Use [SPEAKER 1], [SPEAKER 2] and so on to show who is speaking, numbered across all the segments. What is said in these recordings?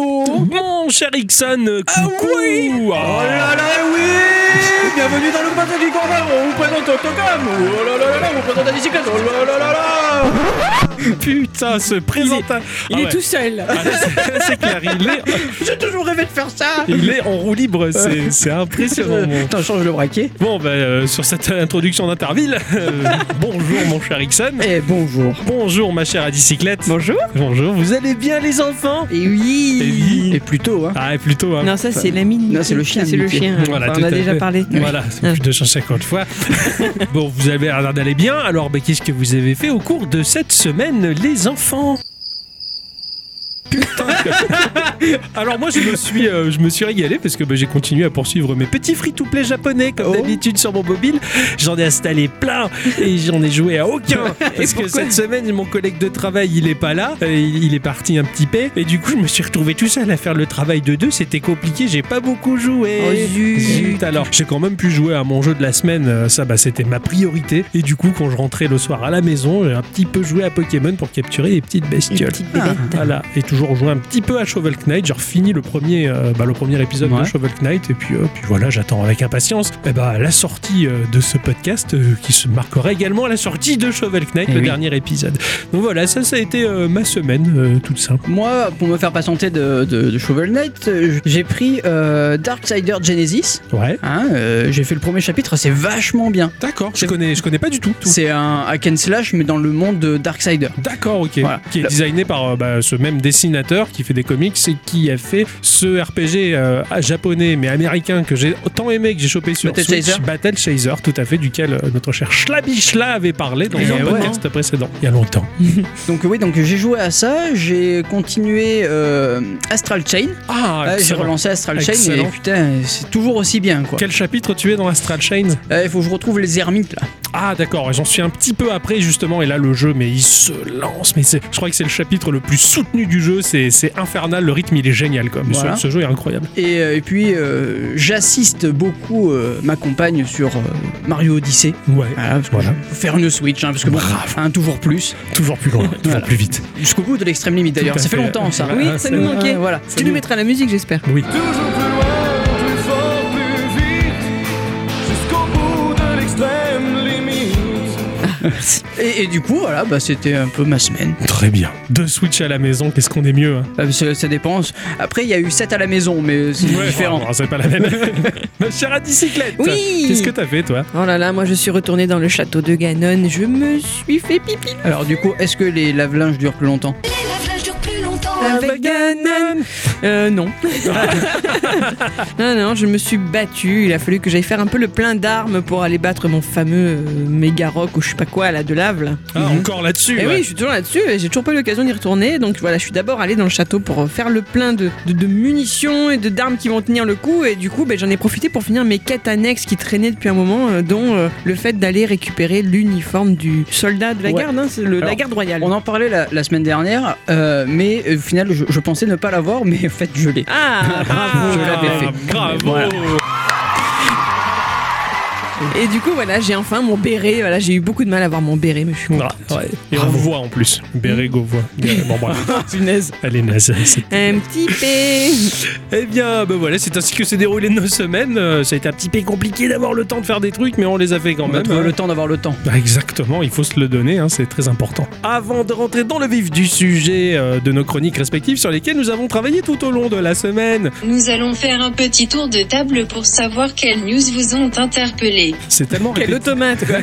[SPEAKER 1] Mon cher Ixon, euh,
[SPEAKER 2] Ah
[SPEAKER 1] coucou
[SPEAKER 2] oui Oh là là oui Bienvenue dans le pâté du combat On vous présente Autocam Oh là là là là On vous présente la bicyclette Oh là là là là
[SPEAKER 1] Putain, ce présentateur
[SPEAKER 3] Il
[SPEAKER 1] Ah
[SPEAKER 3] est
[SPEAKER 1] ouais.
[SPEAKER 3] tout seul.
[SPEAKER 1] Ah, c'est- C'est clair, il est,
[SPEAKER 2] J'ai toujours rêvé de faire ça
[SPEAKER 1] il est en roue libre, c'est c'est impressionnant. mon-
[SPEAKER 2] Putain, change le braquet
[SPEAKER 1] Bon, bah, euh, sur cette introduction d'Interville, euh, bonjour mon cher Ixon.
[SPEAKER 2] Eh bonjour
[SPEAKER 1] Bonjour ma chère à bicyclette.
[SPEAKER 2] Bonjour
[SPEAKER 1] Bonjour, vous allez bien les enfants
[SPEAKER 2] Eh
[SPEAKER 3] Et oui.
[SPEAKER 1] Et oui.
[SPEAKER 2] Et plutôt, hein
[SPEAKER 1] Ah, et plutôt, hein.
[SPEAKER 3] Non, ça c'est l'ami. de
[SPEAKER 2] Non, c'est
[SPEAKER 3] Mickey.
[SPEAKER 2] le chien de
[SPEAKER 3] C'est le
[SPEAKER 2] Mickey.
[SPEAKER 3] chien.
[SPEAKER 1] Voilà,
[SPEAKER 3] Enfin,
[SPEAKER 1] tout
[SPEAKER 3] on
[SPEAKER 1] à
[SPEAKER 3] a déjà
[SPEAKER 1] fait.
[SPEAKER 3] parlé.
[SPEAKER 1] Voilà, c'est plus de 250 fois. bon, vous avez l'air d'aller bien, alors bah, qu'est-ce que vous avez fait au cours de cette semaine, les enfants Putain que- Alors moi je me suis euh, je me suis régalé parce que bah, j'ai continué à poursuivre mes petits free-to-play japonais comme
[SPEAKER 2] Oh.
[SPEAKER 1] d'habitude sur mon mobile. J'en ai installé plein et j'en ai joué à aucun parce que cette semaine mon collègue de travail il est pas là, euh, il il est parti un petit peu et du coup je me suis retrouvé tout seul à faire le travail de deux. C'était compliqué, j'ai pas beaucoup joué.
[SPEAKER 3] Oh, zut.
[SPEAKER 1] Zut, alors j'ai quand même pu jouer à mon jeu de la semaine, euh, ça bah, c'était ma priorité. Et du coup, quand je rentrais le soir à la maison, j'ai un petit peu joué à Pokémon pour capturer les petites
[SPEAKER 3] Une
[SPEAKER 1] bestioles.
[SPEAKER 3] petite
[SPEAKER 2] Ah,
[SPEAKER 3] bébête.
[SPEAKER 1] Voilà, et toujours jouer un petit peu à Shovel Knight. J'ai refini le premier, euh, bah, le premier épisode de
[SPEAKER 2] Ouais.
[SPEAKER 1] Shovel Knight, et puis, euh, puis voilà, j'attends avec impatience eh bah, la sortie euh, de ce podcast euh, qui se marquera également la sortie de Shovel Knight,
[SPEAKER 2] Eh
[SPEAKER 1] le
[SPEAKER 2] oui.
[SPEAKER 1] dernier épisode. Donc voilà, ça, ça a été euh, ma semaine, euh, toute simple.
[SPEAKER 2] Moi, pour me faire patienter de, de, de Shovel Knight, euh, j'ai pris euh, Darksider Genesis.
[SPEAKER 1] Ouais.
[SPEAKER 2] Hein, euh, j'ai fait le premier chapitre, c'est vachement bien.
[SPEAKER 1] D'accord, je connais, je connais pas du tout. tout.
[SPEAKER 2] C'est un hack and slash, mais dans le monde de Darksider.
[SPEAKER 1] D'accord, ok.
[SPEAKER 2] Voilà.
[SPEAKER 1] Qui est
[SPEAKER 2] Le-
[SPEAKER 1] designé par euh, bah, ce même dessinateur qui fait des comics et qui a fait ce RPG euh, à- japonais mais américain que j'ai autant aimé que j'ai chopé sur
[SPEAKER 2] Battle
[SPEAKER 1] Switch,
[SPEAKER 2] Chaser.
[SPEAKER 1] Battle Chaser, tout à fait, duquel euh, notre cher Schlabichla avait parlé dans
[SPEAKER 2] Eh
[SPEAKER 1] un
[SPEAKER 2] ouais.
[SPEAKER 1] podcast précédent, il y a longtemps.
[SPEAKER 2] Donc oui, donc j'ai joué à ça, j'ai continué euh, Astral Chain.
[SPEAKER 1] Ah,
[SPEAKER 2] Ouais, j'ai
[SPEAKER 1] excellent.
[SPEAKER 2] relancé Astral Chain
[SPEAKER 1] Excellent.
[SPEAKER 2] et putain, c'est toujours aussi bien quoi.
[SPEAKER 1] Quel chapitre tu es dans Astral Chain
[SPEAKER 2] Là, il faut que je retrouve les ermites là.
[SPEAKER 1] Ah d'accord, j'en suis un petit peu après justement et là le jeu mais il se lance mais c'est- je crois que c'est le chapitre le plus soutenu du jeu, c'est c'est infernal, le rythme il est génial quoi. Mais ce-
[SPEAKER 2] Voilà.
[SPEAKER 1] ce jeu est incroyable.
[SPEAKER 2] Et, euh, et puis euh, j'assiste beaucoup euh, ma compagne sur euh, Mario Odyssey.
[SPEAKER 1] Ouais,
[SPEAKER 2] Voilà, parce que
[SPEAKER 1] Voilà.
[SPEAKER 2] je- faut faire une Switch, hein, parce que bon, un toujours plus.
[SPEAKER 1] toujours plus loin, toujours
[SPEAKER 2] Voilà.
[SPEAKER 1] plus vite.
[SPEAKER 2] Jusqu'au bout de l'extrême limite d'ailleurs,
[SPEAKER 1] Tout à
[SPEAKER 2] ça fait
[SPEAKER 1] fait.
[SPEAKER 2] longtemps ça.
[SPEAKER 1] Oui, ça nous
[SPEAKER 2] Ouais,
[SPEAKER 3] manquait.
[SPEAKER 2] Voilà.
[SPEAKER 3] Tu nous mettras la musique, j'espère.
[SPEAKER 1] Oui.
[SPEAKER 4] Toujours plus loin, plus fort, plus vite, jusqu'au bout de l'extrême limite.
[SPEAKER 2] Et, et du coup, voilà, bah, c'était un peu ma semaine.
[SPEAKER 1] Très bien. Deux Switch à la maison, qu'est-ce qu'on est mieux hein
[SPEAKER 2] Euh, Ça, ça dépend. Après, il y a eu 7 à la maison, mais c'est différent.
[SPEAKER 1] Ah, c'est pas la même. Ma chère à bicyclette
[SPEAKER 3] Oui.
[SPEAKER 1] Qu'est-ce que t'as fait, toi
[SPEAKER 3] Oh là là, moi je suis retournée dans le château de Ganon. Je me suis fait pipi.
[SPEAKER 2] Alors du coup, est-ce que les lave-linges durent plus longtemps
[SPEAKER 5] Là, je dure plus longtemps.
[SPEAKER 3] Avec Ganon Euh, non. non, non, je me suis battue. Il a fallu que j'aille faire un peu le plein d'armes pour aller battre mon fameux euh, méga rock ou je sais pas quoi, là, de lave, là.
[SPEAKER 1] Ah, Encore là-dessus ouais.
[SPEAKER 3] Et Eh oui, je suis toujours là-dessus et j'ai toujours pas eu l'occasion d'y retourner. Donc voilà, je suis d'abord allée dans le château pour euh, faire le plein de, de, de munitions et de d'armes qui vont tenir le coup. Et du coup, ben, j'en ai profité pour finir mes quêtes annexes qui traînaient depuis un moment, euh, dont euh, le fait d'aller récupérer l'uniforme du soldat de la
[SPEAKER 2] Ouais.
[SPEAKER 3] garde, hein, c'est le- la
[SPEAKER 2] Alors,
[SPEAKER 3] garde royale.
[SPEAKER 2] On en parlait la, la semaine dernière, euh, mais euh, au final, je, je pensais ne pas l'avoir, mais en fait, je l'ai.
[SPEAKER 3] Ah, bravo.
[SPEAKER 2] je l'avais fait.
[SPEAKER 1] Bravo
[SPEAKER 2] Voilà.
[SPEAKER 3] Et du coup, voilà, j'ai enfin mon béret. Voilà, j'ai eu beaucoup de mal à avoir mon béret, mais je suis contente.
[SPEAKER 1] Ah, ouais. Et on voit en plus. Bérégo voit. Euh, Bon, bref.
[SPEAKER 3] Punaise.
[SPEAKER 1] Elle est naze. c'est-
[SPEAKER 3] Un petit P.
[SPEAKER 1] Eh bien, ben voilà, c'est ainsi que s'est déroulé nos semaines. Euh, Ça a été un petit peu compliqué d'avoir le temps de faire des trucs, mais on les a fait quand
[SPEAKER 2] On va
[SPEAKER 1] même.
[SPEAKER 2] trouver
[SPEAKER 1] hein.
[SPEAKER 2] le temps d'avoir le temps.
[SPEAKER 1] Bah, Exactement, il faut se le donner, hein, c'est très important. Avant de rentrer dans le vif du sujet euh, de nos chroniques respectives sur lesquelles nous avons travaillé tout au long de la semaine,
[SPEAKER 6] Nous allons faire un petit tour de table pour savoir quelles news vous ont interpellé.
[SPEAKER 1] c'est tellement
[SPEAKER 3] Quel
[SPEAKER 1] répété.
[SPEAKER 3] automate, quoi.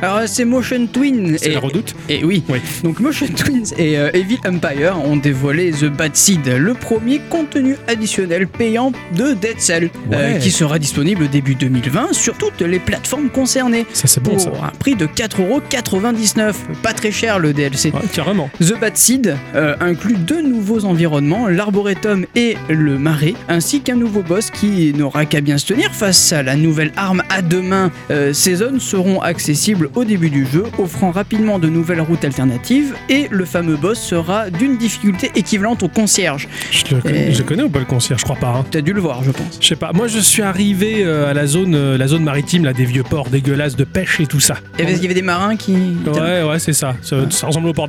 [SPEAKER 2] Alors, c'est Motion Twin.
[SPEAKER 1] C'est
[SPEAKER 2] Et,
[SPEAKER 1] la redoute.
[SPEAKER 2] et oui.
[SPEAKER 1] Oui.
[SPEAKER 2] Donc, Motion Twins et euh, Evil Empire ont dévoilé The Bad Seed, le premier contenu additionnel payant de Dead Cell, euh,
[SPEAKER 1] Ouais.
[SPEAKER 2] qui sera disponible début 2020 sur toutes les plateformes concernées.
[SPEAKER 1] Ça, c'est bon,
[SPEAKER 2] Pour
[SPEAKER 1] ça.
[SPEAKER 2] un prix de 4,99€, pas très cher le DLC.
[SPEAKER 1] Ouais, carrément.
[SPEAKER 2] The Bad Seed euh, inclut deux nouveaux environnements, l'arboretum et le marais, ainsi qu'un nouveau boss qui n'aura qu'à bien se tenir face à la nouvelle arme A2 demain, euh, ces zones seront accessibles au début du jeu, offrant rapidement de nouvelles routes alternatives et le fameux boss sera d'une difficulté équivalente au concierge.
[SPEAKER 1] Je, le connais,
[SPEAKER 2] Et-
[SPEAKER 1] je connais ou pas le concierge, je crois pas. hein.
[SPEAKER 2] T'as dû le voir, je pense.
[SPEAKER 1] Je sais pas. Moi, je suis arrivé euh, à la zone, euh, la zone maritime, là, des vieux ports dégueulasses de pêche et tout ça.
[SPEAKER 2] Et parce qu'il y avait des marins qui.
[SPEAKER 1] Ouais, ouais, c'est ça. ça. ça ressemble au port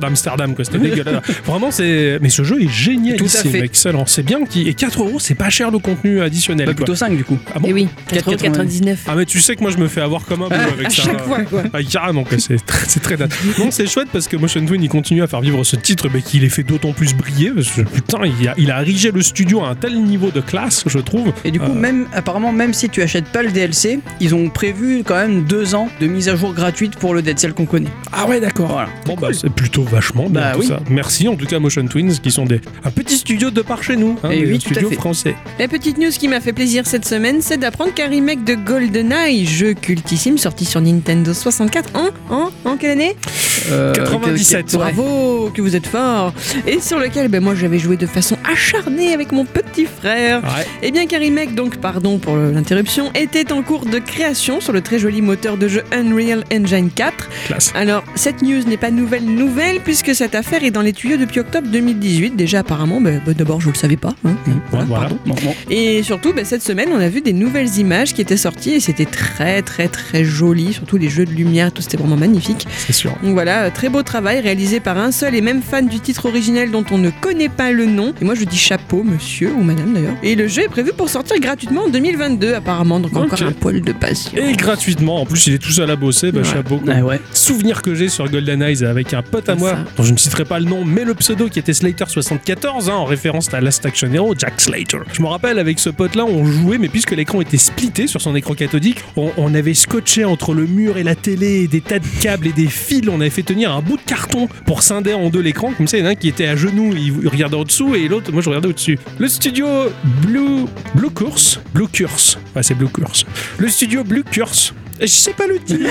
[SPEAKER 1] d'Amsterdam, quoi. C'était dégueulasse. Vraiment, c'est. Mais ce jeu est génial.
[SPEAKER 2] Tout à
[SPEAKER 1] c'est
[SPEAKER 2] fait.
[SPEAKER 1] excellent. C'est bien. qu'il- Et 4 euros, c'est pas cher le contenu additionnel.
[SPEAKER 2] Bah,
[SPEAKER 1] quoi.
[SPEAKER 2] plutôt 5 du coup.
[SPEAKER 1] Ah bon
[SPEAKER 3] Eh
[SPEAKER 7] Et oui,
[SPEAKER 2] 4,99.
[SPEAKER 7] 4,99.
[SPEAKER 1] Ah mais tu sais que moi je me fais avoir
[SPEAKER 2] Ah,
[SPEAKER 1] comme un boulot avec ça.
[SPEAKER 3] chaque fois, quoi.
[SPEAKER 1] Ah, carrément quoi, c'est très, c'est très date. Non c'est chouette parce que Motion Twin il continue à faire vivre ce titre mais qu'il les fait d'autant plus briller parce que putain il a, il a érigé le studio à un tel niveau de classe je trouve.
[SPEAKER 2] Et du coup,
[SPEAKER 1] Euh.
[SPEAKER 2] même apparemment, même si tu achètes pas le DLC, ils ont prévu quand même deux ans de mise à jour gratuite pour le Dead Cell qu'on connaît.
[SPEAKER 1] Ah ouais d'accord.
[SPEAKER 2] Voilà.
[SPEAKER 1] Bon bah c'est plutôt vachement bien
[SPEAKER 2] Bah
[SPEAKER 1] tout
[SPEAKER 2] oui.
[SPEAKER 1] ça. Merci en tout cas Motion Twins qui sont des un petit studio de par chez nous, hein,
[SPEAKER 2] Eh
[SPEAKER 1] des
[SPEAKER 2] oui, tout à
[SPEAKER 1] studio
[SPEAKER 2] fait.
[SPEAKER 1] français.
[SPEAKER 3] La petite news qui m'a fait plaisir cette semaine, c'est d'apprendre qu'un remake de GoldenEye, jeu cultissime sorti sur Nintendo 64 en, en, en hein, quelle année
[SPEAKER 1] Euh, 97.
[SPEAKER 3] Bravo, que vous êtes fort Et sur lequel ben, moi j'avais joué de façon acharnée avec mon petit frère.
[SPEAKER 2] Ah,
[SPEAKER 1] Ouais.
[SPEAKER 3] Et bien qu'un remake, donc pardon pour le- l'interruption, était en cours de création sur le très joli moteur de jeu Unreal Engine 4.
[SPEAKER 1] Classe.
[SPEAKER 3] Alors, cette news n'est pas nouvelle nouvelle puisque cette affaire est dans les tuyaux depuis octobre 2018. Déjà apparemment, ben, ben, d'abord je le savais pas. hein.
[SPEAKER 2] ah,
[SPEAKER 1] Ouais, voilà.
[SPEAKER 2] Bon, bon.
[SPEAKER 3] Et surtout, bah, cette semaine, on a vu des nouvelles images qui étaient sorties et c'était très très très joli, surtout les jeux de lumière, tout c'était vraiment magnifique.
[SPEAKER 1] C'est sûr.
[SPEAKER 3] Donc voilà, euh, très beau travail réalisé par un seul et même fan du titre originel dont on ne connaît pas le nom. Et moi je dis chapeau, monsieur ou madame d'ailleurs. Et le jeu est prévu pour sortir gratuitement en 2022 apparemment, donc encore
[SPEAKER 1] Ok.
[SPEAKER 3] un poil de passion.
[SPEAKER 1] Et gratuitement, en plus il est tout seul à bosser, bah, chapeau. quoi.
[SPEAKER 2] Ah ouais.
[SPEAKER 1] souvenir que j'ai sur Golden Eyes avec un pote à
[SPEAKER 3] C'est
[SPEAKER 1] moi,
[SPEAKER 3] ça.
[SPEAKER 1] dont je ne citerai pas le nom, mais le pseudo qui était Slater74, hein, en référence à Last Action Hero, Jack Slater. Je me rappelle, avec ce pote-là, on jouait, mais puisque l'écran était splitté sur son écran cathodique, on, on avait scotché entre le mur et la télé des tas de câbles et des fils, on avait fait tenir un bout de carton pour scinder en deux l'écran, comme ça, il y en a un qui était à genoux, il regardait en dessous, et l'autre, moi je regardais au-dessus. Le studio Blue... Blue Course Blue Curse. Ouais, c'est Blue Curse. Le studio Blue Curse. Je sais pas le dire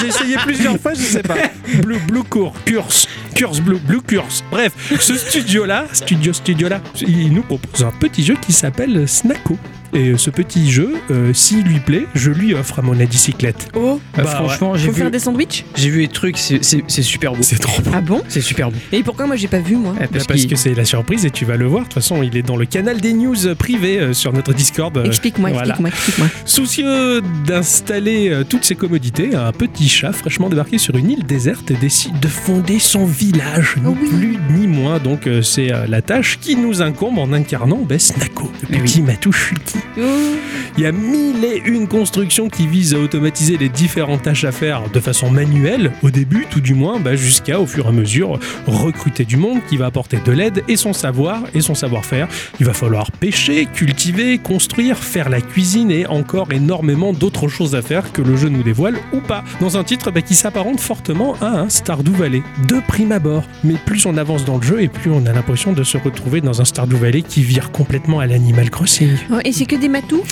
[SPEAKER 1] j'ai essayé plusieurs fois, je sais pas. Blue, Blue Cour, Curse, Curse Blue, Blue Curse. Bref, ce studio-là, studio, studio-là, il nous propose un petit jeu qui s'appelle Snacko. Et ce petit jeu, euh, s'il lui plaît, je lui offre à mon bicyclette.
[SPEAKER 3] Oh,
[SPEAKER 2] Bah,
[SPEAKER 1] Bah,
[SPEAKER 2] franchement, j'ai
[SPEAKER 3] faut
[SPEAKER 2] vu,
[SPEAKER 3] faire des sandwichs
[SPEAKER 2] j'ai vu les trucs, c'est- c'est c'est super beau.
[SPEAKER 1] C'est trop.
[SPEAKER 3] Ah bon
[SPEAKER 2] C'est super beau.
[SPEAKER 3] Et pourquoi moi j'ai pas vu moi
[SPEAKER 2] Ah,
[SPEAKER 1] Parce,
[SPEAKER 2] Oh. parce
[SPEAKER 1] parce
[SPEAKER 2] qu'il-
[SPEAKER 1] que c'est la surprise et tu vas le voir. De toute façon, il est dans le canal des news privés euh, sur notre Discord. euh,
[SPEAKER 7] Explique-moi,
[SPEAKER 1] voilà.
[SPEAKER 7] explique-moi, explique-moi.
[SPEAKER 1] Soucieux d'installer euh, toutes ses commodités, un petit chat fraîchement débarqué sur une île déserte décide de fonder son village,
[SPEAKER 2] Ah
[SPEAKER 1] ni plus ni moins. Donc euh, c'est euh, la tâche qui nous incombe en incarnant ben, Snako, le
[SPEAKER 2] Eh oui.
[SPEAKER 1] petit matouchuki. Il y a mille et une constructions qui visent à automatiser les différentes tâches à faire de façon manuelle, au début tout du moins, bah, jusqu'à au fur et à mesure recruter du monde qui va apporter de l'aide et son savoir et son savoir-faire. Il va falloir pêcher, cultiver, construire, faire la cuisine et encore énormément d'autres choses à faire que le jeu nous dévoile ou pas, dans un titre bah, qui s'apparente fortement à un Stardew Valley, de prime abord. Mais plus on avance dans le jeu et plus on a l'impression de se retrouver dans un Stardew Valley qui vire complètement à l'Animal Crossing.
[SPEAKER 7] Oh, et c'est que des matous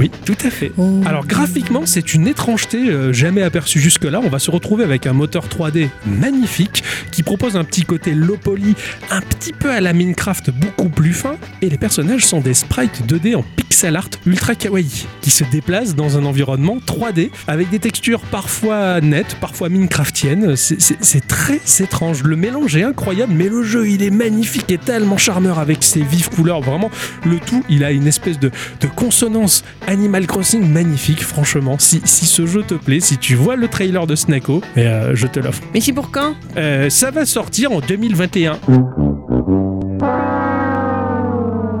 [SPEAKER 1] Oui, tout à fait.
[SPEAKER 7] Oh.
[SPEAKER 3] Mmh.
[SPEAKER 1] Alors graphiquement, c'est une étrangeté euh, jamais aperçue jusque-là. On va se retrouver avec un moteur 3D magnifique qui propose un petit côté low poly, un petit peu à la Minecraft, beaucoup plus fin. Et les personnages sont des sprites 2D en pixel art ultra kawaii qui se déplacent dans un environnement 3D avec des textures parfois nettes, parfois Minecraftiennes. C'est- C'est c'est très étrange. Le mélange est incroyable, mais le jeu, il est magnifique et tellement charmeur avec ses vives couleurs. Vraiment, le tout, il a une espèce de, de consonance Animal Crossing magnifique, franchement. Si, si ce jeu te plaît, si tu vois le trailer de Snako, eh, euh, je te l'offre.
[SPEAKER 3] Mais c'est pour quand
[SPEAKER 1] Euh, ça va sortir en 2021.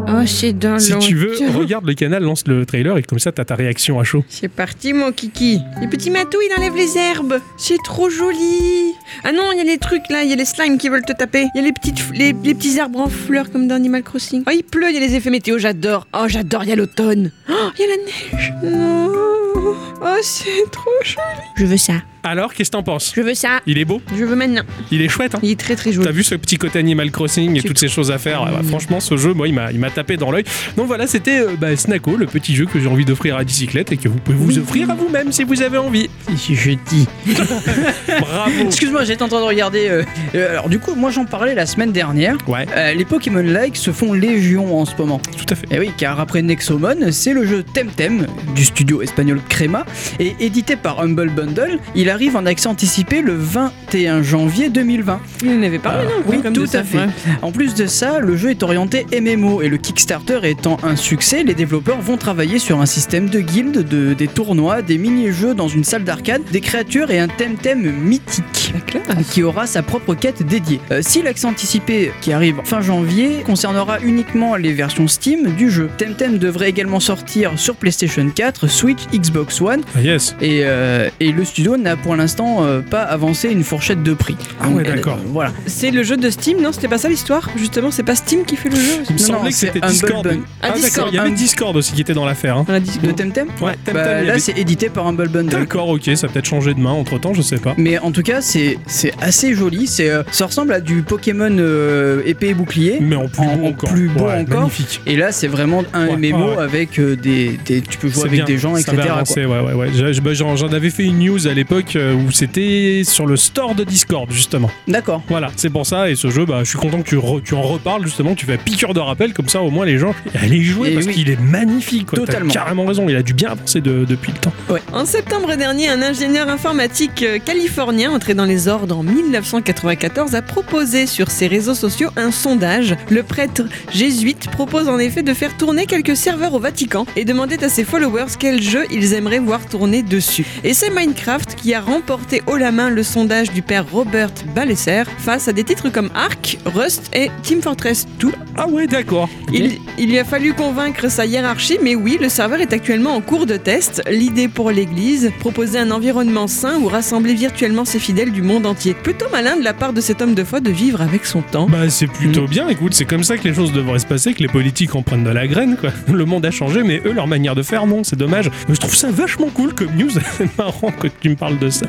[SPEAKER 7] Oh, c'est dans
[SPEAKER 1] Si tu veux, regarde le canal, lance le trailer et comme ça, t'as ta réaction à chaud.
[SPEAKER 3] C'est parti mon kiki. Les petits matous, il enlève les herbes. C'est trop joli. Ah non, il y a les trucs là, il y a les slimes qui veulent te taper. Il y a les, petites, f- les, les petits arbres en fleurs comme dans Animal Crossing. Oh, il pleut, il y a les effets météo, j'adore. Oh, j'adore, il y a l'automne. Oh, il y a la neige. Non. Oh, c'est trop chou.
[SPEAKER 7] Je veux ça.
[SPEAKER 1] Alors, qu'est-ce que t'en penses
[SPEAKER 3] Je veux ça.
[SPEAKER 1] Il est beau,
[SPEAKER 3] Je veux maintenant.
[SPEAKER 1] il est chouette, hein
[SPEAKER 3] Il est très très
[SPEAKER 1] T'as
[SPEAKER 3] joli.
[SPEAKER 1] vu ce petit côté Animal Crossing et
[SPEAKER 3] C'est
[SPEAKER 1] toutes ces choses à faire Ouais, bah, Franchement, ce jeu, moi, il m'a il m'a tapé dans l'œil. Donc voilà, c'était euh, bah, Snacko, le petit jeu que j'ai envie d'offrir à Dicyclette et que vous pouvez vous offrir à vous-même si vous avez envie.
[SPEAKER 2] Si je dis.
[SPEAKER 1] Bravo
[SPEAKER 2] Oh. Excuse-moi, j'étais en train de regarder. euh, euh, alors, du coup, moi j'en parlais la semaine dernière.
[SPEAKER 1] Ouais,
[SPEAKER 2] Euh, les Pokémon Like se font légion en ce moment.
[SPEAKER 1] tout à fait.
[SPEAKER 2] Et oui, car après Nexomon, c'est le jeu Temtem du studio espagnol Crema et édité par Humble Bundle. Il arrive en accès anticipé le 21 janvier 2020.
[SPEAKER 3] Il en avait parlé, non
[SPEAKER 2] Ah. oui,
[SPEAKER 3] Comme
[SPEAKER 2] tout
[SPEAKER 3] de ça,
[SPEAKER 2] à fait.
[SPEAKER 3] ouais.
[SPEAKER 2] En plus de ça, le jeu est orienté MMO et le Kickstarter étant un succès, les développeurs vont travailler sur un système de guildes, de, des tournois, des mini-jeux dans une salle d'arcade, des créatures et un Temtem mythique
[SPEAKER 3] La classe.
[SPEAKER 2] qui aura sa propre quête dédiée. Euh, si l'accès anticipé qui arrive fin janvier concernera uniquement les versions Steam du jeu, Temtem devrait également sortir sur PlayStation 4, Switch, Xbox One
[SPEAKER 1] Ah, yes.
[SPEAKER 2] et, euh, et le studio n'a pour l'instant euh, pas avancé une fourchette de prix.
[SPEAKER 1] Ah ouais,
[SPEAKER 2] Donc, elle-
[SPEAKER 1] d'accord.
[SPEAKER 2] Voilà.
[SPEAKER 3] C'est le jeu de Steam, non C'était pas ça l'histoire Justement, c'est pas Steam qui fait le jeu
[SPEAKER 1] Il me
[SPEAKER 2] Non, non,
[SPEAKER 1] semblait que
[SPEAKER 2] c'est
[SPEAKER 1] c'était
[SPEAKER 2] Humble
[SPEAKER 1] Discord.
[SPEAKER 2] Bun-
[SPEAKER 1] Ah, d'accord,
[SPEAKER 2] Discord,
[SPEAKER 1] il y avait
[SPEAKER 2] Hum-
[SPEAKER 1] Discord aussi qui était dans l'affaire. Hein.
[SPEAKER 3] On a dit
[SPEAKER 2] De Temtem
[SPEAKER 1] Ouais, Temtem,
[SPEAKER 2] Bah,
[SPEAKER 1] il y
[SPEAKER 2] Là,
[SPEAKER 1] avait-
[SPEAKER 2] c'est édité par Humble Bundle.
[SPEAKER 1] D'accord, ok, ça a peut-être changé de main entre temps, je sais pas.
[SPEAKER 2] Mais en tout cas, c'est c'est assez joli. C'est euh, ça ressemble à du Pokémon euh, épée et bouclier.
[SPEAKER 1] Mais en plus
[SPEAKER 2] En-
[SPEAKER 1] beau
[SPEAKER 2] en
[SPEAKER 1] encore.
[SPEAKER 2] plus beau
[SPEAKER 1] Ouais,
[SPEAKER 2] encore.
[SPEAKER 1] Magnifique.
[SPEAKER 2] Et là, c'est vraiment un
[SPEAKER 1] Ouais,
[SPEAKER 2] MMO
[SPEAKER 1] ouais, ouais.
[SPEAKER 2] avec euh, des, des- tu peux jouer
[SPEAKER 1] C'est
[SPEAKER 2] avec
[SPEAKER 1] bien,
[SPEAKER 2] des gens,
[SPEAKER 1] ça
[SPEAKER 2] etc.
[SPEAKER 1] va
[SPEAKER 2] quoi.
[SPEAKER 1] avancer, ouais, ouais, ouais. Je- je- bah, J'en j'en avais fait une news à l'époque euh, où c'était sur le store de Discord, justement.
[SPEAKER 2] D'accord.
[SPEAKER 1] Voilà, c'est pour ça. Et ce jeu, bah, je suis content que tu, re- tu en reparles, justement. Tu fais piqûre de rappel, comme ça, au moins, les gens, allez y jouer
[SPEAKER 2] Et
[SPEAKER 1] parce
[SPEAKER 2] Eh oui.
[SPEAKER 1] qu'il est magnifique. Quoi. T'as
[SPEAKER 2] Totalement.
[SPEAKER 1] carrément raison, il a dû bien avancer de- depuis le temps.
[SPEAKER 3] En septembre dernier, un ingénieur informatique euh, californien entré dans les ordres en 1994 a proposé sur ses réseaux sociaux un sondage. Le prêtre jésuite propose en effet de faire tourner quelques serveurs au Vatican et demandait à ses followers quel jeu ils aimeraient voir tourner dessus. Et c'est Minecraft qui a remporté haut la main le sondage du père Robert Balesser face à des titres comme Ark, Rust et Team Fortress 2.
[SPEAKER 1] Ah ouais, d'accord.
[SPEAKER 3] Il, il lui a fallu convaincre sa hiérarchie, mais oui, le serveur est actuellement en cours de test. L'idée pour l'église, proposer un environnement sain où rassembler virtuellement ses fidèles du monde entier. Plutôt malin de la part de cet homme de foi de vivre avec son temps.
[SPEAKER 1] Bah, c'est plutôt bien. Écoute, c'est comme ça que les choses devraient se passer, que les politiques en prennent de la graine, quoi. Le monde a changé, mais eux, leur manière de faire, non. C'est dommage. Mais je trouve ça vachement cool comme news. c'est marrant que tu me parles de ça.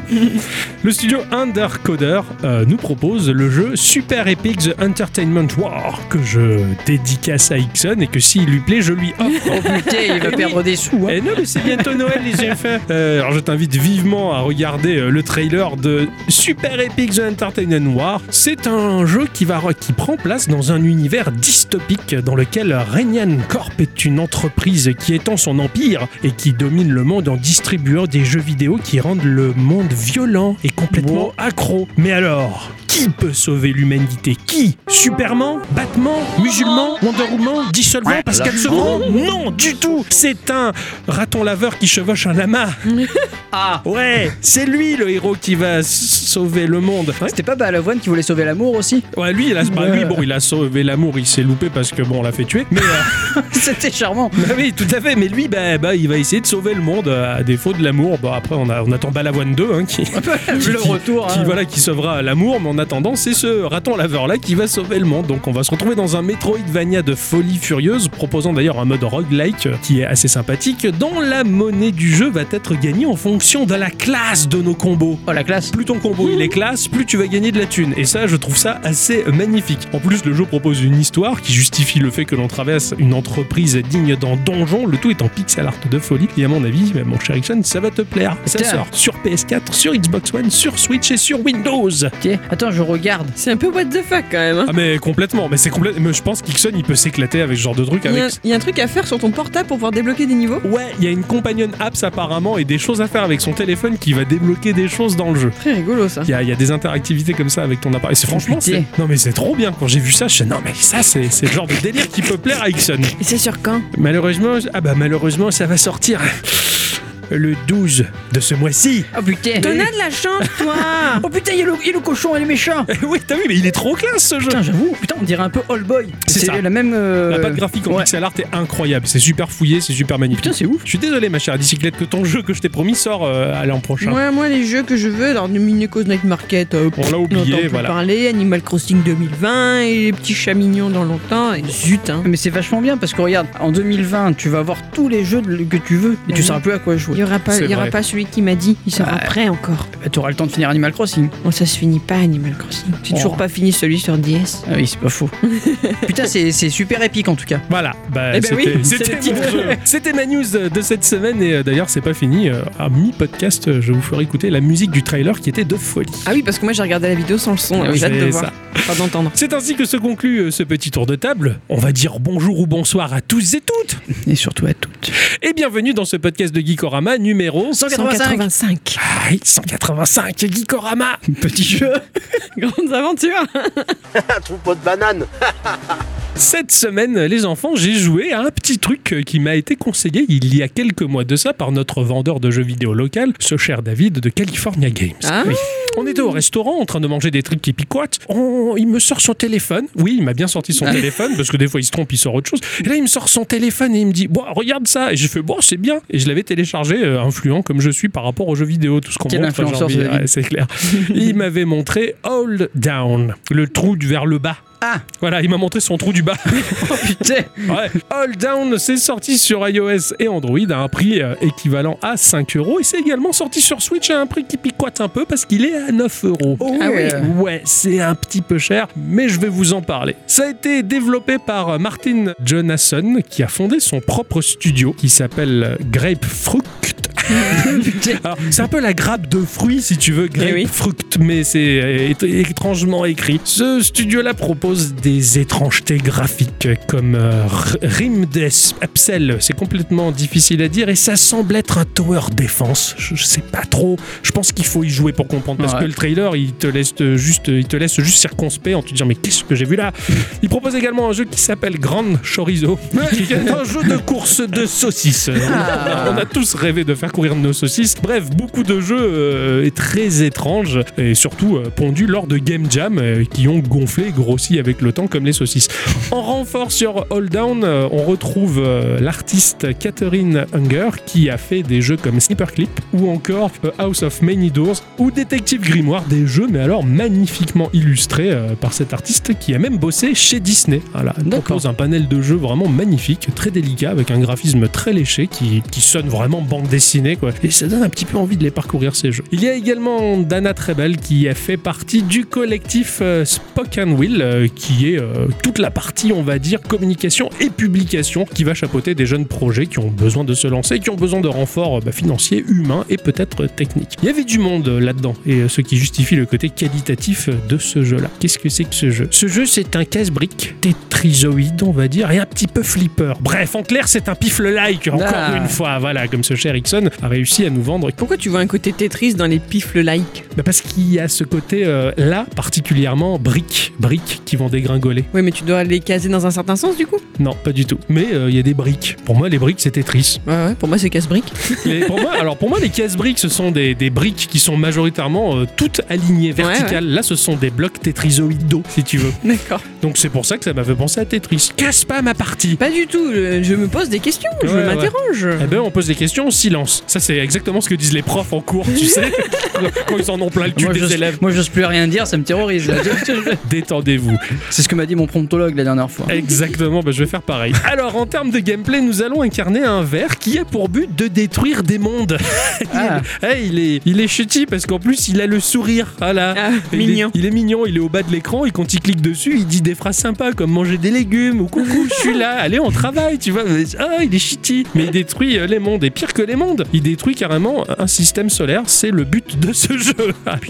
[SPEAKER 1] le studio Undercoder euh, nous propose le jeu Super Epic The Entertainment War, que je dédicace à Ixon et que s'il lui plaît, je lui offre.
[SPEAKER 2] Oh putain, il va perdre des sous. hein.
[SPEAKER 1] Eh non, mais c'est bientôt Noël, les GFA. Euh, alors, je t'invite vivement à regarder euh, le trailer de Super Epic The Entertainment War. C'est un jeu qui, va, qui prend place dans un univers dystopique dans lequel Renyan Corp est une entreprise qui étend son empire et qui domine le monde en distribuant des jeux vidéo qui rendent le monde violent et complètement accro. Mais alors qui peut sauver l'humanité Qui Superman Batman Musulman Wonder Woman Dissolvant Pascal Sevran Non, du tout C'est un raton laveur qui chevauche un lama. ah Ouais, c'est lui le héros qui va s- sauver le monde. Ouais,
[SPEAKER 2] C'était pas Balavoine qui voulait sauver l'amour aussi
[SPEAKER 1] Ouais, lui, il a, bah, lui, bon, il a sauvé l'amour, il s'est loupé parce que bon, on l'a fait tuer. Mais euh,
[SPEAKER 2] C'était charmant.
[SPEAKER 1] bah oui, tout à fait. Mais lui, bah, bah, il va essayer de sauver le monde euh, à défaut de l'amour. Bon, après, on, a, on attend Balavoine 2, hein, qui,
[SPEAKER 2] Le retour.
[SPEAKER 1] qui
[SPEAKER 2] hein.
[SPEAKER 1] voilà qui sauvera l'amour mais en attendant c'est ce raton laveur là qui va sauver le monde donc on va se retrouver dans un Metroidvania de folie furieuse proposant d'ailleurs un mode roguelike euh, qui est assez sympathique dont la monnaie du jeu va être gagnée en fonction de la classe de nos combos
[SPEAKER 2] Oh la classe.
[SPEAKER 1] plus ton combo il est classe, plus tu vas gagner de la thune. Et ça, je trouve ça assez magnifique. En plus, le jeu propose une histoire qui justifie le fait que l'on traverse une entreprise digne d'un donjon. Le tout est en pixel art de folie. Et à mon avis, bah, mon cher Ixon, ça va te plaire. Ça
[SPEAKER 2] Putain.
[SPEAKER 1] sort sur PS4, sur Xbox One, sur Switch et sur Windows.
[SPEAKER 2] Tiens, Attends, je regarde.
[SPEAKER 3] C'est un peu what the fuck quand même. hein.
[SPEAKER 1] Ah mais complètement, mais c'est complètement. mais Je pense qu'Ixon il peut s'éclater avec ce genre de truc.
[SPEAKER 3] Il y, a,
[SPEAKER 1] Ah, Avec...
[SPEAKER 3] un- il y a un truc à faire sur ton portable pour pouvoir débloquer des niveaux
[SPEAKER 1] Ouais, il y a une companion apps apparemment et des choses à faire avec son téléphone qui va débloquer des choses dans le jeu.
[SPEAKER 3] Très rigolo ça.
[SPEAKER 1] Il y, a- il y a des interactivités comme ça avec ton appareil. C'est franchement,
[SPEAKER 2] Putain.
[SPEAKER 1] c'est- non mais c'est trop bien. Quand j'ai vu ça, je me non mais ça c'est c'est le genre de délire qui peut plaire à Ixon.
[SPEAKER 7] Et c'est sur quand
[SPEAKER 1] Malheureusement, ah bah malheureusement ça va sortir le 12 de ce mois-ci.
[SPEAKER 2] Oh
[SPEAKER 1] Eh
[SPEAKER 2] putain.
[SPEAKER 7] T'en as de la chance, toi
[SPEAKER 2] Oh putain, il y, a le- il y a le cochon, il est méchant.
[SPEAKER 1] oui, t'as vu, mais il est trop classe ce jeu.
[SPEAKER 2] Putain, j'avoue, putain, on dirait un peu All Boy.
[SPEAKER 1] C'est ça.
[SPEAKER 2] la même. euh,
[SPEAKER 1] La patte graphique en
[SPEAKER 2] ouais.
[SPEAKER 1] pixel art est incroyable. C'est super fouillé, c'est super magnifique.
[SPEAKER 2] Putain, c'est ouf.
[SPEAKER 1] Je suis désolé, ma chère bicyclette, que ton jeu que je t'ai promis sort euh, à l'an prochain.
[SPEAKER 3] Moi, moi, les jeux que je veux, alors Numineco's Night Market, euh,
[SPEAKER 1] On l'a
[SPEAKER 3] n'entend
[SPEAKER 1] Oh, oublié,
[SPEAKER 3] plus
[SPEAKER 1] voilà.
[SPEAKER 3] parler, Animal Crossing 2020 et les petits chats mignons dans longtemps, et zut hein.
[SPEAKER 2] Mais c'est vachement bien parce que regarde, en 2020, tu vas avoir tous les jeux de- que tu veux et tu
[SPEAKER 3] Mhm.
[SPEAKER 2] sauras plus à quoi jouer.
[SPEAKER 3] Il y aura pas,
[SPEAKER 1] C'est
[SPEAKER 3] il y aura
[SPEAKER 1] vrai.
[SPEAKER 3] pas celui qui m'a dit. Il sera
[SPEAKER 2] Ah.
[SPEAKER 3] prêt encore.
[SPEAKER 2] Bah, T'auras le temps de finir Animal Crossing.
[SPEAKER 3] Bon, ça se finit pas Animal Crossing. J'ai
[SPEAKER 2] Oh.
[SPEAKER 3] toujours pas fini celui sur DS.
[SPEAKER 2] Ah oui, c'est pas faux. Putain, c'est c'est super épique en tout cas.
[SPEAKER 1] Voilà, bah,
[SPEAKER 3] Eh ben
[SPEAKER 1] c'était
[SPEAKER 3] oui, c'est
[SPEAKER 1] c'était
[SPEAKER 3] le titre.
[SPEAKER 1] mon jeu. C'était ma news de de cette semaine et euh, d'ailleurs c'est pas fini. euh, À mi-podcast, euh, je vous ferai écouter la musique du trailer qui était de folie.
[SPEAKER 3] Ah oui, parce que moi j'ai regardé la vidéo sans le son. alors
[SPEAKER 1] Oui,
[SPEAKER 3] J'ai hâte de
[SPEAKER 1] c'est
[SPEAKER 3] voir,
[SPEAKER 1] ça.
[SPEAKER 3] enfin d'entendre.
[SPEAKER 1] C'est ainsi que se conclut euh, ce petit tour de table. On va dire bonjour ou bonsoir à tous et toutes
[SPEAKER 2] Et surtout à toutes.
[SPEAKER 1] et bienvenue dans ce podcast de Geekorama numéro
[SPEAKER 2] 185.
[SPEAKER 3] 185.
[SPEAKER 1] Ah, 185 Geekorama.
[SPEAKER 2] Petit jeu.
[SPEAKER 3] Grandes aventures.
[SPEAKER 1] Cette semaine, les enfants, j'ai joué à un petit truc euh, qui m'a été conseillé il y a quelques mois de ça par notre vendeur de jeux vidéo local, ce cher David de California Games.
[SPEAKER 3] Ah.
[SPEAKER 1] Oui. On était au restaurant en train de manger des trucs qui picotent. On- Il me sort son téléphone. Oui, il m'a bien sorti son téléphone parce que des fois il se trompe, il sort autre chose. Et là, il me sort son téléphone et il me dit Bon, regarde ça. Et j'ai fait Bon, c'est bien. Et je l'avais téléchargé, euh, influent comme je suis par rapport aux jeux vidéo, tout ce qu'on
[SPEAKER 2] Quel
[SPEAKER 1] montre
[SPEAKER 2] influenceur,
[SPEAKER 1] aujourd'hui.
[SPEAKER 2] ce David.
[SPEAKER 1] Ouais, C'est clair. il m'avait montré Hold Down, le trou du- vers le bas.
[SPEAKER 2] Ah.
[SPEAKER 1] Voilà, il m'a montré son trou du bas.
[SPEAKER 2] Putain.
[SPEAKER 1] Ouais. Hold Down, c'est sorti sur iOS et Android à un prix euh, équivalent à 5 euros. Et c'est également sorti sur Switch à un prix qui picote un peu parce qu'il est à 9 euros.
[SPEAKER 2] Ah ouais.
[SPEAKER 1] Ouais, c'est un petit peu cher, mais je vais vous en parler. Ça a été développé par euh, Martin Jonasson, qui a fondé son propre studio qui s'appelle euh, Grapefruit. Alors, c'est un peu la grappe de fruits, si tu veux,
[SPEAKER 3] Eh oui.
[SPEAKER 1] grapefruit, mais c'est euh, é- étrangement écrit. Ce studio-là propose des étrangetés graphiques comme euh, R- Rimdes Apsel. C'est complètement difficile à dire et ça semble être un tower défense. Je, je sais pas trop. Je pense qu'il faut y jouer pour comprendre parce
[SPEAKER 2] Ouais.
[SPEAKER 1] que le trailer, il te laisse euh, juste, il te laisse juste circonspect en te disant mais qu'est-ce que j'ai vu là Il propose également un jeu qui s'appelle Grande Chorizo, qui est un jeu de course de saucisses. On a tous rêvé de faire courir nos saucisses. Bref, beaucoup de jeux euh, très étranges et surtout euh, pondus lors de Game Jam euh, qui ont gonflé et grossi avec le temps comme les saucisses. En renfort sur All Down, euh, on retrouve euh, l'artiste Catherine Hunger qui a fait des jeux comme Clip ou encore euh, House of Many Doors ou Détective Grimoire, des jeux mais alors magnifiquement illustrés euh, par cet artiste qui a même bossé chez Disney. Voilà, elle
[SPEAKER 2] D'accord.
[SPEAKER 1] propose un panel de jeux vraiment magnifique, très délicat, avec un graphisme très léché qui, qui sonne vraiment bande dessinée quoi. Et ça donne un petit peu envie de les parcourir ces jeux. Il y a également Dana Trebel qui a fait partie du collectif euh, Spoken Will euh, qui est euh, toute la partie on va dire communication et publication qui va chapeauter des jeunes projets qui ont besoin de se lancer, qui ont besoin de renforts euh, bah, financiers, humains et peut-être euh, techniques. Il y avait du monde euh, là-dedans et euh, ce qui justifie le côté qualitatif euh, de ce jeu-là. Qu'est-ce que c'est que ce jeu Ce jeu c'est un casse-brique tétrisoïde on va dire et un petit peu flipper. Bref, en clair c'est un pifle-like encore
[SPEAKER 2] Ah.
[SPEAKER 1] une fois. Voilà, comme ce cher Ixon a réussi à nous vendre
[SPEAKER 3] Pourquoi tu vois un côté Tetris dans les pifles like
[SPEAKER 1] bah parce qu'il y a ce côté euh, là particulièrement briques, briques qui vont dégringoler.
[SPEAKER 3] Oui, mais tu dois les caser dans un certain sens du coup.
[SPEAKER 1] Non, pas du tout. Mais euh, il y a des briques. Pour moi, les briques c'était triste.
[SPEAKER 3] Ouais, ouais, pour moi c'est casse-brique.
[SPEAKER 1] Les- pour moi, alors pour moi, les caisses briques ce sont des, des briques qui sont majoritairement euh, toutes alignées verticales. Là, ce sont des blocs tétrisoïdaux, si tu veux.
[SPEAKER 3] D'accord.
[SPEAKER 1] Donc c'est pour ça que ça m'a fait penser à Tetris. Casse pas ma partie.
[SPEAKER 3] Pas du tout. euh, Je, je me pose des questions. je
[SPEAKER 1] Ouais, ouais.
[SPEAKER 3] m'interroge.
[SPEAKER 1] Eh ben, on pose des questions, silence. Ça, c'est exactement ce que disent les profs en cours, tu sais, quand ils en ont plein le cul
[SPEAKER 2] Moi,
[SPEAKER 1] des
[SPEAKER 2] j'ose-
[SPEAKER 1] élèves.
[SPEAKER 2] moi, j'ose plus rien dire, ça me terrorise.
[SPEAKER 1] Détendez-vous.
[SPEAKER 2] c'est ce que m'a dit mon promptologue la dernière fois.
[SPEAKER 1] Exactement, bah, je vais faire pareil. Alors, en termes de gameplay, nous allons incarner un ver qui a pour but de détruire des mondes.
[SPEAKER 2] Ah.
[SPEAKER 1] Eh, il est, il est chutty parce qu'en plus, il a le sourire. Voilà.
[SPEAKER 3] Ah,
[SPEAKER 1] Il est-
[SPEAKER 3] mignon.
[SPEAKER 1] il est mignon, il est au bas de l'écran et quand il clique dessus, il dit des phrases sympas comme manger des légumes ou coucou, je suis là, allez, on travaille, tu vois. Ah, il est chutty. Mais il détruit euh, les mondes et pire que les mondes, il détruit carrément un système solaire. C'est le but de ce jeu.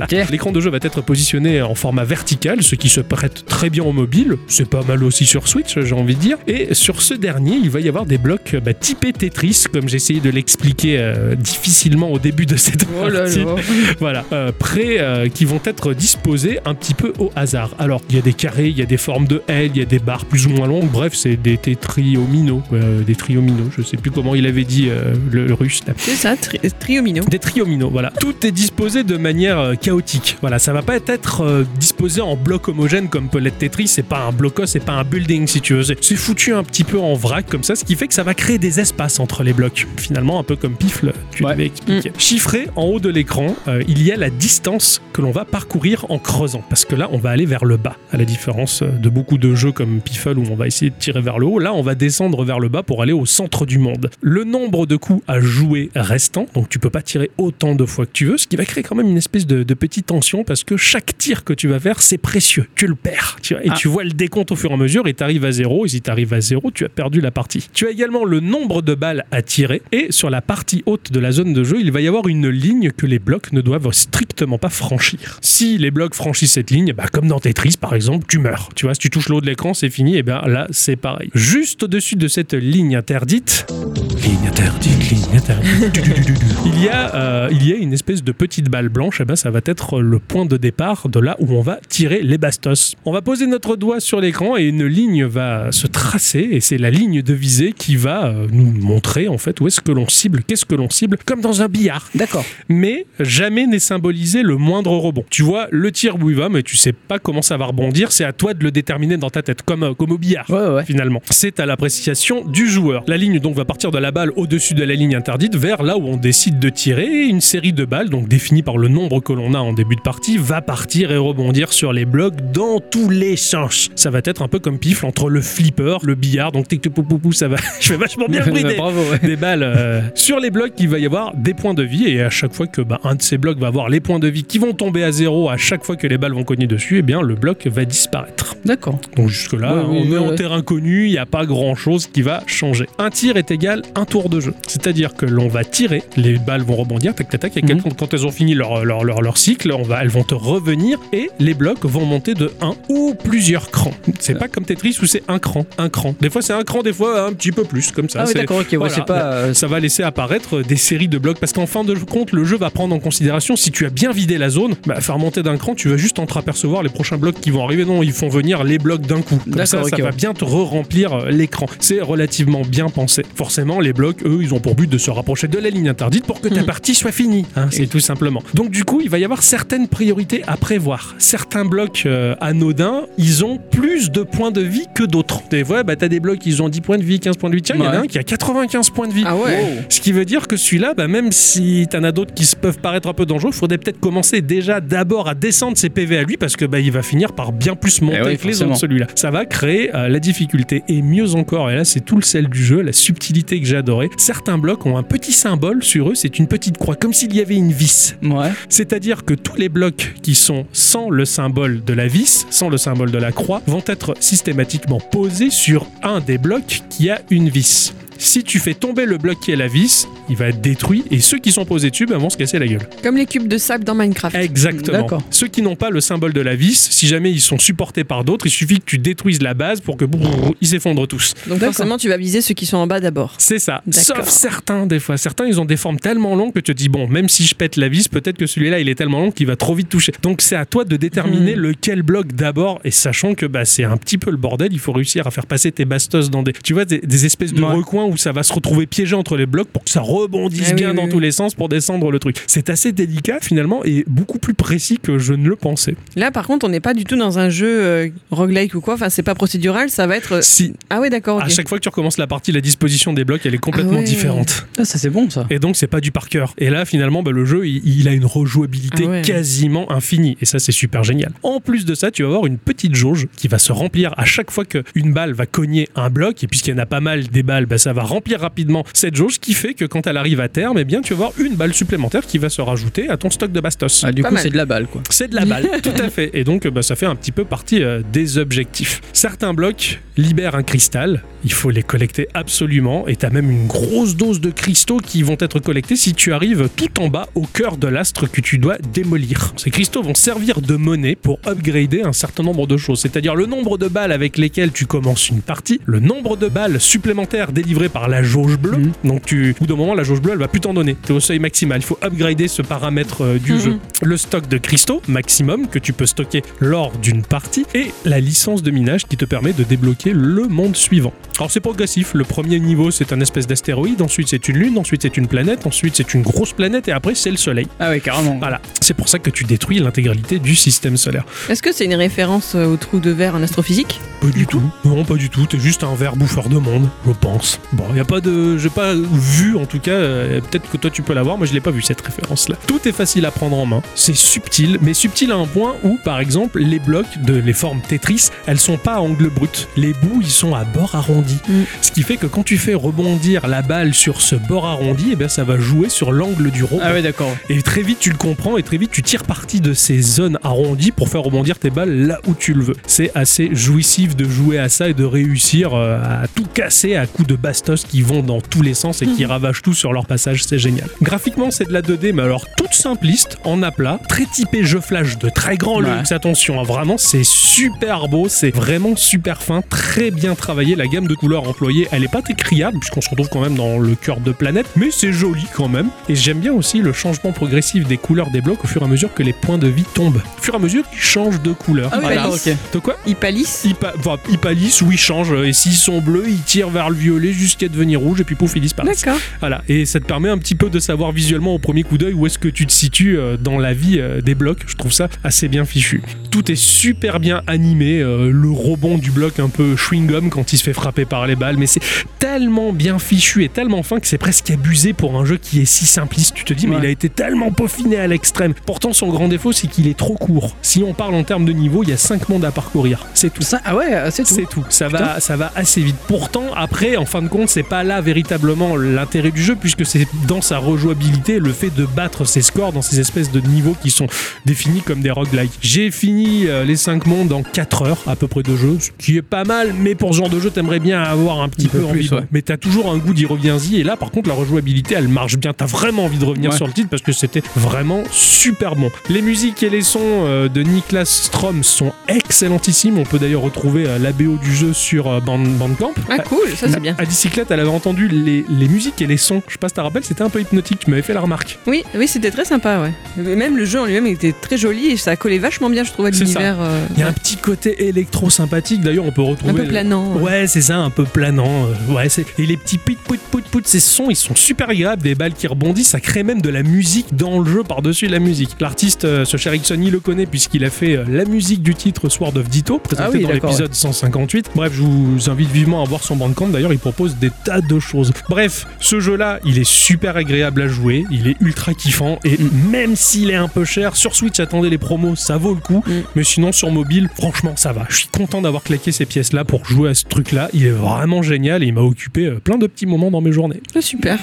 [SPEAKER 1] Voilà. L'écran de jeu va être positionné en format vertical, ce qui se prête très bien au mobile. C'est pas mal aussi sur Switch, j'ai envie de dire. Et sur ce dernier, il va y avoir des blocs euh, bah, typés Tetris, comme j'ai essayé de l'expliquer euh, difficilement au début de cette
[SPEAKER 3] Oh là
[SPEAKER 1] partie
[SPEAKER 3] là.
[SPEAKER 1] voilà, euh, prêts euh, qui vont être disposés un petit peu au hasard. Alors, il y a des carrés, il y a des formes de L, il y a des barres plus ou moins longues, bref, c'est des tétriominos, euh, des triominos, je sais plus comment il avait dit euh, le, le russe là.
[SPEAKER 3] C'est ça, tri- triomino.
[SPEAKER 1] Des triominos, voilà. Tout est disposé de manière euh, chaotique. Voilà, ça va pas être euh, disposé en bloc homogène comme peut l'être Tetris. C'est pas un blocos, c'est pas un building si tu veux. C'est c'est foutu un petit peu en vrac comme ça, ce qui fait que ça va créer des espaces entre les blocs. Finalement, un peu comme Pifle, tu
[SPEAKER 2] Ouais.
[SPEAKER 1] l'avais expliqué. Chiffré en haut de l'écran, euh, il y a la distance que l'on va parcourir en creusant. Parce que là, on va aller vers le bas, à la différence euh, de beaucoup de jeux comme Pifle où on va essayer de tirer vers le haut. Là, on va descendre vers le bas pour aller au centre du monde. Le nombre de coups à jouer restants, donc tu peux pas tirer autant de fois que tu veux, ce qui va créer quand même une espèce de, de petite tension parce que chaque tir que tu vas faire, c'est précieux. Tu le perds, tu vois, et
[SPEAKER 2] Ah.
[SPEAKER 1] tu vois le décompte au fur et à mesure et tu arrives à zéro. Et si tu arrives à zéro, tu as perdu la partie. Tu as également le nombre de balles à tirer et sur la partie haute de la zone de jeu, il va y avoir une ligne que les blocs ne doivent strictement pas franchir. Si les blocs franchissent cette ligne, bah, comme dans Tetris par exemple, tu meurs. Tu vois, si tu touches l'eau de l'écran, c'est fini. Et bien là, c'est pareil. Juste au-dessus de cette ligne interdite, Ligne interdite, ligne interdite. Du, du, du, du, du. Il y a, euh, il y a une espèce de petite balle blanche. Et ben, ça va être le point de départ de là où on va tirer les bastos. On va poser notre doigt sur l'écran et une ligne va se tracer. Et c'est la ligne de visée qui va euh, nous montrer en fait où est-ce que l'on cible, qu'est-ce que l'on cible, comme dans un billard.
[SPEAKER 2] D'accord.
[SPEAKER 1] Mais jamais n'est symbolisé le moindre rebond. Tu vois le tir où il va, mais tu sais pas comment ça va rebondir. C'est à toi de le déterminer dans ta tête, comme, euh, comme au billard
[SPEAKER 2] Ouais, ouais.
[SPEAKER 1] finalement. C'est à l'appréciation du joueur. La ligne donc va partir de la balle au-dessus de la ligne interdite vers là où on décide de tirer et une série de balles, donc définies par le nombre que l'on a en début de partie, va partir et rebondir sur les blocs dans tous les sens. Ça va être un peu comme pif entre le flipper, le billard, donc tic tic pou pou pou, ça va. Je vais vachement bien brider
[SPEAKER 2] Bravo, ouais.
[SPEAKER 1] des balles euh, sur les blocs il va y avoir des points de vie et à chaque fois que bah, un de ces blocs va avoir les points de vie qui vont tomber à zéro à chaque fois que les balles vont cogner dessus et bien le bloc va disparaître
[SPEAKER 2] D'accord.
[SPEAKER 1] donc jusque-là,
[SPEAKER 2] Ouais, oui,
[SPEAKER 1] on est
[SPEAKER 2] ouais,
[SPEAKER 1] en
[SPEAKER 2] ouais.
[SPEAKER 1] terrain connu, il n'y a pas grand-chose qui va changer. Un tir est égal un tour de jeu. C'est-à-dire que l'on va tirer, les balles vont rebondir, tac tac tac, et
[SPEAKER 2] Mhm.
[SPEAKER 1] quand- quand elles ont fini leur, leur, leur, leur cycle, on va, elles vont te revenir et les blocs vont monter de un ou plusieurs crans. C'est
[SPEAKER 2] Euh.
[SPEAKER 1] pas comme Tetris où c'est un cran, un cran. Des fois c'est un cran, des fois un petit peu plus, comme ça.
[SPEAKER 2] Ah, oui,
[SPEAKER 1] c'est-
[SPEAKER 2] d'accord, ok. Ouais,
[SPEAKER 1] voilà.
[SPEAKER 2] c'est pas. euh,
[SPEAKER 1] ça va laisser apparaître des séries de blocs parce qu'en fin de compte le jeu va prendre en considération si tu as bien vidé la zone bah, faire monter d'un cran tu vas juste entreapercevoir les prochains blocs qui vont arriver non ils font venir les blocs d'un coup comme ça
[SPEAKER 2] D'accord,
[SPEAKER 1] ça
[SPEAKER 2] ok,
[SPEAKER 1] va
[SPEAKER 2] ouais.
[SPEAKER 1] bien te re-remplir euh, l'écran c'est relativement bien pensé forcément les blocs eux ils ont pour but de se rapprocher de la ligne interdite pour que ta
[SPEAKER 2] Hmm.
[SPEAKER 1] partie soit finie hein, c'est tout simplement donc du coup il va y avoir certaines priorités à prévoir certains blocs euh, anodins ils ont plus de points de vie que d'autres des fois bah, t'as des blocs ils ont 10 points de vie 15 points de vie tiens il y en
[SPEAKER 2] Ouais.
[SPEAKER 1] a un qui a 95 points de vie
[SPEAKER 3] Ah ouais
[SPEAKER 1] ce qui veut dire que celui-là, bah, même si t'en as d'autres qui se peuvent paraître un peu dangereux, faudrait peut-être commencer déjà d'abord à descendre ses PV à lui parce que bah, il va finir par bien plus monter
[SPEAKER 2] Eh oui,
[SPEAKER 1] que les
[SPEAKER 2] forcément.
[SPEAKER 1] autres celui-là. Ça va créer euh, la difficulté et mieux encore. Et là, c'est tout le sel du jeu, la subtilité que j'ai adoré. Certains blocs ont un petit symbole sur eux, c'est une petite croix, comme s'il y avait une vis.
[SPEAKER 2] Ouais.
[SPEAKER 1] C'est-à-dire que tous les blocs qui sont sans le symbole de la vis, sans le symbole de la croix, vont être systématiquement posés sur un des blocs qui a une vis. Si tu fais tomber le bloc qui est la vis, il va être détruit et ceux qui sont posés dessus ben, vont se casser la gueule.
[SPEAKER 3] Comme les cubes de sable dans Minecraft.
[SPEAKER 1] Exactement.
[SPEAKER 2] D'accord.
[SPEAKER 1] Ceux qui n'ont pas le symbole de la vis, si jamais ils sont supportés par d'autres, il suffit que tu détruises la base pour que brrr, ils s'effondrent tous.
[SPEAKER 3] Donc forcément, tu vas viser ceux qui sont en bas d'abord.
[SPEAKER 1] C'est ça.
[SPEAKER 3] D'accord.
[SPEAKER 1] Sauf certains, des fois. Certains, ils ont des formes tellement longues que tu te dis, bon, même si je pète la vis, peut-être que celui-là, il est tellement long qu'il va trop vite toucher. Donc, c'est à toi de déterminer
[SPEAKER 3] Hmm.
[SPEAKER 1] lequel bloc d'abord. Et sachant que bah, c'est un petit peu le bordel, il faut réussir à faire passer tes bastos dans des, tu vois, des, des espèces de
[SPEAKER 2] Ouais.
[SPEAKER 1] recoins où ça va se retrouver piégé entre les blocs pour que ça rebondisse
[SPEAKER 3] Ah oui,
[SPEAKER 1] bien
[SPEAKER 3] oui,
[SPEAKER 1] dans
[SPEAKER 3] oui.
[SPEAKER 1] tous les sens pour descendre le truc. C'est assez délicat, finalement, et beaucoup plus précis que je ne le pensais.
[SPEAKER 3] Là, par contre, on n'est pas du tout dans un jeu euh, roguelike ou quoi. Enfin, c'est pas procédural, ça va être. euh,
[SPEAKER 1] Si,
[SPEAKER 3] Ah ouais, d'accord.
[SPEAKER 1] à
[SPEAKER 3] ok.
[SPEAKER 1] chaque fois que tu recommences la partie, la disposition des blocs, elle est complètement
[SPEAKER 3] ouais.
[SPEAKER 1] différente.
[SPEAKER 2] Ah, ça, c'est bon, ça.
[SPEAKER 1] Et donc, c'est pas du par cœur. Et là, finalement, bah, le jeu, il, il a une rejouabilité
[SPEAKER 3] Ah ouais.
[SPEAKER 1] quasiment infinie. Et ça, c'est super génial. En plus de ça, tu vas avoir une petite jauge qui va se remplir à chaque fois qu'une balle va cogner un bloc. Et puisqu'il y en a pas mal des balles, bah, ça va remplir rapidement cette jauge qui fait que quand elle arrive à terme, eh bien, tu vas avoir une balle supplémentaire qui va se rajouter à ton stock de bastos.
[SPEAKER 2] Ah, du
[SPEAKER 3] Pas
[SPEAKER 2] coup,
[SPEAKER 3] mal.
[SPEAKER 2] c'est de la balle, quoi.
[SPEAKER 1] C'est de la balle, tout à fait. Et donc, euh, bah, ça fait un petit peu partie euh, des objectifs. Certains blocs libèrent un cristal. Il faut les collecter absolument. Et t'as même une grosse dose de cristaux qui vont être collectés si tu arrives tout en bas au cœur de l'astre que tu dois démolir. Ces cristaux vont servir de monnaie pour upgrader un certain nombre de choses. C'est-à-dire le nombre de balles avec lesquelles tu commences une partie, le nombre de balles supplémentaires délivrées par la jauge bleue.
[SPEAKER 2] Mhm.
[SPEAKER 1] Donc, tu, au bout d'un moment, la jauge bleue, elle va plus t'en donner. T'es au seuil maximal. Il faut upgrader ce paramètre euh, du
[SPEAKER 3] Mhm.
[SPEAKER 1] jeu le stock de cristaux maximum que tu peux stocker lors d'une partie et la licence de minage qui te permet de débloquer le monde suivant. Alors c'est progressif, le premier niveau c'est un espèce d'astéroïde, ensuite c'est une lune, ensuite c'est une planète, ensuite c'est une grosse planète et après c'est le soleil.
[SPEAKER 2] Ah, ouais, carrément.
[SPEAKER 1] Voilà, c'est pour ça que tu détruis l'intégralité du système solaire.
[SPEAKER 3] Est-ce que c'est une référence euh, au trou de verre en astrophysique
[SPEAKER 1] Pas du tout. Non, pas du tout. T'es juste un ver bouffeur de monde, je pense. Bon, y a pas de, j'ai pas vu en tout cas, euh, peut-être que toi tu peux l'avoir. Moi je l'ai pas vu cette référence là. Tout est facile à prendre en main. C'est subtil, mais subtil à un point où, par exemple, les blocs de les formes Tetris, elles sont pas à angle brut. Les bouts, ils sont à bord arrondi.
[SPEAKER 3] Mm.
[SPEAKER 1] Ce qui fait que quand tu fais rebondir la balle sur ce bord arrondi, eh bien ça va jouer sur l'angle du robot.
[SPEAKER 2] Ah ouais, d'accord.
[SPEAKER 1] Et très vite, tu le comprends et très vite, tu tires parti de ces zones arrondies pour faire rebondir tes balles là où tu le veux. C'est assez jouissif de jouer à ça et de réussir euh, à tout casser à coups de bastos qui vont dans tous les sens et qui ravagent tout sur leur passage. C'est génial. Graphiquement, c'est de la 2D, mais alors toute simpliste, en aplat, très typé jeu flash de très grand
[SPEAKER 2] Ouais.
[SPEAKER 1] luxe. Attention, hein, vraiment, c'est super beau, c'est vraiment super fin, très bien travaillé. La gamme de couleurs employée, elle est pas très criable, puisqu'on se retrouve quand même dans le cœur de planète, mais c'est joli quand même. Et j'aime bien aussi le changement progressif des couleurs des blocs au fur et à mesure que les points de vie tombent. Au fur et à mesure, ils changent de couleur.
[SPEAKER 3] Ah oui,
[SPEAKER 2] Voilà,
[SPEAKER 3] Alice.
[SPEAKER 2] ok.
[SPEAKER 1] De quoi
[SPEAKER 3] Il palisse.
[SPEAKER 1] ils, pa- enfin, ils pâlissent ou ils changent, euh, et s'ils sont bleus, ils tirent vers le violet jusqu'à devenir rouge, et puis pouf, ils disparaissent.
[SPEAKER 3] D'accord.
[SPEAKER 1] Voilà, et ça te permet un petit peu de savoir visuellement au premier coup d'œil où est-ce que tu te situes euh, dans la vie euh, des blocs. Je trouve ça assez bien fichu. Tout est super bien animé, euh, le rebond du bloc un peu chewing-gum quand il se fait frapper par les balles, mais c'est tellement bien fichu et tellement fin que c'est presque abusé pour un jeu qui est si simpliste. Tu te dis, mais
[SPEAKER 2] Ouais.
[SPEAKER 1] il a été tellement peaufiné à l'extrême. Pourtant, son grand défaut, c'est qu'il est trop court. Si on parle en termes de niveau, il y a 5 mondes à parcourir. C'est tout.
[SPEAKER 2] Ça, ah ouais, c'est tout.
[SPEAKER 1] C'est tout. Ça
[SPEAKER 2] Putain.
[SPEAKER 1] va, ça va assez vite. Pourtant, après, en fin de compte, c'est pas là véritablement l'intérêt du jeu, puisque c'est dans sa rejouabilité, le fait de battre ses scores dans ces espèces de niveaux qui sont définis comme des roguelikes. J'ai fini euh, les 5 mondes en 4 heures à peu près de jeu, ce qui est pas mal, mais pour ce genre de jeu, t'aimerais bien avoir un petit
[SPEAKER 2] Un peu
[SPEAKER 1] peu, envie.
[SPEAKER 2] plus, ouais.
[SPEAKER 1] Mais t'as toujours un goût d'y reviens-y, et là, par contre, la rejouabilité, elle marche bien. T'as vraiment envie de revenir
[SPEAKER 2] Ouais.
[SPEAKER 1] sur le titre parce que c'était vraiment super bon. Les musiques et les sons euh, de Niklas Strom sont excellentissimes. On peut d'ailleurs retrouver euh, la BO du jeu sur euh, Band- Bandcamp.
[SPEAKER 3] Ah cool, ça c'est bien.
[SPEAKER 1] À bicyclette, elle avait entendu les, les musiques et les sons. Je sais pas si t'as rappelles, c'était un peu hypnotique. Tu m'avais fait la remarque.
[SPEAKER 3] Oui, oui, c'était très sympa, ouais. Mais Même le jeu en lui-même était très joli et ça collait vachement bien, je trouve, à
[SPEAKER 1] C'est ça.
[SPEAKER 3] l'univers. euh,
[SPEAKER 1] Il y a un petit côté électro sympathique. D'ailleurs, on peut retrouver. euh,
[SPEAKER 3] un peu planant.
[SPEAKER 1] Ouais, c'est ça, un peu planant. euh, Ouais, c'est... Et les petits pout pout pout pout, ces sons, ils sont super agréables, des balles qui rebondissent, ça crée même de la musique dans le jeu par-dessus la musique. L'artiste, euh, ce cher Ixon, il le connaît puisqu'il a fait euh, la musique du titre Sword of Ditto, présenté
[SPEAKER 2] Ah oui,
[SPEAKER 1] dans
[SPEAKER 2] d'accord,
[SPEAKER 1] l'épisode 158. Bref, je vous invite vivement à voir son bandcamp, d'ailleurs, il propose des tas de choses. Bref, ce jeu-là, il est super agréable à jouer, il est ultra kiffant, et
[SPEAKER 2] Mm.
[SPEAKER 1] même s'il est un peu cher, sur Switch, attendez les promos, ça vaut le
[SPEAKER 2] Mm.
[SPEAKER 1] coup. Mais sinon, sur mobile, franchement, ça va. Je suis content d'avoir claqué ces pièces-là pour jouer à ce truc-là. Il est vraiment génial et il m'a occupé euh, plein de petits moments dans mes journées.
[SPEAKER 3] Ah, Super.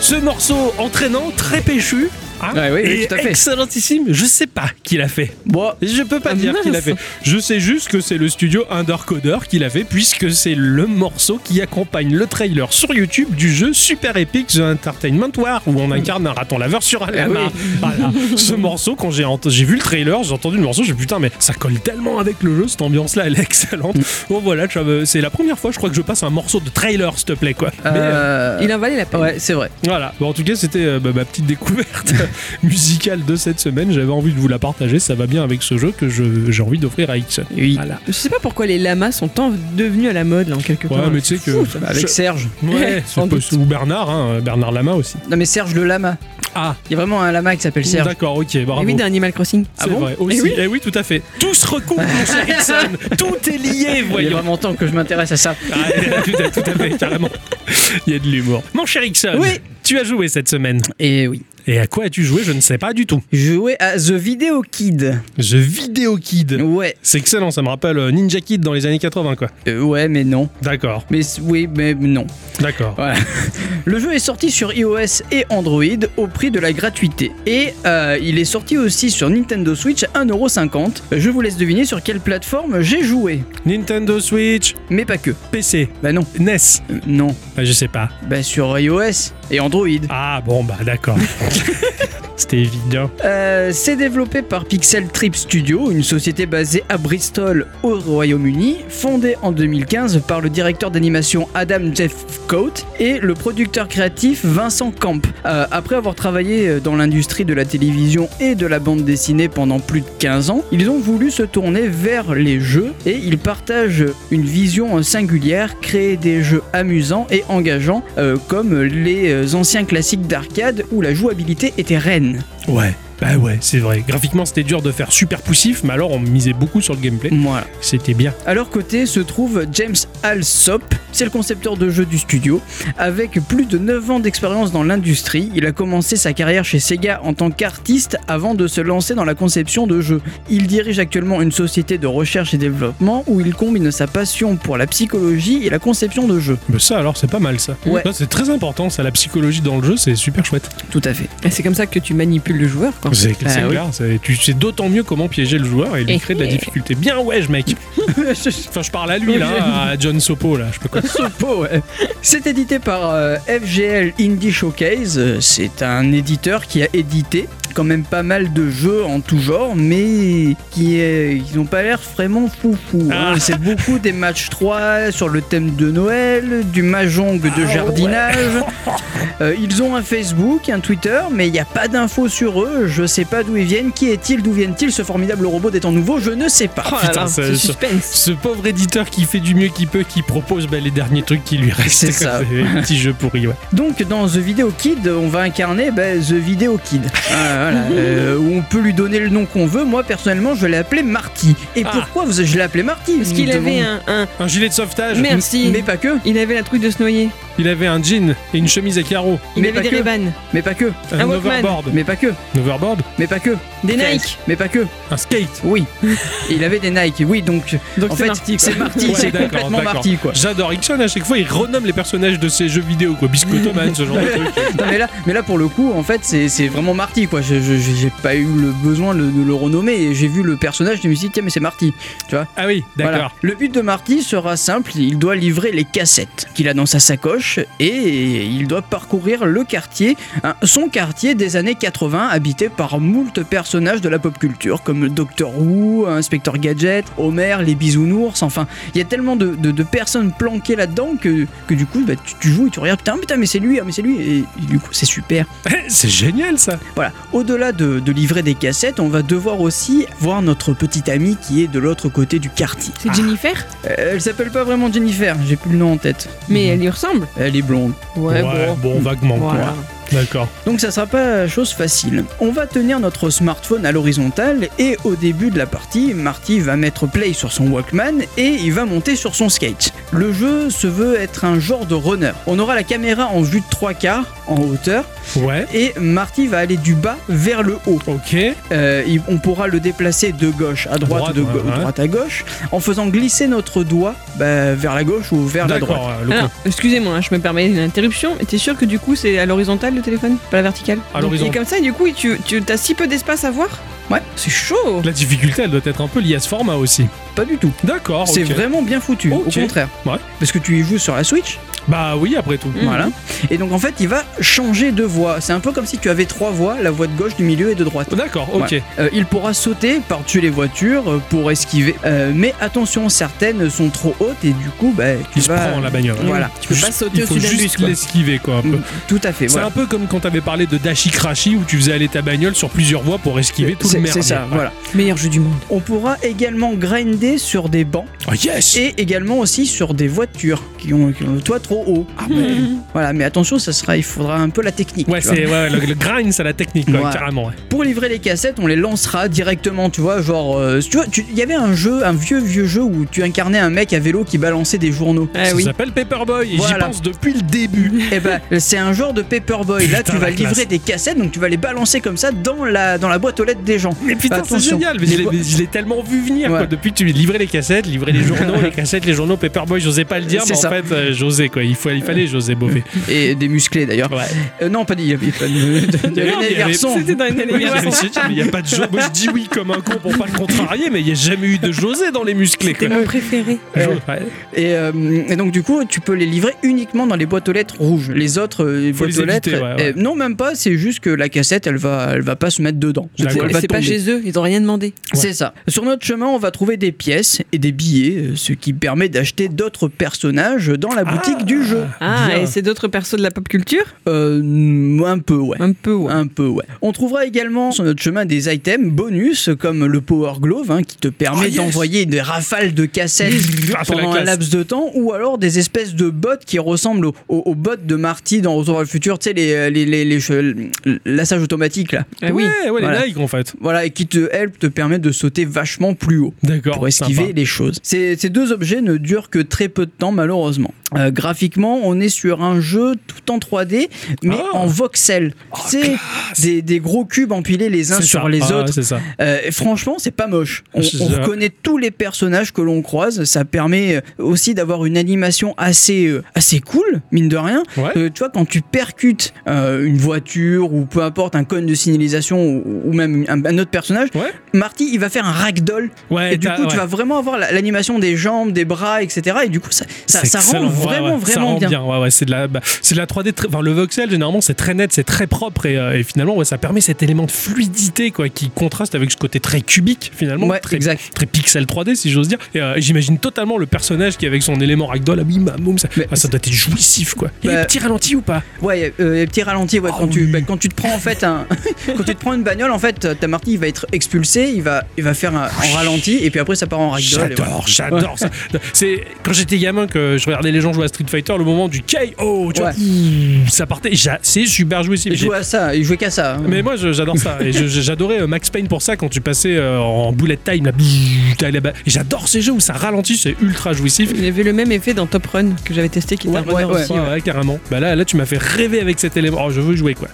[SPEAKER 1] Ce morceau entraînant, très péchu, hein,
[SPEAKER 2] Ouais, Ah oui, oui,
[SPEAKER 1] et
[SPEAKER 2] tout à fait.
[SPEAKER 1] excellentissime. Je sais pas qui l'a fait.
[SPEAKER 2] Bon,
[SPEAKER 1] Je peux pas
[SPEAKER 3] Ah,
[SPEAKER 1] dire qui l'a
[SPEAKER 3] mince.
[SPEAKER 1] fait. Je sais juste que c'est le studio Undercoder qui l'a fait, puisque c'est le morceau qui accompagne le trailer sur YouTube du jeu Super Epic The Entertainment War, où on incarne un raton laveur sur un lama. Voilà. Ce morceau, quand j'ai ent- j'ai vu le trailer, j'ai entendu le morceau, j'ai dit, putain, mais ça colle tellement avec le jeu, cette ambiance-là, elle est
[SPEAKER 3] Mm.
[SPEAKER 1] excellente. Bon, voilà, tu vois, c'est la première fois, je crois que je passe un morceau de trailer, s'il te plaît, quoi. Mais, euh,
[SPEAKER 2] euh,
[SPEAKER 3] Il en valait la peine.
[SPEAKER 2] ouais, c'est vrai.
[SPEAKER 1] voilà, Bon, en tout cas c'était euh, bah, ma petite découverte musicale de cette semaine, j'avais envie de vous la partager, ça va bien avec ce jeu que je- j'ai envie d'offrir à Ixon.
[SPEAKER 2] Oui.
[SPEAKER 1] Voilà.
[SPEAKER 3] Je sais pas pourquoi les lamas sont tant devenus à la mode là en quelque
[SPEAKER 1] Ouais,
[SPEAKER 3] part.
[SPEAKER 1] mais tu sais que.
[SPEAKER 2] Bah, Avec Serge.
[SPEAKER 1] Ouais,
[SPEAKER 3] Sans
[SPEAKER 1] c'est possible. ou Bernard, hein, Bernard Lama aussi.
[SPEAKER 2] Non, mais Serge le lama.
[SPEAKER 1] Ah,
[SPEAKER 2] Il y a vraiment un lama qui s'appelle Serge.
[SPEAKER 1] d'accord, ok, Ah, bravo.
[SPEAKER 3] Et oui, d'un Animal Crossing.
[SPEAKER 1] c'est vrai, aussi.
[SPEAKER 3] Eh oui.
[SPEAKER 1] Eh oui, tout à fait. Tout se recoupe, mon cher Ixon. Tout est lié,
[SPEAKER 2] Il y a
[SPEAKER 1] voyons.
[SPEAKER 2] vraiment temps que je m'intéresse à ça.
[SPEAKER 1] Ah, tout, à, tout à fait, carrément. Il y a de l'humour. Mon cher Ixon,
[SPEAKER 2] Oui.
[SPEAKER 1] tu as joué cette semaine.
[SPEAKER 2] Et oui.
[SPEAKER 1] Et à quoi as-tu joué Je ne sais pas du tout.
[SPEAKER 2] Jouer à The Video Kid.
[SPEAKER 1] The Video Kid.
[SPEAKER 2] Ouais.
[SPEAKER 1] C'est excellent, ça me rappelle euh, Ninja Kid dans les années 80, quoi.
[SPEAKER 2] Euh, ouais, mais non.
[SPEAKER 1] D'accord,
[SPEAKER 2] Mais c- oui, mais non.
[SPEAKER 1] d'accord.
[SPEAKER 2] Voilà. Le jeu est sorti sur iOS et Android au prix de la gratuité. Et euh, il est sorti aussi sur Nintendo Switch à 1,50€. Euh, Je vous laisse deviner sur quelle plateforme j'ai joué.
[SPEAKER 1] Nintendo Switch,
[SPEAKER 2] Mais pas que.
[SPEAKER 1] PC,
[SPEAKER 2] Bah non.
[SPEAKER 1] NES.
[SPEAKER 2] Euh, non.
[SPEAKER 1] E Bah, je sais pas.
[SPEAKER 2] Bah sur iOS et Android.
[SPEAKER 1] Ah, bon, bah, d'accord. C'était évident.
[SPEAKER 2] Euh, c'est développé par Pixel Trip Studio, une société basée à Bristol au Royaume-Uni, fondée en 2015 par le directeur d'animation Adam Jeffcoat et le producteur créatif Vincent Camp. Euh, après avoir travaillé dans l'industrie de la télévision et de la bande dessinée pendant plus de 15 ans, ils ont voulu se tourner vers les jeux et ils partagent une vision singulière, créer des jeux amusants et engageants euh, comme les anciens classiques d'arcade où la jouabilité était reine.
[SPEAKER 1] Ouais, bah ouais, c'est vrai. Graphiquement, c'était dur de faire super poussif, mais alors on misait beaucoup sur le gameplay.
[SPEAKER 2] Voilà.
[SPEAKER 1] C'était bien.
[SPEAKER 2] À leur côté se trouve James Alsop, c'est le concepteur de jeux du studio. Avec plus de 9 ans d'expérience dans l'industrie, il a commencé sa carrière chez Sega en tant qu'artiste avant de se lancer dans la conception de jeux. Il dirige actuellement une société de recherche et développement où il combine sa passion pour la psychologie et la conception de jeux.
[SPEAKER 1] Mais Bah, ça, alors, c'est pas mal ça.
[SPEAKER 2] Ouais.
[SPEAKER 1] Ça, c'est très important, ça, la psychologie dans le jeu, c'est super chouette.
[SPEAKER 2] Tout à fait.
[SPEAKER 3] Et C'est comme ça que tu manipules le joueur quoi.
[SPEAKER 1] Ah, C'est
[SPEAKER 2] Bah
[SPEAKER 1] c'est
[SPEAKER 2] oui.
[SPEAKER 1] clair, c'est- tu sais d'autant mieux comment piéger le joueur et lui
[SPEAKER 3] Eh,
[SPEAKER 1] créer de la
[SPEAKER 3] eh.
[SPEAKER 1] difficulté. Bien, ouais, je mec. Enfin, je parle à lui, là, à John Sopo, là, je peux quoi.
[SPEAKER 2] Sopo, ouais. C'est édité par euh, FGL Indie Showcase. Euh, C'est un éditeur qui a édité quand même pas mal de jeux en tout genre, mais qui est, ils n'ont pas l'air vraiment foufou. hein.
[SPEAKER 1] Ah.
[SPEAKER 2] C'est beaucoup des matchs 3 sur le thème de Noël, du mahjong de jardinage. Euh, ils ont un Facebook, un Twitter, mais il n'y a pas d'infos sur eux. Je sais pas d'où ils viennent. Qui est-il D'où viennent-ils Ce formidable robot des temps nouveaux, je ne sais
[SPEAKER 3] oh
[SPEAKER 2] pas.
[SPEAKER 1] Putain, ça-
[SPEAKER 3] ce
[SPEAKER 1] ça-
[SPEAKER 3] suspense.
[SPEAKER 1] ce pauvre éditeur qui fait du mieux qu'il peut, qui propose bah, les derniers trucs qui lui restent.
[SPEAKER 2] C'est ça.
[SPEAKER 1] Un petit jeu pourri, ouais.
[SPEAKER 2] Donc dans The Video Kid, on va incarner bah, The Video Kid, Ah, voilà, euh, où on peut lui donner le nom qu'on veut. Moi personnellement, je l'ai appelé Marty. Et
[SPEAKER 1] Ah.
[SPEAKER 2] pourquoi vous- je l'ai appelé Marty
[SPEAKER 3] Parce qu'il
[SPEAKER 2] Nous
[SPEAKER 3] avait
[SPEAKER 2] devons-
[SPEAKER 3] un, un-
[SPEAKER 1] Un gilet de sauvetage,
[SPEAKER 3] Merci.
[SPEAKER 2] Mais pas que,
[SPEAKER 3] Il avait la truc de se noyer.
[SPEAKER 1] il avait un jean et une chemise à carreaux.
[SPEAKER 3] Il
[SPEAKER 2] Mais
[SPEAKER 3] avait
[SPEAKER 2] pas
[SPEAKER 3] des
[SPEAKER 2] que.
[SPEAKER 3] Ray-Ban,
[SPEAKER 2] mais pas que,
[SPEAKER 1] Un,
[SPEAKER 3] Un Walkman.
[SPEAKER 1] overboard.
[SPEAKER 2] mais pas que,
[SPEAKER 1] Un overboard
[SPEAKER 2] mais pas que,
[SPEAKER 3] des
[SPEAKER 2] Fred.
[SPEAKER 3] Nike.
[SPEAKER 2] mais pas que.
[SPEAKER 1] Un skate.
[SPEAKER 2] Oui, il avait des Nike. Oui, donc
[SPEAKER 3] Donc
[SPEAKER 2] en
[SPEAKER 3] c'est
[SPEAKER 2] fait,
[SPEAKER 3] Marty, quoi.
[SPEAKER 2] c'est Marty,
[SPEAKER 1] Ouais,
[SPEAKER 2] c'est
[SPEAKER 1] d'accord,
[SPEAKER 2] complètement
[SPEAKER 1] d'accord.
[SPEAKER 2] Marty quoi.
[SPEAKER 1] J'adore Ixon, à chaque fois il renomme les personnages de ses jeux vidéo, quoi. Biscotoman, ce genre de truc.
[SPEAKER 2] Non, mais là, mais là pour le coup, en fait, c'est c'est vraiment Marty quoi. Je- je- J'ai pas eu le besoin de, de le renommer. J'ai vu le personnage, je me suis dit tiens mais c'est Marty.
[SPEAKER 1] Ah oui,
[SPEAKER 2] Voilà.
[SPEAKER 1] d'accord.
[SPEAKER 2] Le but de Marty sera simple, il doit livrer les cassettes qu'il a dans sa sacoche et il doit parcourir le quartier, hein, son quartier des années 80 habité par moult personnages de la pop culture comme Doctor Who, Inspecteur Gadget, Homer, les bisounours, enfin il y a tellement de, de- de personnes planquées là-dedans que, que du coup bah, tu, tu joues et tu regardes putain putain mais c'est lui, ah, mais c'est lui et du coup c'est super.
[SPEAKER 1] C'est génial ça.
[SPEAKER 2] Voilà, au-delà de, de livrer des cassettes, on va devoir aussi voir notre petite amie qui est de l'autre côté du quartier.
[SPEAKER 7] C'est Jennifer
[SPEAKER 2] Euh, Elle s'appelle pas vraiment Jennifer, j'ai plus le nom en tête.
[SPEAKER 3] Mais elle lui ressemble.
[SPEAKER 2] Elle est blonde.
[SPEAKER 3] Ouais, bon.
[SPEAKER 1] vaguement. quoi.
[SPEAKER 3] Voilà.
[SPEAKER 1] D'accord.
[SPEAKER 2] Donc ça sera pas chose facile. On va tenir notre smartphone à l'horizontale et au début de la partie, Marty va mettre play sur son Walkman et il va monter sur son skate. Le jeu se veut être un genre de runner. On aura la caméra en vue de trois quarts, en hauteur,
[SPEAKER 1] Ouais.
[SPEAKER 2] et Marty va aller du bas vers le haut.
[SPEAKER 1] Ok.
[SPEAKER 2] Euh, il- on pourra le déplacer de gauche à droite,
[SPEAKER 1] Droite,
[SPEAKER 2] de
[SPEAKER 1] ouais,
[SPEAKER 2] gau-
[SPEAKER 1] ouais.
[SPEAKER 2] droite à gauche, en faisant glisser notre doigt bah, vers la gauche ou vers la droite.
[SPEAKER 3] Ah.
[SPEAKER 1] D'accord. euh, le
[SPEAKER 3] Alors, excusez-moi, hein, je me permets une interruption. mais T'es sûr que du coup c'est à l'horizontale le téléphone Pas la verticale
[SPEAKER 1] À
[SPEAKER 3] Donc,
[SPEAKER 1] l'horizon.
[SPEAKER 3] Il est comme ça et du coup, tu, tu as si peu d'espace à voir
[SPEAKER 2] Ouais.
[SPEAKER 3] C'est chaud
[SPEAKER 1] La difficulté, elle doit être un peu liée à ce format aussi.
[SPEAKER 2] Pas du tout.
[SPEAKER 1] D'accord.
[SPEAKER 2] C'est
[SPEAKER 1] Ah, ok.
[SPEAKER 2] vraiment bien foutu,
[SPEAKER 1] Ok.
[SPEAKER 2] au contraire.
[SPEAKER 1] Ouais.
[SPEAKER 2] Parce que tu y joues sur la Switch,
[SPEAKER 1] Bah oui, après tout.
[SPEAKER 2] voilà. Et donc en fait, il va changer de voix. C'est un peu comme si tu avais trois voix, la voix de gauche, du milieu et de droite.
[SPEAKER 1] D'accord, ok.
[SPEAKER 2] Ouais. Euh, il pourra sauter par-dessus les voitures euh, pour esquiver. Euh, mais attention, certaines sont trop hautes et du coup, bah, tu
[SPEAKER 1] Il se
[SPEAKER 2] vas.
[SPEAKER 1] prend la bagnole.
[SPEAKER 2] Voilà.
[SPEAKER 1] Tu peux
[SPEAKER 3] pas sauter
[SPEAKER 1] il faut
[SPEAKER 3] au-dessus d'un
[SPEAKER 1] juste
[SPEAKER 3] bus, quoi.
[SPEAKER 1] l'esquiver quoi. un peu.
[SPEAKER 2] Mm, Tout à fait.
[SPEAKER 1] C'est
[SPEAKER 2] voilà.
[SPEAKER 1] un peu comme quand t'avais parlé de Dashi Crashi où tu faisais aller ta bagnole sur plusieurs voies pour esquiver tout le
[SPEAKER 2] C'est-
[SPEAKER 1] merde.
[SPEAKER 2] C'est ça,
[SPEAKER 1] Ouais.
[SPEAKER 2] voilà.
[SPEAKER 3] Meilleur jeu du monde.
[SPEAKER 2] On pourra également grinder sur des bancs
[SPEAKER 1] Oh, yes
[SPEAKER 2] et également aussi sur des voitures qui ont, qui ont le toit trop haut. Ah
[SPEAKER 1] Hmm.
[SPEAKER 2] Voilà, mais attention, ça sera, il faudra un peu la technique.
[SPEAKER 1] Ouais,
[SPEAKER 2] tu vois.
[SPEAKER 1] c'est ouais, le, le grind, c'est la technique, quoi,
[SPEAKER 2] Ouais.
[SPEAKER 1] carrément. ouais.
[SPEAKER 2] Pour livrer les cassettes, on les lancera directement, tu vois, genre, euh, tu vois, tu- il y avait un jeu, un vieux vieux jeu où tu incarnais un mec à vélo qui balançait des journaux.
[SPEAKER 3] Ah
[SPEAKER 1] ça
[SPEAKER 3] oui.
[SPEAKER 1] s'appelle Paperboy et j'y
[SPEAKER 2] Eh Voilà.
[SPEAKER 1] pense depuis le début.
[SPEAKER 2] Et ben, c'est un genre de paperboy. Là,
[SPEAKER 1] Putain,
[SPEAKER 2] tu vas
[SPEAKER 1] la
[SPEAKER 2] livrer
[SPEAKER 1] classe.
[SPEAKER 2] des cassettes, donc tu vas les balancer comme ça dans la dans la boîte aux lettres des gens.
[SPEAKER 1] Mais putain, c'est
[SPEAKER 2] Attention.
[SPEAKER 1] génial. Mais
[SPEAKER 2] Les
[SPEAKER 1] je l'ai-
[SPEAKER 2] bo-
[SPEAKER 1] mais je l'ai tellement vu venir,
[SPEAKER 2] Ouais.
[SPEAKER 1] quoi. Depuis que tu livrais les cassettes, livrais les journaux, les cassettes, les journaux, Paperboy, j'osais pas le dire,
[SPEAKER 2] C'est
[SPEAKER 1] mais en
[SPEAKER 2] ça.
[SPEAKER 1] fait, euh, j'osais, quoi. Il, faut, il fallait, j'osais, Beauvais.
[SPEAKER 2] Et des musclés d'ailleurs.
[SPEAKER 1] Ouais.
[SPEAKER 2] Euh, non, pas des- il y avait pas de, de- de-
[SPEAKER 1] Non,
[SPEAKER 2] des
[SPEAKER 1] il y avait-
[SPEAKER 2] garçons.
[SPEAKER 3] C'était dans une année.
[SPEAKER 1] Oui, mais c'est- mais il n'y a pas de jeu. Moi, je dis oui comme un con pour pas le contrarier, mais il n'y a jamais eu de José dans les musclés. Quoi.
[SPEAKER 7] Mon préféré.
[SPEAKER 1] Jo- ouais.
[SPEAKER 2] Et, euh, et donc du coup, tu peux les livrer uniquement dans les boîtes aux lettres rouges. Les autres euh,
[SPEAKER 1] Faut
[SPEAKER 2] boîtes
[SPEAKER 1] les
[SPEAKER 2] aux lettres,
[SPEAKER 1] éviter, ouais, ouais.
[SPEAKER 2] euh, non même pas. C'est juste que la cassette, elle va, elle va pas se mettre dedans.
[SPEAKER 1] D'accord.
[SPEAKER 2] Elle
[SPEAKER 1] Mais
[SPEAKER 2] va
[SPEAKER 3] C'est pas
[SPEAKER 2] tomber.
[SPEAKER 3] chez eux, ils ont rien demandé.
[SPEAKER 2] C'est ça. Sur notre chemin, on va trouver des pièces et des billets, euh, ce qui permet d'acheter d'autres personnages dans la boutique du jeu.
[SPEAKER 3] Ah,
[SPEAKER 1] Bien.
[SPEAKER 3] et c'est d'autres persos de la pop culture
[SPEAKER 2] Euh, un peu, ouais.
[SPEAKER 3] Un peu, ouais.
[SPEAKER 2] Un peu, ouais. On trouvera également sur notre chemin des items bonus comme le Power Glove hein, qui te permet
[SPEAKER 1] Oh, yes.
[SPEAKER 2] d'envoyer des rafales de cassettes
[SPEAKER 1] Ah, c'est la
[SPEAKER 2] pendant un
[SPEAKER 1] classe.
[SPEAKER 2] laps de temps ou alors des espèces de bots qui ressemblent aux, aux- aux bots de Marty dans Retour vers le futur, tu sais, les, euh, les, les, les che- lassage automatique là.
[SPEAKER 3] Ah oui.
[SPEAKER 1] Eh Ouais, ouais,
[SPEAKER 2] Voilà.
[SPEAKER 1] les Nike en fait.
[SPEAKER 2] Voilà, et qui te help te permet de sauter vachement plus haut
[SPEAKER 1] D'accord.
[SPEAKER 2] pour esquiver
[SPEAKER 1] sympa.
[SPEAKER 2] les choses. Ces, ces deux objets ne durent que très peu de temps, malheureusement. Euh, graphiquement, on est sur un jeu tout en 3D, mais
[SPEAKER 1] Ah.
[SPEAKER 2] en voxel. c'est des, des gros cubes empilés les uns
[SPEAKER 1] C'est
[SPEAKER 2] sur
[SPEAKER 1] ça.
[SPEAKER 2] les
[SPEAKER 1] Ah,
[SPEAKER 2] autres.
[SPEAKER 1] C'est ça.
[SPEAKER 2] Euh, et franchement, c'est pas moche. On,
[SPEAKER 1] Ah, C'est
[SPEAKER 2] on
[SPEAKER 1] ça.
[SPEAKER 2] reconnaît tous les personnages que l'on croise. Ça permet euh, aussi d'avoir une animation assez, euh, assez cool, mine de rien.
[SPEAKER 1] Ouais.
[SPEAKER 2] Euh, tu vois, quand tu percutes euh, une voiture ou peu importe, un cône de signalisation ou, ou même un, un autre personnage,
[SPEAKER 1] Ouais.
[SPEAKER 2] Marty, il va faire un ragdoll
[SPEAKER 1] Ouais,
[SPEAKER 2] et du
[SPEAKER 1] t'as-
[SPEAKER 2] coup, tu
[SPEAKER 1] ouais.
[SPEAKER 2] vas vraiment avoir la- l'animation des jambes, des bras, etc. Et du coup, ça, ça,
[SPEAKER 1] C'est
[SPEAKER 2] ça
[SPEAKER 1] excellent.
[SPEAKER 2] rend
[SPEAKER 1] Ouais,
[SPEAKER 2] vraiment,
[SPEAKER 1] ouais, ça
[SPEAKER 2] vraiment
[SPEAKER 1] rend
[SPEAKER 2] bien.
[SPEAKER 1] Ouais, ouais, c'est de la, bah, c'est de la 3D. très- Enfin, le voxel généralement c'est très net, c'est très propre et, euh, et finalement ouais, ça permet cet élément de fluidité quoi qui contraste avec ce côté très cubique finalement,
[SPEAKER 2] Ouais,
[SPEAKER 1] très,
[SPEAKER 2] exact.
[SPEAKER 1] très pixel 3D si j'ose dire. Et euh, j'imagine totalement le personnage qui avec son élément ragdoll, ah oui, ma môme, ça,
[SPEAKER 2] Mais
[SPEAKER 1] ah, ça doit être jouissif quoi. Il y a
[SPEAKER 2] Bah,
[SPEAKER 1] des petits ralentis ou pas
[SPEAKER 2] Ouais, euh, les petits ralentis, ouais,
[SPEAKER 1] Oh
[SPEAKER 2] quand, tu,
[SPEAKER 1] oui.
[SPEAKER 2] bah, quand tu te prends en fait un, quand tu te prends une bagnole, en fait, ta Marty, il va être expulsé, il va, il va faire un, en ralenti, et puis après, ça part en ragdoll. et voilà.
[SPEAKER 1] J'adore, j'adore ça. C'est quand j'étais gamin que je regardais les gens jouer à Street Fighter, le moment du KO, tu vois,
[SPEAKER 2] Ouais.
[SPEAKER 1] ouh, ça partait. j'a- C'est super jouissif.
[SPEAKER 2] Il
[SPEAKER 1] J'ai-
[SPEAKER 2] jouait à ça, il jouait qu'à ça. hein.
[SPEAKER 1] Mais moi je- j'adore ça et je- je- j'adorais euh, Max Payne pour ça quand tu passais euh, en bullet time là, bzzz, t'as les ba- et j'adore ces jeux où ça ralentit c'est ultra jouissif
[SPEAKER 3] Il y avait le même effet dans Top Run que j'avais testé qui était
[SPEAKER 2] Ouais,
[SPEAKER 3] un bonheur
[SPEAKER 2] ouais,
[SPEAKER 3] aussi.
[SPEAKER 1] Ouais, ouais, carrément bah là là tu m'as fait rêver avec cet élément oh je veux jouer quoi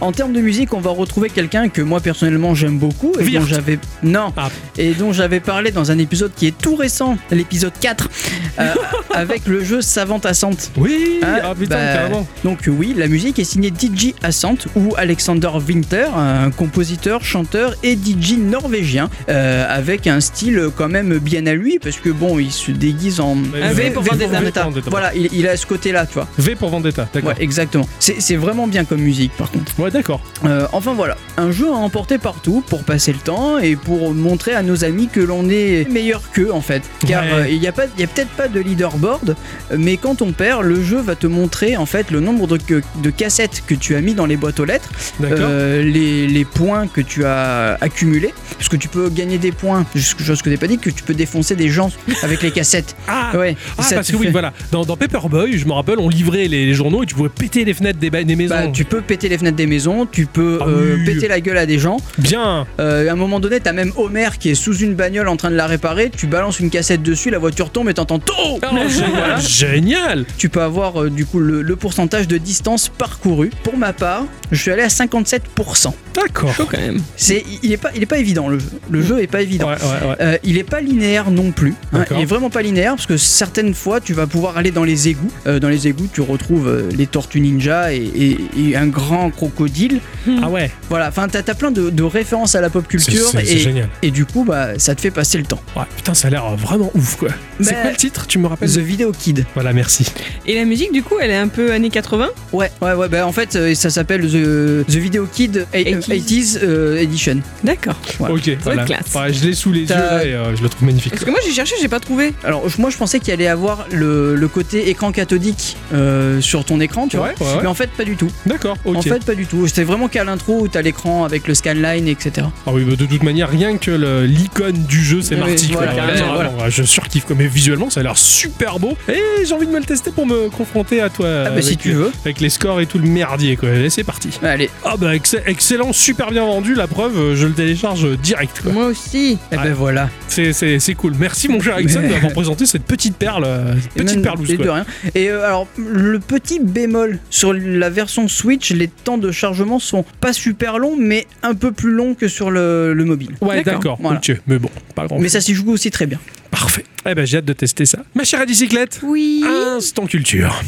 [SPEAKER 2] En termes de musique, on va retrouver quelqu'un que moi personnellement j'aime beaucoup et dont
[SPEAKER 1] Wirth.
[SPEAKER 2] j'avais non
[SPEAKER 1] Ah.
[SPEAKER 2] et dont j'avais parlé dans un épisode qui est tout récent, l'épisode 4 euh, avec le jeu Savante Assante.
[SPEAKER 1] oui
[SPEAKER 2] Ah,
[SPEAKER 1] ah, putain
[SPEAKER 2] bah,
[SPEAKER 1] carrément
[SPEAKER 2] Donc euh, oui, la musique est signée DJ Assant ou Alexander Winter, un compositeur, chanteur et DJ norvégien, euh, avec un style quand même bien à lui, parce que bon, il se déguise en...
[SPEAKER 1] Un
[SPEAKER 3] V pour Vendetta.
[SPEAKER 1] Euh, Vendetta.
[SPEAKER 2] Voilà, il, il a ce côté-là, tu vois.
[SPEAKER 1] V pour Vendetta d'accord
[SPEAKER 2] Ouais, exactement. C'est c'est vraiment bien comme musique, par contre.
[SPEAKER 1] ouais, d'accord
[SPEAKER 2] Euh, enfin voilà, un jeu à emporter partout pour passer le temps et pour montrer à nos amis que l'on est meilleur qu'eux en fait. Car
[SPEAKER 1] Ouais.
[SPEAKER 2] euh, il n'y a, pas- il y a peut-être pas de leaderboard, euh, mais quand on perd, le jeu va te montrer en fait le nombre de, que- de cassettes que tu as mis dans les boîtes aux lettres,
[SPEAKER 1] d'accord
[SPEAKER 2] euh, les, les points que tu as accumulés, parce que tu peux gagner des points, juste- chose que je n'ai pas dit, que tu peux défoncer des gens avec les cassettes.
[SPEAKER 1] ah
[SPEAKER 2] Ouais,
[SPEAKER 1] Ah,
[SPEAKER 2] ça
[SPEAKER 1] parce
[SPEAKER 2] te
[SPEAKER 1] que oui,
[SPEAKER 2] fait-
[SPEAKER 1] voilà. Dans, dans Paperboy, je me rappelle, on livrait les, les journaux et tu pouvais péter les fenêtres des, ba- des maisons.
[SPEAKER 2] bah, tu peux péter les fenêtres des maisons, tu peux
[SPEAKER 1] Ah
[SPEAKER 2] euh,
[SPEAKER 1] oui.
[SPEAKER 2] péter la gueule à des gens.
[SPEAKER 1] Bien.
[SPEAKER 2] Euh, à un moment donné, t'as même Homer qui est sous une bagnole en train de la réparer. Tu balances une cassette dessus, la voiture tombe et t'entends TOH
[SPEAKER 3] Ah,
[SPEAKER 1] Oh, génial. génial.
[SPEAKER 2] Tu peux avoir euh, du coup le, le pourcentage de distance parcourue. Pour ma part, je suis allé à 57%.
[SPEAKER 1] D'accord.
[SPEAKER 3] Chaud quand même.
[SPEAKER 2] C'est, il est pas, il est pas évident le jeu. Le jeu est pas
[SPEAKER 1] Ouais,
[SPEAKER 2] évident.
[SPEAKER 1] ouais, ouais.
[SPEAKER 2] Euh, il est pas linéaire non plus. hein.
[SPEAKER 1] D'accord.
[SPEAKER 2] Il est vraiment pas linéaire parce que que certaines fois, tu vas pouvoir aller dans les égouts. Euh, dans les égouts, tu retrouves euh, les tortues ninja et, et- et un grand crocodile.
[SPEAKER 1] Ah ouais,
[SPEAKER 2] Voilà, enfin, t'as as plein de, de références à la pop
[SPEAKER 1] c'est
[SPEAKER 2] culture
[SPEAKER 1] c'est- c'est
[SPEAKER 2] et,
[SPEAKER 1] génial.
[SPEAKER 2] et du coup, bah, ça te fait passer le temps.
[SPEAKER 1] Ouais, putain, ça a l'air euh, vraiment ouf quoi. C'est
[SPEAKER 2] Bah,
[SPEAKER 1] quoi le titre Tu me rappelles
[SPEAKER 2] The Video Kid.
[SPEAKER 1] Voilà, merci.
[SPEAKER 3] Et la musique, du coup, elle est un peu années 80.
[SPEAKER 2] Ouais, ouais, ouais, bah en fait, euh, ça s'appelle The, The Video Kid eh, euh,
[SPEAKER 3] 80s.
[SPEAKER 2] 80s euh, Edition.
[SPEAKER 3] D'accord.
[SPEAKER 2] Ouais.
[SPEAKER 1] Ok, voilà.
[SPEAKER 3] classe.
[SPEAKER 1] Ouais, je l'ai sous les yeux
[SPEAKER 2] T'as-
[SPEAKER 1] là, et euh, je le trouve magnifique.
[SPEAKER 3] Parce que moi, j'ai cherché, j'ai pas trouvé.
[SPEAKER 2] Alors, je- moi, je pensais qu'il allait avoir le, le côté écran cathodique euh, sur ton écran, tu
[SPEAKER 1] Ouais,
[SPEAKER 2] vois.
[SPEAKER 1] ouais, ouais.
[SPEAKER 2] Mais en fait, pas du tout.
[SPEAKER 1] D'accord, ok.
[SPEAKER 2] En fait, pas du tout. C'était vraiment qu'à l'intro où t'as l'écran avec le scanline, etc.
[SPEAKER 1] Ah oui, bah, de toute manière, rien que le- l'icône du jeu, c'est
[SPEAKER 2] Oui,
[SPEAKER 1] Marty. quoi.
[SPEAKER 2] voilà,
[SPEAKER 1] Ouais,
[SPEAKER 2] carrément,
[SPEAKER 1] vraiment, ouais, je surkiffe quoi. Mais visuellement, ça a l'air super beau. Et j'ai envie de me le tester pour me confronter à toi.
[SPEAKER 2] Ah, bah
[SPEAKER 1] avec
[SPEAKER 2] si tu
[SPEAKER 1] les-
[SPEAKER 2] veux.
[SPEAKER 1] Avec les scores et tout le merdier quoi. Allez, c'est parti.
[SPEAKER 2] Allez,
[SPEAKER 1] Ah bah ex- excellent, super bien vendu. La preuve, euh, je le télécharge euh, direct quoi.
[SPEAKER 3] Moi aussi.
[SPEAKER 2] eh
[SPEAKER 1] Ouais.
[SPEAKER 2] ben voilà.
[SPEAKER 1] C'est- C'est c'est cool. Merci mon cher Ixon
[SPEAKER 2] Mais-
[SPEAKER 1] d'avoir présenté cette petite perle, euh, cette
[SPEAKER 2] Et
[SPEAKER 1] petite
[SPEAKER 2] même-
[SPEAKER 1] perlouse
[SPEAKER 2] et
[SPEAKER 1] quoi.
[SPEAKER 2] de rien. Et euh, alors, le petit bémol sur la version Switch, les temps de chargement sont pas super longs, mais un peu plus longs que sur le, le mobile.
[SPEAKER 1] Ouais, d'accord.
[SPEAKER 2] Voilà.
[SPEAKER 1] ok. Mais bon, pas grand.
[SPEAKER 2] Mais ça s'y joue aussi très bien.
[SPEAKER 1] Parfait. Eh ben, j'ai hâte de tester ça. Ma chère à bicyclette,
[SPEAKER 3] Oui.
[SPEAKER 1] instant culture.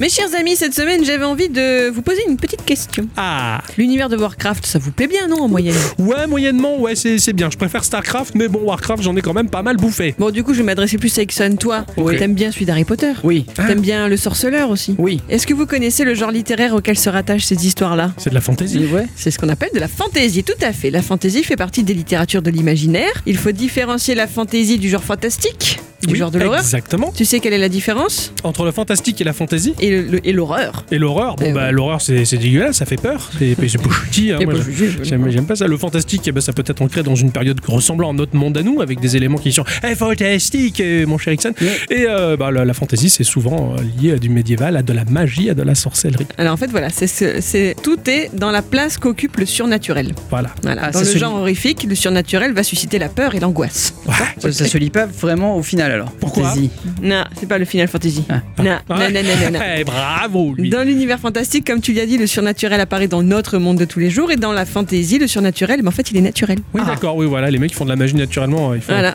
[SPEAKER 3] Mes chers amis, cette semaine, j'avais envie de vous poser une petite question.
[SPEAKER 1] Ah,
[SPEAKER 3] L'univers de Warcraft, ça vous plaît bien, non, en moyenne
[SPEAKER 1] ouais, moyennement, ouais, c'est c'est bien. Je préfère StarCraft, mais bon, Warcraft, j'en ai quand même pas mal bouffé.
[SPEAKER 3] Bon, du coup, je vais m'adresser plus à Ixon. Toi,
[SPEAKER 2] Oui.
[SPEAKER 3] t'aimes bien celui d'Harry Potter
[SPEAKER 2] Oui.
[SPEAKER 3] T'aimes bien le sorceleur aussi
[SPEAKER 2] Oui.
[SPEAKER 3] Est-ce que vous connaissez le genre littéraire auquel se rattachent ces histoires-là
[SPEAKER 1] C'est de la fantaisie.
[SPEAKER 2] Ouais.
[SPEAKER 3] C'est ce qu'on appelle de la fantaisie, tout à fait. La fantaisie fait partie des littératures de l'imaginaire. Il faut différencier la fantaisie du genre fantastique, du
[SPEAKER 1] Oui,
[SPEAKER 3] genre de l'horreur.
[SPEAKER 1] Exactement.
[SPEAKER 3] Tu sais quelle est la différence
[SPEAKER 1] Entre le fantastique et la fantaisie
[SPEAKER 3] Et le- et l'horreur.
[SPEAKER 1] et l'horreur, bon
[SPEAKER 3] Eh
[SPEAKER 1] bah
[SPEAKER 3] ouais.
[SPEAKER 1] l'horreur c'est c'est dégueulasse, ça fait peur, c'est c'est bullshit, hein,
[SPEAKER 3] Et
[SPEAKER 1] moi,
[SPEAKER 3] bah,
[SPEAKER 1] je-
[SPEAKER 3] je- je-
[SPEAKER 1] J'aime j'aime pas ça. Le fantastique, eh ben, ça peut être ancré dans une période ressemblant à notre monde à nous, avec des éléments qui sont Eh, fantastique, eh, mon cher Ixon. Et euh, bah, la, la fantaisie, c'est souvent euh, lié à du médiéval, à de la magie, à de la sorcellerie.
[SPEAKER 3] Alors en fait, voilà, c'est ce- c'est- tout est dans la place qu'occupe le surnaturel.
[SPEAKER 1] Voilà.
[SPEAKER 3] Voilà.
[SPEAKER 2] Ah,
[SPEAKER 3] dans
[SPEAKER 2] c'est
[SPEAKER 3] le
[SPEAKER 2] celui-
[SPEAKER 3] genre horrifique, le surnaturel va susciter la peur et l'angoisse.
[SPEAKER 2] Ça, ça se lit pas vraiment au final alors.
[SPEAKER 1] Pourquoi
[SPEAKER 2] Vas-y.
[SPEAKER 3] Non, c'est pas le Final Fantasy.
[SPEAKER 2] Ah.
[SPEAKER 3] Non, non, non, non, non, non.
[SPEAKER 1] Eh, bravo, lui.
[SPEAKER 3] Dans l'univers fantastique, comme tu l'as dit, le surnaturel apparaît dans notre monde de tous les jours et dans la fantasy, le surnaturel, mais en fait, il est naturel.
[SPEAKER 1] Oui, d'accord, oui, voilà. Les mecs qui font de la magie naturellement, euh, ils font.
[SPEAKER 3] Voilà.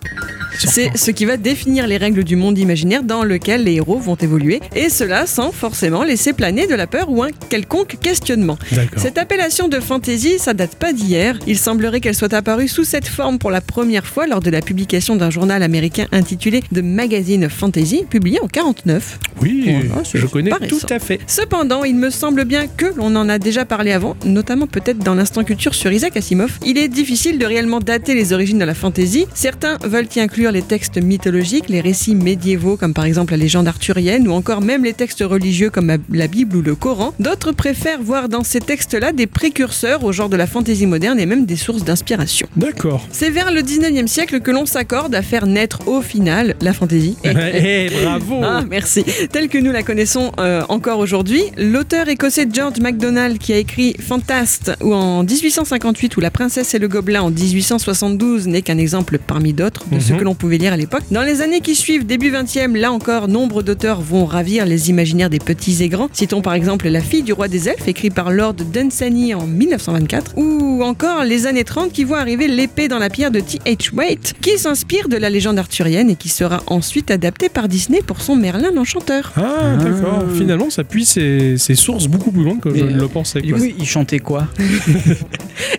[SPEAKER 3] C'est ce qui va définir les règles du monde imaginaire dans lequel les héros vont évoluer, et cela sans forcément laisser planer de la peur ou un quelconque questionnement.
[SPEAKER 1] D'accord.
[SPEAKER 3] Cette appellation de fantasy, ça date pas d'hier. Il semblerait qu'elle soit apparue sous cette forme pour la première fois lors de la publication d'un journal américain intitulé The Magazine of Fantasy, publié en 49.
[SPEAKER 1] Oui,
[SPEAKER 3] Voilà, Oh, ah, c'est-
[SPEAKER 1] je connais
[SPEAKER 3] c'est pas
[SPEAKER 1] tout
[SPEAKER 3] récent.
[SPEAKER 1] à fait.
[SPEAKER 3] Cependant, il me semble bien que l'on en a déjà parlé avant, notamment peut-être dans l'instant culture sur Isaac Asimov. Il est difficile de réellement dater les origines de la fantasy. Certains veulent y inclure les textes mythologiques, les récits médiévaux comme par exemple la légende arthurienne ou encore même les textes religieux comme la Bible ou le Coran. D'autres préfèrent voir dans ces textes-là des précurseurs au genre de la fantasy moderne et même des sources d'inspiration.
[SPEAKER 1] D'accord.
[SPEAKER 3] C'est vers le 19e siècle que l'on s'accorde à faire naître au final la fantasy.
[SPEAKER 1] Eh, bravo.
[SPEAKER 3] Ah, merci. Telle que nous la connaissons euh, encore aujourd'hui, l'auteur écossais George MacDonald qui a écrit Fantast ou en 1858 ou La princesse et le gobelin en 1872 n'est qu'un exemple parmi d'autres de ce
[SPEAKER 1] Mhm.
[SPEAKER 3] que l'on pouvait lire à l'époque. Dans les années qui suivent, début 20e, là encore, nombre d'auteurs vont ravir les imaginaires des petits et grands. Citons par exemple La fille du roi des elfes écrit par Lord Dunsany en 1924 ou encore les années 30 qui voient arriver l'épée dans la pierre de T.H. Waite qui s'inspire de la légende arthurienne et qui sera ensuite adaptée par Disney pour son Merlin l'enchanteur.
[SPEAKER 1] Ah, d'accord. Finalement, ça puise ses, ses sources beaucoup plus loin que je
[SPEAKER 2] Mais,
[SPEAKER 1] ne le pensais.
[SPEAKER 2] Du
[SPEAKER 1] quoi.
[SPEAKER 2] coup, il chantait quoi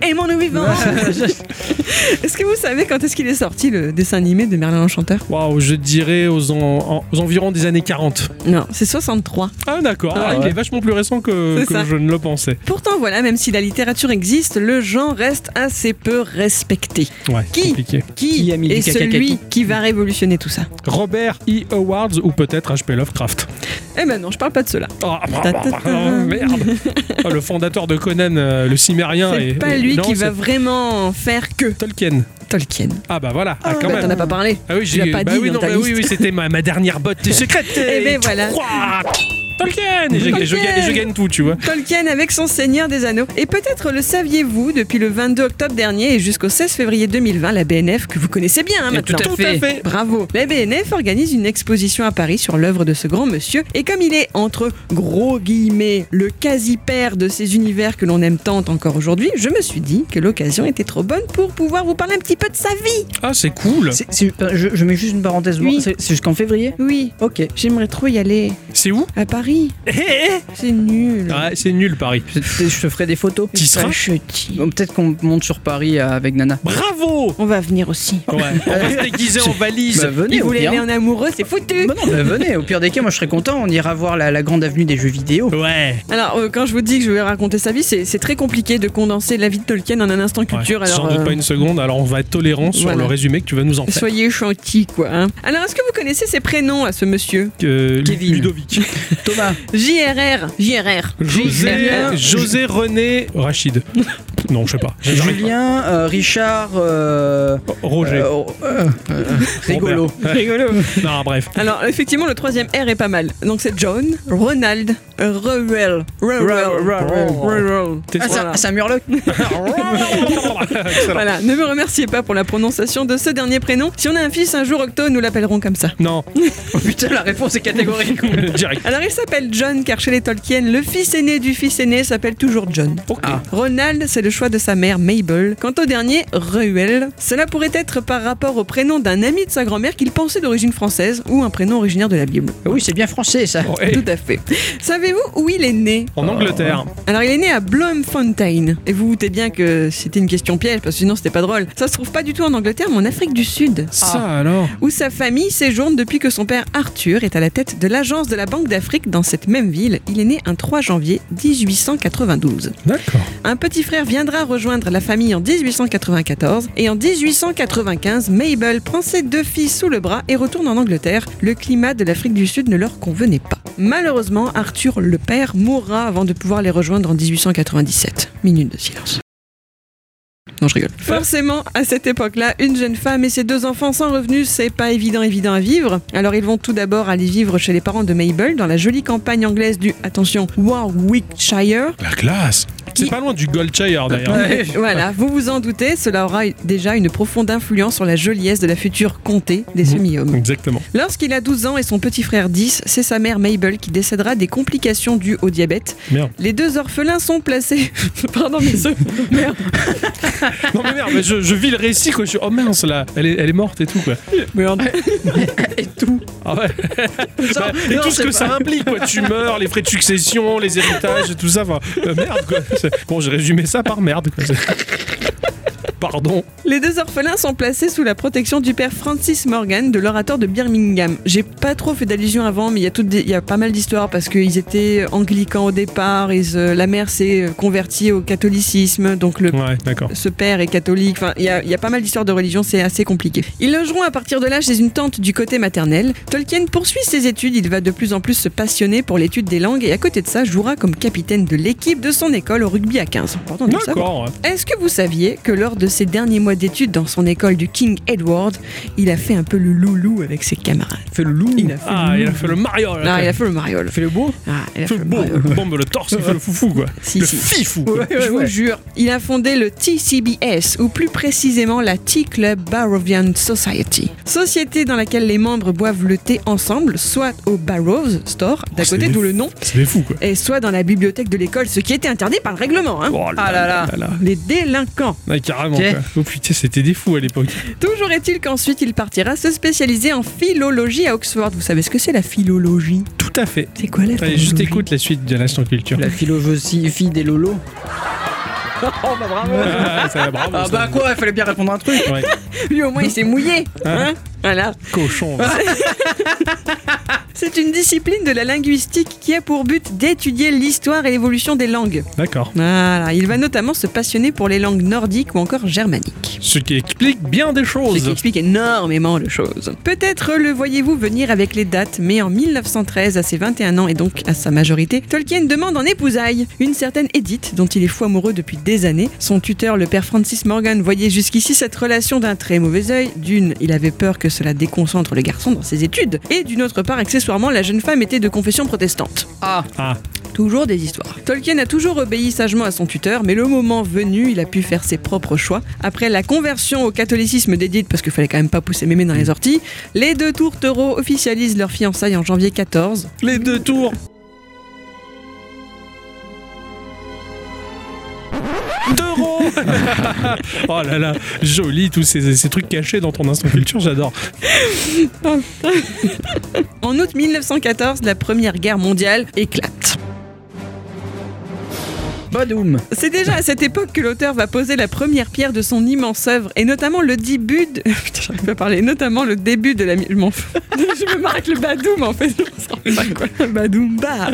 [SPEAKER 3] Et mon vivant Est-ce que vous savez quand est-ce qu'il est sorti le dessin animé de Merlin l'enchanteur
[SPEAKER 1] Waouh, je dirais aux, en- en- aux environs des années 40.
[SPEAKER 3] Non, c'est 63.
[SPEAKER 1] Ah, d'accord.
[SPEAKER 2] Ah,
[SPEAKER 1] Ah, Il
[SPEAKER 2] ouais.
[SPEAKER 1] est vachement plus récent que,
[SPEAKER 3] C'est
[SPEAKER 1] que
[SPEAKER 3] ça.
[SPEAKER 1] je ne le pensais.
[SPEAKER 3] Pourtant voilà, même si la littérature existe, le genre reste assez peu respecté.
[SPEAKER 1] Ouais,
[SPEAKER 3] Qui
[SPEAKER 1] compliqué.
[SPEAKER 3] Qui,
[SPEAKER 2] Qui a mis du
[SPEAKER 3] est
[SPEAKER 2] caca
[SPEAKER 3] celui
[SPEAKER 2] caca
[SPEAKER 3] qui va révolutionner tout ça
[SPEAKER 1] Robert E. Awards ou peut-être H.P. Lovecraft.
[SPEAKER 3] Eh ben non, je parle pas de cela.
[SPEAKER 1] Ah, bah,
[SPEAKER 3] Ta,
[SPEAKER 1] bah,
[SPEAKER 3] ta,
[SPEAKER 1] bah,
[SPEAKER 3] ta.
[SPEAKER 1] ah, merde. Ah, le fondateur de Conan, euh, le cimérien.
[SPEAKER 3] C'est
[SPEAKER 1] et-
[SPEAKER 3] pas
[SPEAKER 1] et-
[SPEAKER 3] lui
[SPEAKER 1] non,
[SPEAKER 3] qui va
[SPEAKER 1] c'est
[SPEAKER 3] vraiment faire que
[SPEAKER 1] Tolkien.
[SPEAKER 3] Tolkien.
[SPEAKER 1] Ah, bah voilà. Ah, quand
[SPEAKER 3] Bah,
[SPEAKER 1] même.
[SPEAKER 3] T'en as pas parlé.
[SPEAKER 1] Ah oui,
[SPEAKER 3] Tu l'as
[SPEAKER 1] j'ai
[SPEAKER 3] pas
[SPEAKER 1] bah
[SPEAKER 3] dit
[SPEAKER 1] oui,
[SPEAKER 3] dans
[SPEAKER 1] non,
[SPEAKER 3] ta
[SPEAKER 1] bah oui,
[SPEAKER 3] liste.
[SPEAKER 1] oui, c'était ma, ma dernière botte secrète.
[SPEAKER 3] Eh ben voilà.
[SPEAKER 1] Ouah. Tolkien et je, et je-
[SPEAKER 3] Tolkien
[SPEAKER 1] et je gagne tout, tu vois.
[SPEAKER 3] Tolkien avec son Seigneur des Anneaux. Et peut-être le saviez-vous, depuis le 22 octobre dernier et jusqu'au 16 février 2020, la BNF, que vous connaissez bien hein,
[SPEAKER 1] Et
[SPEAKER 3] maintenant.
[SPEAKER 1] Eh, tout à fait. Tout à fait.
[SPEAKER 3] Bravo. La BNF organise une exposition à Paris sur l'œuvre de ce grand monsieur. Et comme il est, entre gros guillemets, le quasi-père de ces univers que l'on aime tant encore aujourd'hui, je me suis dit que l'occasion était trop bonne pour pouvoir vous parler un petit peu de sa vie.
[SPEAKER 1] Ah, c'est cool.
[SPEAKER 2] C'est- c'est- euh, je, je mets juste une parenthèse.
[SPEAKER 3] Oui.
[SPEAKER 2] C'est c'est jusqu'en février
[SPEAKER 3] Oui,
[SPEAKER 2] Ok.
[SPEAKER 3] j'aimerais trop y aller.
[SPEAKER 1] C'est où
[SPEAKER 3] À Paris.
[SPEAKER 1] Eh,
[SPEAKER 3] C'est nul.
[SPEAKER 1] Ah, C'est nul, Paris.
[SPEAKER 2] Je, je te ferai des photos.
[SPEAKER 1] T'y seras
[SPEAKER 2] Ouais. Bon, Peut-être qu'on monte sur Paris euh, avec Nana.
[SPEAKER 1] Bravo
[SPEAKER 3] On va venir aussi.
[SPEAKER 1] Ouais, on va se déguiser en valise.
[SPEAKER 2] Bah, venez,
[SPEAKER 3] Il
[SPEAKER 2] au
[SPEAKER 3] voulait
[SPEAKER 2] pire.
[SPEAKER 3] aller en amoureux, c'est foutu.
[SPEAKER 2] Bah non, bah, venez, au pire des cas, moi je serais content, on ira voir la, la grande avenue des jeux vidéo.
[SPEAKER 1] Ouais,
[SPEAKER 3] Alors, euh, quand je vous dis que je vais raconter sa vie, c'est c'est très compliqué de condenser la vie de Tolkien en un instant culture.
[SPEAKER 1] Ouais,
[SPEAKER 3] alors,
[SPEAKER 1] sans doute
[SPEAKER 3] euh,
[SPEAKER 1] pas une seconde, alors on va être tolérant sur
[SPEAKER 3] voilà.
[SPEAKER 1] le résumé que tu vas nous en faire.
[SPEAKER 3] Soyez gentils, quoi. hein. Alors, est-ce que vous connaissez ses prénoms à ce monsieur
[SPEAKER 1] Euh,
[SPEAKER 2] Kevin.
[SPEAKER 1] Ludovic.
[SPEAKER 2] Thomas,
[SPEAKER 3] JRR. JRR.
[SPEAKER 1] José, José René Rachid. Non, je sais pas. J'arrive
[SPEAKER 2] Julien, euh, Richard, euh,
[SPEAKER 1] pas. Roger.
[SPEAKER 2] euh, euh, euh, rigolo.
[SPEAKER 1] Robert. Ouais.
[SPEAKER 3] Rigolo.
[SPEAKER 1] Non, bref.
[SPEAKER 3] Alors, effectivement, le troisième R est pas mal. Donc, c'est John, Ronald, Rowell.
[SPEAKER 2] Rowell, Rowell. Ah, c'est
[SPEAKER 3] Voilà.
[SPEAKER 2] un- c'est un Murloc
[SPEAKER 1] Excellent.
[SPEAKER 3] Voilà, ne me remerciez pas pour la prononciation de ce dernier prénom. Si on a un fils, un jour, Octo, nous l'appellerons comme ça.
[SPEAKER 1] Non,
[SPEAKER 2] Oh putain, la réponse est catégorique.
[SPEAKER 1] direct.
[SPEAKER 3] Alors il s'appelle John car chez les Tolkien, le fils aîné du fils aîné s'appelle toujours John. Ah.
[SPEAKER 1] Ok.
[SPEAKER 3] Ronald, c'est le choix de sa mère Mabel. Quant au dernier, Ruel, cela pourrait être par rapport au prénom d'un ami de sa grand-mère qu'il pensait d'origine française ou un prénom originaire de la Bible.
[SPEAKER 2] oui, c'est bien français ça.
[SPEAKER 1] Oh, hey,
[SPEAKER 3] Tout à fait. Savez-vous où il est né
[SPEAKER 1] en Angleterre.
[SPEAKER 3] Alors il est né à Bloemfontein. Et vous vous doutez bien que c'était une question piège parce que sinon c'était pas drôle. Ça se trouve pas du tout en Angleterre mais en Afrique du Sud.
[SPEAKER 2] Ah.
[SPEAKER 1] Ça alors
[SPEAKER 3] où sa famille séjourne depuis que son père Arthur est à la tête de l'agence de la Banque d'Afrique dans cette même ville. Il est né un 3 janvier 1892.
[SPEAKER 1] D'accord.
[SPEAKER 3] Un petit frère viendra rejoindre la famille en 1894 et en 1895, Mabel prend ses deux filles sous le bras et retourne en Angleterre. Le climat de l'Afrique du Sud ne leur convenait pas. Malheureusement, Arthur le père mourra avant de pouvoir les rejoindre en 1897. Minute de silence. Non, je rigole. Forcément, à cette époque-là, une jeune femme et ses deux enfants sans revenus, c'est pas évident, évident à vivre. Alors, ils vont tout d'abord aller vivre chez les parents de Mabel, dans la jolie campagne anglaise du, attention, Warwickshire.
[SPEAKER 1] La classe. C'est
[SPEAKER 3] Qui-
[SPEAKER 1] pas loin du Goldshire d'ailleurs.
[SPEAKER 2] Ouais.
[SPEAKER 3] Voilà, vous vous en doutez, cela aura déjà une profonde influence sur la joliesse de la future comté des semi-hommes.
[SPEAKER 1] Exactement.
[SPEAKER 3] Lorsqu'il a 12 ans et son petit frère 10, c'est sa mère Mabel qui décédera des complications dues au diabète.
[SPEAKER 1] Merde.
[SPEAKER 3] Les deux orphelins sont placés. Pardon, mes œufs. Merde.
[SPEAKER 1] Non mais merde, mais je, je vis le récit quoi. Je suis- Oh mince là, elle est, elle est morte et tout quoi.
[SPEAKER 3] Merde.
[SPEAKER 2] Et tout.
[SPEAKER 1] Ah ouais. Bah, et
[SPEAKER 2] non,
[SPEAKER 1] tout ce
[SPEAKER 2] c'est
[SPEAKER 1] que
[SPEAKER 2] pas-
[SPEAKER 1] ça implique quoi. Tu meurs, les frais de succession, les héritages, et tout ça. enfin, euh, merde quoi. C'est- Bon, j'ai résumé ça par merde quoi. C'est- Pardon.
[SPEAKER 3] Les deux orphelins sont placés sous la protection du père Francis Morgan de l'orateur de Birmingham. J'ai pas trop fait d'allusion avant, mais il y, a toutes des- il y a pas mal d'histoires parce qu'ils étaient anglicans au départ, et se- la mère s'est convertie au catholicisme, donc le
[SPEAKER 1] Ouais, d'accord.
[SPEAKER 3] ce père est catholique. Enfin, il y, a- il y a pas mal d'histoires de religion, c'est assez compliqué. Ils logeront à partir de là chez une tante du côté maternel. Tolkien poursuit ses études, il va de plus en plus se passionner pour l'étude des langues et à côté de ça jouera comme capitaine de l'équipe de son école au rugby à 15. Pardon, de le savoir.
[SPEAKER 1] D'accord. ouais.
[SPEAKER 3] Est-ce que vous saviez que lors de ses derniers mois d'études dans son école du King Edward, il a fait un peu le loulou avec ses camarades
[SPEAKER 2] Fais le loup.
[SPEAKER 3] Il a fait
[SPEAKER 1] Ah, il a fait le Mario. là,
[SPEAKER 3] Ah,
[SPEAKER 1] quoi.
[SPEAKER 3] il a fait le mariole.
[SPEAKER 2] Fais le beau.
[SPEAKER 3] Ah, il a
[SPEAKER 1] fait
[SPEAKER 3] fait
[SPEAKER 1] le
[SPEAKER 3] le
[SPEAKER 1] beau,
[SPEAKER 3] mariole.
[SPEAKER 1] il bombe le torse, il fait le foufou quoi.
[SPEAKER 3] Si,
[SPEAKER 1] le
[SPEAKER 3] si.
[SPEAKER 1] fifou quoi.
[SPEAKER 2] Ouais,
[SPEAKER 3] Je vous
[SPEAKER 2] ouais.
[SPEAKER 3] jure, il a fondé le TCBS, ou plus précisément la Tea Club Barrovian Society. Société dans laquelle les membres boivent le thé ensemble, soit au Barrows Store, d'à
[SPEAKER 1] c'est
[SPEAKER 3] côté
[SPEAKER 1] des-
[SPEAKER 3] d'où le nom,
[SPEAKER 1] C'est des fous quoi.
[SPEAKER 3] et soit dans la bibliothèque de l'école, ce qui était interdit par le règlement. hein.
[SPEAKER 1] Oh
[SPEAKER 2] Ah là là.
[SPEAKER 3] Les délinquants.
[SPEAKER 1] Ouais, carrément
[SPEAKER 2] Ok.
[SPEAKER 1] quoi. Oh putain, c'était des fous à l'époque.
[SPEAKER 3] Toujours est-il qu'ensuite il partira se spécialiser en philologie à Oxford. Vous savez ce que c'est la philologie
[SPEAKER 1] Tout à fait.
[SPEAKER 3] C'est quoi la philologie
[SPEAKER 1] Allez, juste écoute la suite de l'instant culture.
[SPEAKER 2] La philosophie des lolos. oh bah bravo.
[SPEAKER 1] Ah, ça va, bravo,
[SPEAKER 2] Ah
[SPEAKER 1] ça.
[SPEAKER 2] bah quoi, il fallait bien répondre à un truc.
[SPEAKER 1] Ouais,
[SPEAKER 3] Lui au moins il s'est mouillé. hein voilà.
[SPEAKER 1] cochon.
[SPEAKER 3] C'est une discipline de la linguistique qui a pour but d'étudier l'histoire et l'évolution des langues.
[SPEAKER 1] D'accord.
[SPEAKER 3] Voilà, il va notamment se passionner pour les langues nordiques ou encore germaniques.
[SPEAKER 1] Ce qui explique bien des
[SPEAKER 3] Ce qui
[SPEAKER 1] choses.
[SPEAKER 3] explique énormément de choses. Peut-être le voyez-vous venir avec les dates, mais en 1913, à ses 21 ans et donc à sa majorité, Tolkien demande en épousaille une certaine Edith, dont il est fou amoureux depuis des années. Son tuteur, le père Francis Morgan, voyait jusqu'ici cette relation d'un très mauvais œil. D'une, il avait peur que que cela déconcentre le garçon dans ses études. Et d'une autre part, accessoirement, la jeune femme était de confession protestante. Ah
[SPEAKER 1] Ah.
[SPEAKER 3] Toujours des histoires. Tolkien a toujours obéi sagement à son tuteur, mais le moment venu, il a pu faire ses propres choix. Après la conversion au catholicisme d'Edith, parce qu'il fallait quand même pas pousser mémé dans les orties, les deux tourtereaux officialisent leur fiançailles en janvier 14.
[SPEAKER 1] Les deux tours D'euros Oh là là, joli tous ces, ces trucs cachés dans ton instant culture, j'adore.
[SPEAKER 3] En août 1914, la Première Guerre mondiale éclate.
[SPEAKER 2] Badoum.
[SPEAKER 3] C'est déjà à cette époque que l'auteur va poser la première pierre de son immense œuvre, et notamment le début de... Putain, j'arrive pas à parler. Notamment le début de la... mi- Je m'en fous. Je me marque le badoum, en fait. Je m'en sors pas, quoi. Badoum, bah.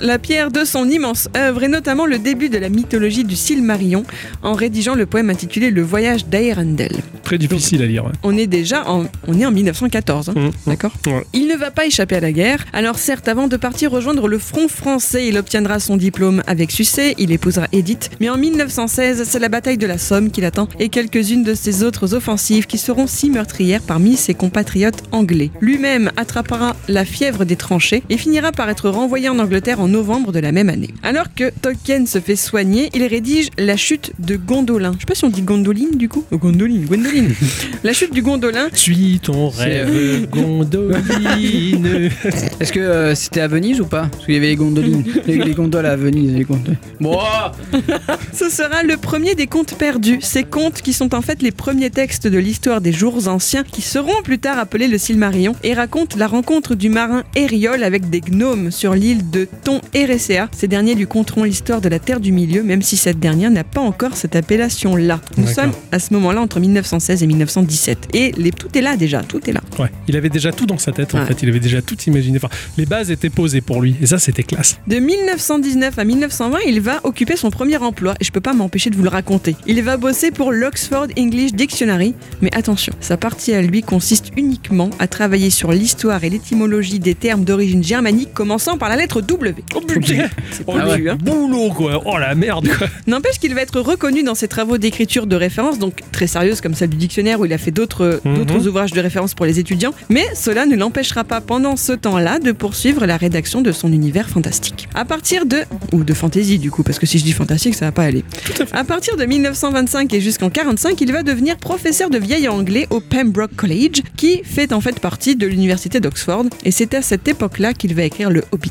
[SPEAKER 3] La pierre de son immense œuvre, et notamment le début de la mythologie du Silmarillion, en rédigeant le poème intitulé Le voyage d'Aerendel.
[SPEAKER 1] Très difficile à lire. ouais.
[SPEAKER 3] On est déjà en... On est en 1914, hein.
[SPEAKER 1] Mmh.
[SPEAKER 3] D'accord
[SPEAKER 1] Ouais.
[SPEAKER 3] Il ne va pas échapper à la guerre. Alors certes, avant de partir rejoindre le front français, il obtiendra son diplôme avec succès, il épousera Edith. Mais en 1916, c'est la bataille de la Somme qui l'attend et quelques-unes de ses autres offensives qui seront si meurtrières parmi ses compatriotes anglais. Lui-même attrapera la fièvre des tranchées et finira par être renvoyé en Angleterre en novembre de la même année. Alors que Tolkien se fait soigner, il rédige La chute de Gondolin. Je sais pas si on dit Gondoline du coup Gondoline, Gwendoline. la chute du Gondolin
[SPEAKER 1] Suis ton rêve, gondoline.
[SPEAKER 2] Est-ce que euh, c'était à Venise ou pas Parce qu'il y avait les gondolines. les, les gondoles à Venise. Les gondoles.
[SPEAKER 3] Ce sera le premier des contes perdus, ces contes qui sont en fait les premiers textes de l'histoire des jours anciens, qui seront plus tard appelés le Silmarillion, et racontent la rencontre du marin Ériol avec des gnomes sur l'île de Thon Erécéa. Ces derniers lui conteront l'histoire de la Terre du Milieu, même si cette dernière n'a pas encore cette appellation-là. Nous
[SPEAKER 1] D'accord.
[SPEAKER 3] sommes à ce moment-là entre 1916 et 1917. Et les... tout est là déjà, tout est là.
[SPEAKER 1] Ouais, il avait déjà tout dans sa tête en
[SPEAKER 3] Ouais.
[SPEAKER 1] fait, il avait déjà tout imaginé. Enfin, les bases étaient posées pour lui et ça c'était classe.
[SPEAKER 3] De 1919 à 1920, il va occuper son premier emploi et je peux pas m'empêcher de vous le raconter. Il va bosser pour l'Oxford English Dictionary, mais attention, sa partie à lui consiste uniquement à travailler sur l'histoire et l'étymologie des termes d'origine germanique commençant par la lettre W.
[SPEAKER 1] Oh putain
[SPEAKER 3] C'est
[SPEAKER 1] Oh,
[SPEAKER 3] pas
[SPEAKER 1] le
[SPEAKER 3] vu, hein.
[SPEAKER 1] boulot quoi Oh la merde quoi
[SPEAKER 3] N'empêche qu'il va être reconnu dans ses travaux d'écriture de référence, donc très sérieuse comme celle du dictionnaire où il a fait d'autres
[SPEAKER 1] Mhm.
[SPEAKER 3] d'autres ouvrages de référence pour les étudiants, mais cela ne l'empêchera pas pendant ce temps-là de poursuivre la rédaction de son univers fantastique. À partir de ou de fantasy du coup parce que si je dis fantastique ça va pas aller. À partir de 1925 et jusqu'en 45, il va devenir professeur de vieil anglais au Pembroke College, qui fait en fait partie de l'université d'Oxford, et c'est à cette époque-là qu'il va écrire le Hobbit.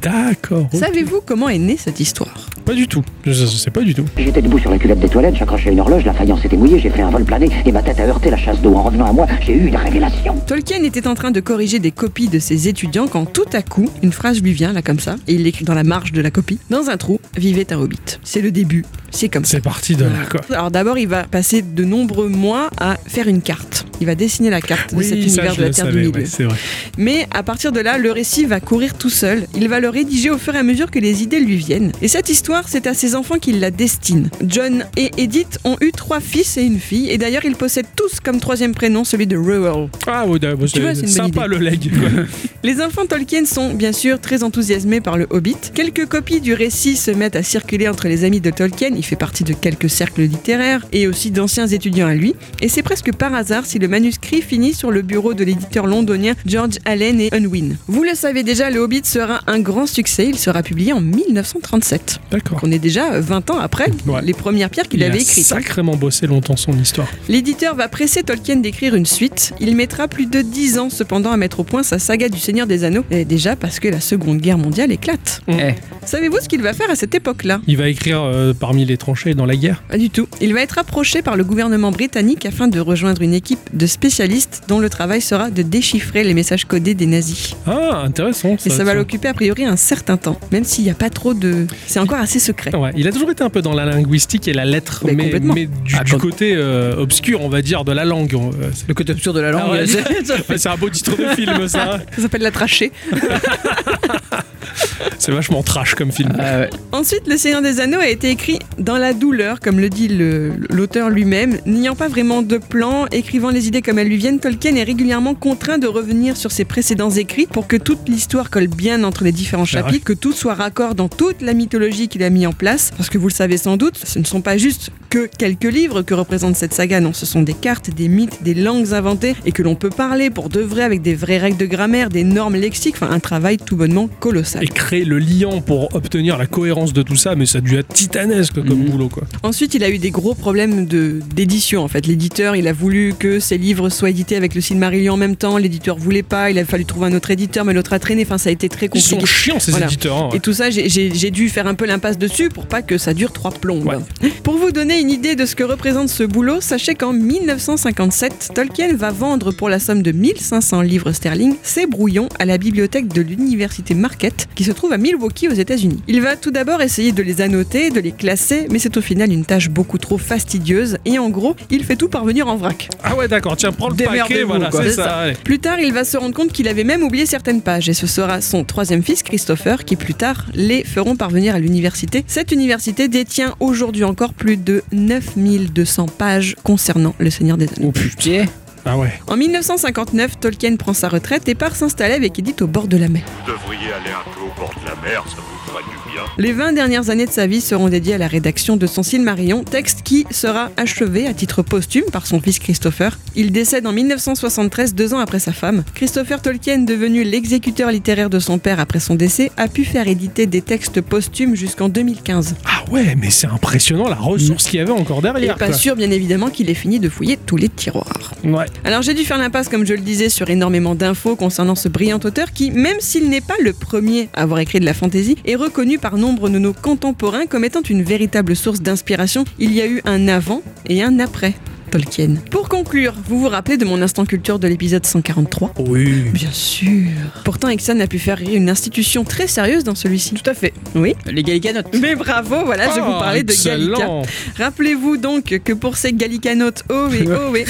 [SPEAKER 1] D'accord.
[SPEAKER 3] Savez-vous comment est née cette histoire
[SPEAKER 1] Pas du tout. Je, je sais pas du tout.
[SPEAKER 8] J'étais debout sur la cuvette des toilettes, j'accrochais une horloge, la faïence était mouillée, j'ai fait un vol plané et ma tête a heurté la chasse d'eau. En revenant à moi, j'ai eu une révélation.
[SPEAKER 3] Tolkien était en train de corriger des copies de ses étudiants quand tout à coup, une phrase lui vient là comme ça, et il l'écrit dans la marge de la copie. Dans un trou, vivait un hobbit. C'est le début, c'est comme ça.
[SPEAKER 1] C'est parti de là quoi.
[SPEAKER 3] Alors d'abord, il va passer de nombreux mois à faire une carte. Il va dessiner la carte de cet
[SPEAKER 1] ça,
[SPEAKER 3] univers
[SPEAKER 1] je
[SPEAKER 3] de la
[SPEAKER 1] le
[SPEAKER 3] Terre du
[SPEAKER 1] savais,
[SPEAKER 3] Milieu.
[SPEAKER 1] ouais, c'est vrai.
[SPEAKER 3] Mais à partir de là, le récit va courir tout seul. Il va le rédiger au fur et à mesure que les idées lui viennent. Et cette histoire, c'est à ses enfants qu'il la destine. John et Edith ont eu trois fils et une fille. Et d'ailleurs, ils possèdent tous comme troisième prénom celui de Rural.
[SPEAKER 1] Ah ouais, d'accord,
[SPEAKER 3] Tu vois,
[SPEAKER 1] c'est
[SPEAKER 3] c'est une
[SPEAKER 1] sympa
[SPEAKER 3] bonne
[SPEAKER 1] le leg. quoi.
[SPEAKER 3] Les enfants Tolkien sont bien sûr très enthousiasmés par le Hobbit. Quelques copies du récit se mettent à circuler entre les amis de Tolkien, il fait partie de quelques cercles littéraires et aussi d'anciens étudiants à lui, et c'est presque par hasard si le manuscrit finit sur le bureau de l'éditeur londonien George Allen et Unwin. Vous le savez déjà, le Hobbit sera un grand succès, il sera publié en 1937.
[SPEAKER 1] D'accord.
[SPEAKER 3] On est déjà 20 ans après
[SPEAKER 1] Ouais.
[SPEAKER 3] les premières pierres qu'il
[SPEAKER 1] Il
[SPEAKER 3] avait
[SPEAKER 1] a
[SPEAKER 3] écrites.
[SPEAKER 1] sacrément bossé longtemps son histoire.
[SPEAKER 3] L'éditeur va presser Tolkien d'écrire une suite. Il mettra plus de 10 ans cependant à mettre au point sa saga du Seigneur des Anneaux, et déjà parce que la Seconde Guerre mondiale éclate.
[SPEAKER 2] Eh.
[SPEAKER 3] Savez-vous ce qu'il va faire à cette époque-là
[SPEAKER 1] Il va écrire euh, parmi les tranchées dans la guerre.
[SPEAKER 3] Pas du tout. Il va être approché par le gouvernement britannique afin de rejoindre une équipe de spécialistes dont le travail sera de déchiffrer les messages codés des nazis.
[SPEAKER 1] Ah, intéressant.
[SPEAKER 3] Et ça va
[SPEAKER 1] tiens.
[SPEAKER 3] l'occuper a priori un certain temps, même s'il n'y a pas trop de... C'est encore assez secret.
[SPEAKER 1] Ouais, il a toujours été un peu dans la linguistique et la lettre,
[SPEAKER 3] Mais
[SPEAKER 1] mais,
[SPEAKER 3] complètement.
[SPEAKER 1] mais du,
[SPEAKER 2] Ah,
[SPEAKER 1] du
[SPEAKER 2] quand-
[SPEAKER 1] côté euh, obscur, on va dire, de la langue. on- euh, c'est-
[SPEAKER 2] Le côté obscur de la langue.
[SPEAKER 1] Ah ouais,
[SPEAKER 2] c'est-
[SPEAKER 1] c'est un beau titre de film, ça.
[SPEAKER 3] Ça s'appelle la trachée.
[SPEAKER 1] C'est vachement trash comme film.
[SPEAKER 2] Ah ouais.
[SPEAKER 3] Ensuite, Le Seigneur des Anneaux a été écrit dans la douleur, comme le dit le- l'auteur lui-même, n'ayant pas vraiment de plan, écrivant les idées comme elles lui viennent, Tolkien est régulièrement contraint de revenir sur ses précédents écrits pour que toute l'histoire colle bien entre les différents
[SPEAKER 1] C'est vrai.
[SPEAKER 3] chapitres, que tout soit raccord dans toute la mythologie qu'il a mis en place, parce que vous le savez sans doute, ce ne sont pas juste que quelques livres que représente cette saga, non, ce sont des cartes, des mythes, des langues inventées et que l'on peut parler pour de vrai avec des vraies règles de grammaire, des normes lexiques, enfin un travail tout bonnement colossal.
[SPEAKER 1] Et créer le liant pour obtenir la cohérence de tout ça, mais ça a dû être titanesque comme
[SPEAKER 2] Mhm.
[SPEAKER 1] boulot quoi.
[SPEAKER 3] Ensuite, il a eu des gros problèmes de- d'édition. En fait, l'éditeur, il a voulu que ses livres soient édités avec le Silmarillion en même temps. L'éditeur voulait pas. Il a fallu trouver un autre éditeur, mais l'autre a traîné. Enfin, ça a été très
[SPEAKER 1] Ils sont
[SPEAKER 3] compliqué.
[SPEAKER 1] chiants ces
[SPEAKER 3] Voilà.
[SPEAKER 1] éditeurs. hein, ouais.
[SPEAKER 3] Et tout ça, j'ai- j'ai j'ai dû faire un peu l'impasse dessus pour pas que ça dure trois plombes. Pour vous donner une idée de ce que représente ce boulot, sachez qu'en 1957, Tolkien va vendre pour la somme de 1500 livres sterling ses brouillons à la bibliothèque de l'université Marquette, qui se trouve à Milwaukee aux États-Unis. Il va tout d'abord essayer de les annoter, de les classer, mais c'est au final une tâche beaucoup trop fastidieuse et en gros, il fait tout parvenir en vrac.
[SPEAKER 1] Ah ouais d'accord, tiens prends le paquet,
[SPEAKER 2] Démerdez-vous,
[SPEAKER 1] voilà,
[SPEAKER 2] quoi.
[SPEAKER 1] c'est
[SPEAKER 2] C'est
[SPEAKER 1] ça. ouais.
[SPEAKER 3] Plus tard, il va se rendre compte qu'il avait même oublié certaines pages, et ce sera son troisième fils, Christopher, qui plus tard les feront parvenir à l'université. Cette université détient aujourd'hui encore plus de 9200 pages concernant le Seigneur des Anneaux.
[SPEAKER 2] Oh putain.
[SPEAKER 1] Ah ouais.
[SPEAKER 3] En 1959, Tolkien prend sa retraite et part s'installer avec Edith au bord de la mer.
[SPEAKER 4] Vous devriez aller un peu au bord de la mer, ça vous fera du bien.
[SPEAKER 3] Les 20 dernières années de sa vie seront dédiées à la rédaction de son Silmarillion, texte qui sera achevé à titre posthume par son fils Christopher. Il décède en 1973, deux ans après sa femme. Christopher Tolkien, devenu l'exécuteur littéraire de son père après son décès, a pu faire éditer des textes posthumes jusqu'en 2015.
[SPEAKER 1] Ah ouais, mais c'est impressionnant la ressource qu'il y avait encore
[SPEAKER 3] Et
[SPEAKER 1] derrière.
[SPEAKER 3] pas
[SPEAKER 1] quoi.
[SPEAKER 3] sûr, bien évidemment, qu'il ait fini de fouiller tous les tiroirs.
[SPEAKER 1] Ouais.
[SPEAKER 3] Alors j'ai dû faire l'impasse, comme je le disais, sur énormément d'infos concernant ce brillant auteur qui, même s'il n'est pas le premier à avoir écrit de la fantaisie, est reconnu par nombre de nos contemporains comme étant une véritable source d'inspiration. Il y a eu un avant et un après. Tolkien. Pour conclure, vous vous rappelez de mon instant culture de l'épisode 143
[SPEAKER 1] Oui.
[SPEAKER 3] Bien sûr. Pourtant, Ixon a pu faire rire une institution très sérieuse dans celui-ci.
[SPEAKER 2] Tout à fait.
[SPEAKER 3] Oui.
[SPEAKER 2] Les Gallicanotes.
[SPEAKER 3] Mais bravo, voilà, je vous
[SPEAKER 1] Ah,
[SPEAKER 3] parlais de Gallica.
[SPEAKER 1] excellent.
[SPEAKER 3] Rappelez-vous donc que pour ces gallicanotes, oh oui, oh oui,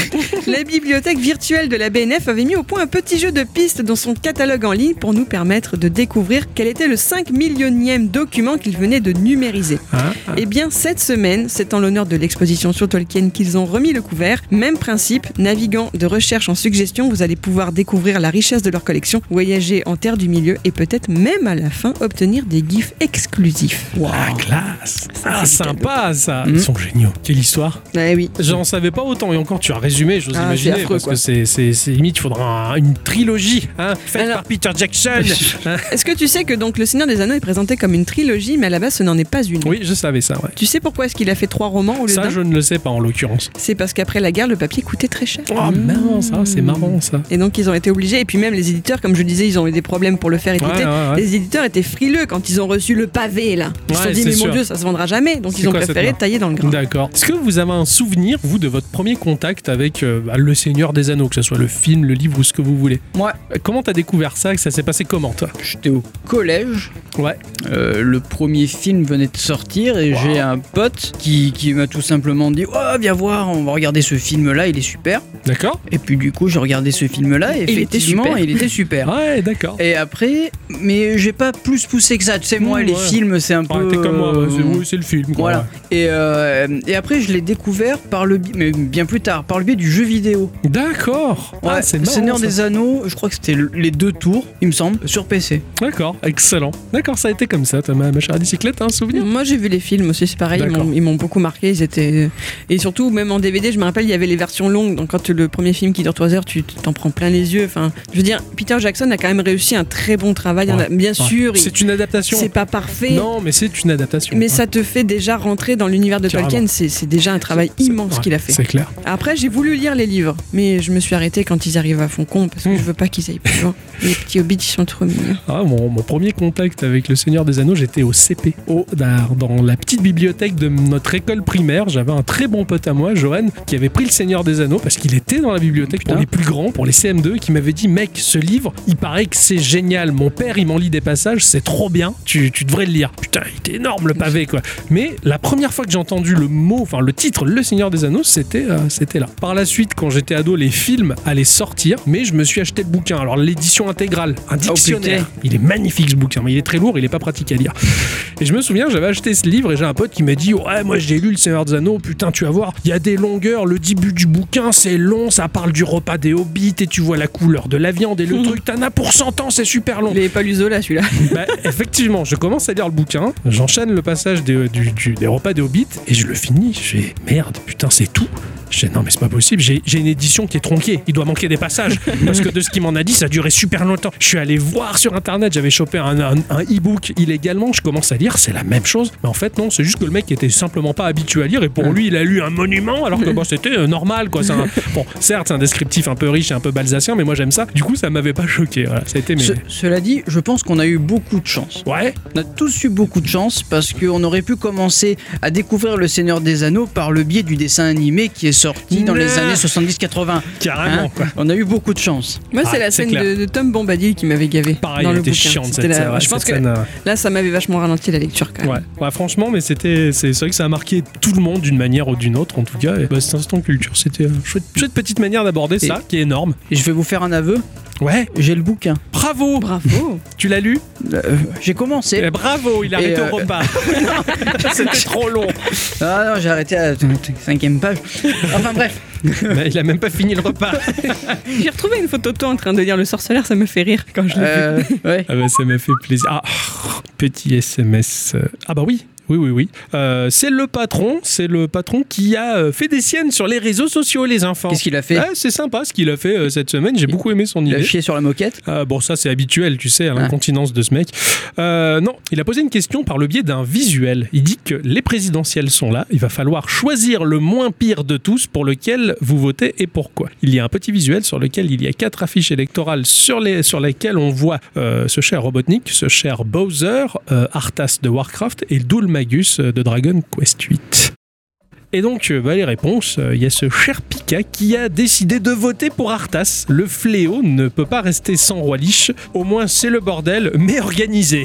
[SPEAKER 3] la bibliothèque virtuelle de la BNF avait mis au point un petit jeu de pistes dans son catalogue en ligne pour nous permettre de découvrir quel était le 5 millionième document qu'il venait de numériser.
[SPEAKER 1] Hein Ah,
[SPEAKER 3] Eh bien, cette semaine, c'est en l'honneur de l'exposition sur Tolkien qu'ils ont remis le couvert. Même principe, naviguant de recherche en suggestion, vous allez pouvoir découvrir la richesse de leur collection, voyager en terre du milieu et peut-être même à la fin obtenir des gifs exclusifs.
[SPEAKER 1] ah, classe. Ah,
[SPEAKER 3] c'est Hmm
[SPEAKER 1] sympa ça.
[SPEAKER 2] Mhm.
[SPEAKER 1] Ils sont géniaux. Quelle histoire.
[SPEAKER 3] Ah oui.
[SPEAKER 1] J'en savais pas autant et encore tu as résumé, j'ose
[SPEAKER 3] Ah, c'est
[SPEAKER 1] imaginer,
[SPEAKER 3] affreux,
[SPEAKER 1] parce
[SPEAKER 3] quoi.
[SPEAKER 1] que c'est- c'est c'est limite, il faudra un- une trilogie hein, faite
[SPEAKER 3] Alors-
[SPEAKER 1] par Peter Jackson. Hein
[SPEAKER 3] Est-ce que tu sais que donc Le Seigneur des Anneaux est présenté comme une trilogie, mais à la base ce n'en est pas une
[SPEAKER 1] oui, je savais ça. Ouais.
[SPEAKER 3] Tu sais pourquoi est-ce qu'il a fait trois romans au lieu
[SPEAKER 1] Ça,
[SPEAKER 3] d'un
[SPEAKER 1] je ne le sais pas en l'occurrence.
[SPEAKER 3] C'est parce qu'après la guerre, le papier coûtait très cher.
[SPEAKER 1] Oh mince, ça, c'est marrant ça.
[SPEAKER 3] Et donc ils ont été obligés, et puis même les éditeurs, comme je disais, ils ont eu des problèmes pour le faire
[SPEAKER 1] Ouais,
[SPEAKER 3] éditer.
[SPEAKER 1] ouais, ouais.
[SPEAKER 3] Les éditeurs étaient frileux quand ils ont reçu le pavé là. Ils se
[SPEAKER 1] Ouais,
[SPEAKER 3] sont dit
[SPEAKER 1] c'est
[SPEAKER 3] mais
[SPEAKER 1] sûr.
[SPEAKER 3] mon dieu ça se vendra jamais donc
[SPEAKER 1] C'est
[SPEAKER 3] ils ont
[SPEAKER 1] quoi, cette
[SPEAKER 3] préféré
[SPEAKER 1] merde
[SPEAKER 3] tailler dans le grain.
[SPEAKER 1] D'accord. Est-ce que vous avez un souvenir, vous, de votre premier contact avec euh, bah, Le Seigneur des Anneaux, que ce soit le film, le livre ou ce que vous voulez
[SPEAKER 2] Moi,
[SPEAKER 1] Euh, Comment t'as découvert ça que Ça s'est passé comment, toi
[SPEAKER 2] j'étais au collège.
[SPEAKER 1] Ouais.
[SPEAKER 2] Euh, le premier film venait de sortir et j'ai un pote qui, qui m'a tout simplement dit Oh, viens voir, on va regarder ce film-là, il est super.
[SPEAKER 1] D'accord
[SPEAKER 2] Et puis du coup, j'ai regardé ce film-là et
[SPEAKER 3] il était
[SPEAKER 2] effectivement,
[SPEAKER 3] super.
[SPEAKER 2] il était super.
[SPEAKER 1] Ouais, d'accord.
[SPEAKER 2] Et après, mais j'ai pas plus poussé que ça. Tu sais, moi,
[SPEAKER 1] Mmh,
[SPEAKER 2] les
[SPEAKER 1] ouais.
[SPEAKER 2] films, c'est un
[SPEAKER 1] Ah,
[SPEAKER 2] peu.
[SPEAKER 1] t'es comme moi, ouais, c'est
[SPEAKER 2] euh,
[SPEAKER 1] oui, c'est le film. Quoi.
[SPEAKER 2] Voilà. Et, euh, et après, je l'ai découvert par le bi- mais bien plus tard, par le biais du jeu vidéo.
[SPEAKER 1] D'accord.
[SPEAKER 2] Ouais,
[SPEAKER 1] ah, c'est marrant,
[SPEAKER 2] Seigneur
[SPEAKER 1] ça.
[SPEAKER 2] des Anneaux, je crois que c'était le- les deux tours, il me semble, sur PC.
[SPEAKER 1] D'accord, excellent. D'accord, ça a été comme ça, toi, ma, ma chère bicyclette, un souvenir
[SPEAKER 3] Moi j'ai vu les films aussi, c'est pareil, ils
[SPEAKER 1] D'accord.
[SPEAKER 3] m'ont- ils m'ont beaucoup marqué, ils étaient... Et surtout, même en DVD, je me rappelle, il y avait les versions longues, donc quand le premier film qui dure 3 heures, tu tu t'en prends plein les yeux. Enfin, je veux dire, Peter Jackson a quand même réussi un très bon travail, Il y en a- bien
[SPEAKER 1] Ouais.
[SPEAKER 3] sûr, il-
[SPEAKER 1] C'est une adaptation.
[SPEAKER 3] c'est pas parfait,
[SPEAKER 1] Non, mais c'est une adaptation.
[SPEAKER 3] mais ça te fait déjà rentrer dans l'univers de
[SPEAKER 1] Carrément.
[SPEAKER 3] Tolkien, c'est c'est déjà un travail
[SPEAKER 1] C'est-
[SPEAKER 3] immense
[SPEAKER 1] ouais,
[SPEAKER 3] qu'il a fait.
[SPEAKER 1] C'est clair.
[SPEAKER 3] Après, j'ai voulu lire les livres, mais je me suis arrêtée quand ils arrivent à fond con, parce que
[SPEAKER 1] Mmh.
[SPEAKER 3] je veux pas qu'ils aillent plus loin. les petits hobbits, ils sont trop mignons.
[SPEAKER 1] Ah, mon, mon premier contact avec le Seigneur des Anneaux, j'étais au CP, au, dans dans la petite bibliothèque de notre école primaire. J'avais un très bon pote à moi, Johan, qui avait pris le Seigneur des Anneaux parce qu'il était dans la bibliothèque pour les plus grands, pour les CM2, et qui m'avait dit mec, ce livre, il paraît que c'est génial. Mon père, il m'en lit des passages, c'est trop bien. Tu, tu devrais le lire. Putain, il était énorme le pavé quoi. Mais la première fois que j'ai entendu le mot, enfin le titre, Le Seigneur des Anneaux, c'était euh, c'était là. Par la suite, quand j'étais ado, les films allaient sortir, mais je me suis acheté le bouquin. Alors l'édition intégrale, un dictionnaire. il est magnifique ce bouquin, mais il est très lourd, il est pas pratique à lire. Et je me souviens, j'avais acheté ce livre et j'ai un pote qui m'a dit Ouais, moi j'ai lu Le Seigneur des Anneaux, putain, tu vas voir, il y a des longueurs, le début du bouquin c'est long, ça parle du repas des hobbits et tu vois la couleur de la viande et le truc, t'en as pour 100 ans, c'est super long.
[SPEAKER 3] Il avait pas lu Zola celui-là.
[SPEAKER 1] Bah, effectivement, je commence à lire le bouquin, j'enchaîne le passage des, euh, du- du- des repas des hobbits et je le finis. Je fais merde, putain, c'est tout. Je fais, non, mais c'est pas possible, j'ai j'ai une édition qui est tronquée, il doit manquer des passages. Parce que de ce qu'il m'en a dit, ça a duré super longtemps. Je suis allé voir sur internet, j'avais chopé un, un, un e-book illégalement, je commence à lire, c'est la même chose. Mais en fait, non, c'est juste que le mec était simplement pas habitué à lire et pour lui, il a lu un monument alors que bon, c'était euh, normal quoi. C'est un- bon, certes, c'est un descriptif un peu riche et un peu balsacien, mais moi j'aime ça. Du coup, ça m'avait pas choqué. Voilà, ça a été mes.
[SPEAKER 2] Ce- cela dit, je pense qu'on a eu beaucoup de chance.
[SPEAKER 1] Ouais,
[SPEAKER 2] On a tous eu beaucoup de chance parce qu'on aurait pu commencer à découvrir le Seigneur des Anneaux par le biais du dessin animé qui est sorti dans les
[SPEAKER 1] Nah.
[SPEAKER 2] années 70-80.
[SPEAKER 1] carrément
[SPEAKER 2] Hein
[SPEAKER 1] Ah quoi.
[SPEAKER 2] on a eu beaucoup de chance.
[SPEAKER 3] Moi, c'est
[SPEAKER 1] Ah,
[SPEAKER 3] la
[SPEAKER 1] c'est
[SPEAKER 3] scène
[SPEAKER 1] clair.
[SPEAKER 3] de, de Tom Bombadil qui m'avait gavé.
[SPEAKER 1] Pareil,
[SPEAKER 3] dans
[SPEAKER 1] elle
[SPEAKER 3] le
[SPEAKER 1] était
[SPEAKER 3] bouquin.
[SPEAKER 1] chiante
[SPEAKER 3] C'était
[SPEAKER 1] cette,
[SPEAKER 3] la-
[SPEAKER 1] scène, ouais,
[SPEAKER 3] Je pense
[SPEAKER 1] cette
[SPEAKER 3] que
[SPEAKER 1] scène, euh,
[SPEAKER 3] là, ça m'avait vachement ralenti la lecture quand même.
[SPEAKER 1] Ouais. Ouais, franchement, mais c'était, c'est c'est vrai que ça a marqué tout le monde d'une manière ou d'une autre, en tout cas. Et, bah, cet instant culture, c'était une chouette, chouette petite manière d'aborder ça, qui est énorme.
[SPEAKER 2] Et je vais vous faire un aveu,
[SPEAKER 1] Ouais,
[SPEAKER 2] j'ai le bouquin.
[SPEAKER 1] bravo,
[SPEAKER 3] Oh, Bravo.
[SPEAKER 1] tu l'as lu
[SPEAKER 2] Euh, j'ai commencé.
[SPEAKER 1] Eh, Bravo, il a
[SPEAKER 2] Et,
[SPEAKER 1] arrêté
[SPEAKER 2] euh,
[SPEAKER 1] au repas. c'était trop long.
[SPEAKER 2] Ah non, j'ai arrêté à la cinquième page. Enfin bref.
[SPEAKER 1] Bah, il a même pas fini le repas.
[SPEAKER 3] J'ai retrouvé une photo de toi en train de lire le sorceleur, ça me fait rire quand je l'ai vu.
[SPEAKER 2] Euh, ouais.
[SPEAKER 1] Ah bah, ça m'a fait plaisir. Ah, petit SMS. euh, Ah bah oui. Oui, oui, oui. Euh, c'est le patron, c'est le patron qui a euh, fait des siennes sur les réseaux sociaux, les enfants.
[SPEAKER 2] Qu'est-ce qu'il a fait
[SPEAKER 1] Ah, c'est sympa ce qu'il a fait euh, cette semaine. J'ai beaucoup aimé son
[SPEAKER 2] Il a
[SPEAKER 1] idée.
[SPEAKER 2] chié sur la moquette.
[SPEAKER 1] Ah, bon, ça c'est habituel, tu sais, à
[SPEAKER 2] Ouais.
[SPEAKER 1] l'incontinence de ce mec. Euh, non, il a posé une question par le biais d'un visuel. Il dit que les présidentielles sont là, il va falloir choisir le moins pire de tous pour lequel vous votez et pourquoi. Il y a un petit visuel sur lequel il y a quatre affiches électorales sur, les, sur lesquelles on voit euh, ce cher Robotnik, ce cher Bowser, euh, Arthas de Warcraft et Dulmagus euh, de Dragon Quest 8. Et donc, euh, bah, les réponses, euh, il y a ce cher Pika qui a décidé de voter pour Arthas. Le fléau ne peut pas rester sans roi liche. Au moins, c'est le bordel, mais organisé.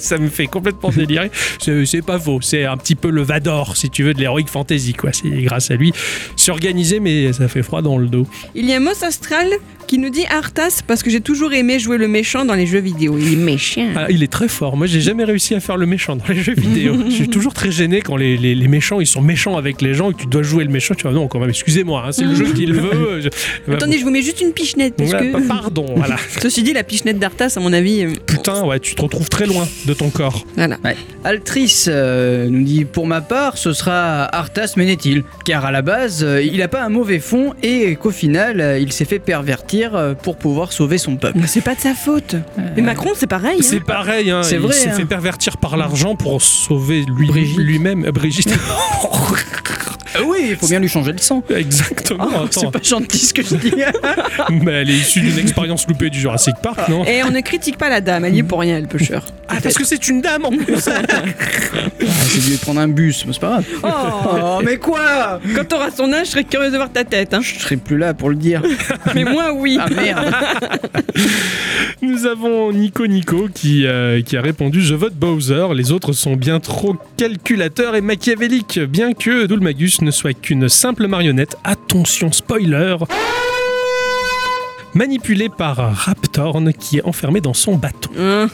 [SPEAKER 1] Ça me fait complètement délirer. C'est c'est pas faux. C'est un petit peu le Vador, si tu veux, de l'héroïque fantasy, quoi. C'est grâce à lui. C'est organisé, mais ça fait froid dans le dos.
[SPEAKER 3] Il y a Moss Astral qui nous dit Arthas parce que j'ai toujours aimé jouer le méchant dans les jeux vidéo. Il est méchant.
[SPEAKER 1] Ah, il est très fort. Moi, j'ai jamais réussi à faire le méchant dans les jeux vidéo. Je suis toujours très gêné quand les, les- les méchants, ils sont méchants avec les gens et que tu dois jouer le méchant. Tu vois, non, quand même, excusez-moi, hein, c'est le jeu qu'il veut. Je- Bah,
[SPEAKER 3] Attendez, je vous mets juste une pichenette parce
[SPEAKER 1] Voilà, pa-
[SPEAKER 3] que.
[SPEAKER 1] bah, Pardon, voilà.
[SPEAKER 3] Ceci dit, la pichenette d'Arthas, à mon avis. euh,
[SPEAKER 1] Putain, ouais, tu te retrouves très loin de ton corps.
[SPEAKER 3] Voilà.
[SPEAKER 2] Altrice euh, nous dit pour ma part, ce sera Arthas Ménétil, car à la base, euh, il n'a pas un mauvais fond et qu'au final, euh, il s'est fait pervertir euh, pour pouvoir sauver son peuple.
[SPEAKER 3] Mais C'est pas de sa faute. Mais Macron, c'est pareil. hein.
[SPEAKER 1] Euh, C'est pareil, hein,
[SPEAKER 2] C'est
[SPEAKER 1] il
[SPEAKER 2] vrai,
[SPEAKER 1] s'est
[SPEAKER 2] hein.
[SPEAKER 1] fait pervertir par l'argent pour sauver lui-
[SPEAKER 2] Brigitte.
[SPEAKER 1] lui-même. euh, Brigitte.
[SPEAKER 3] Ah
[SPEAKER 2] oui, il faut bien lui changer le sang.
[SPEAKER 1] Exactement.
[SPEAKER 2] Oh,
[SPEAKER 1] attends.
[SPEAKER 2] c'est pas gentil ce que je dis. Ah,
[SPEAKER 1] Mais elle est issue d'une expérience loupée du Jurassic Park, non
[SPEAKER 3] Et on ne critique pas la dame, elle y est pour rien, elle pêcheur.
[SPEAKER 1] Ah, parce que c'est une dame en plus
[SPEAKER 2] Ah, c'est dû prendre un bus, mais c'est pas grave.
[SPEAKER 3] Oh,
[SPEAKER 2] Oh, mais quoi
[SPEAKER 3] quand t'auras son âge, je serais curieuse de voir ta tête. Hein.
[SPEAKER 2] Je serais plus là pour le dire.
[SPEAKER 3] Mais moi, oui.
[SPEAKER 2] Ah merde.
[SPEAKER 1] Nous avons Nico Nico qui, euh, qui a répondu Je vote Bowser, les autres sont bien trop calculateurs et machiavéliques, bien que Dulmagus ne soit qu'une simple marionnette. Attention, spoiler Manipulé par Raptorn qui est enfermé dans son bâton.
[SPEAKER 3] Hein.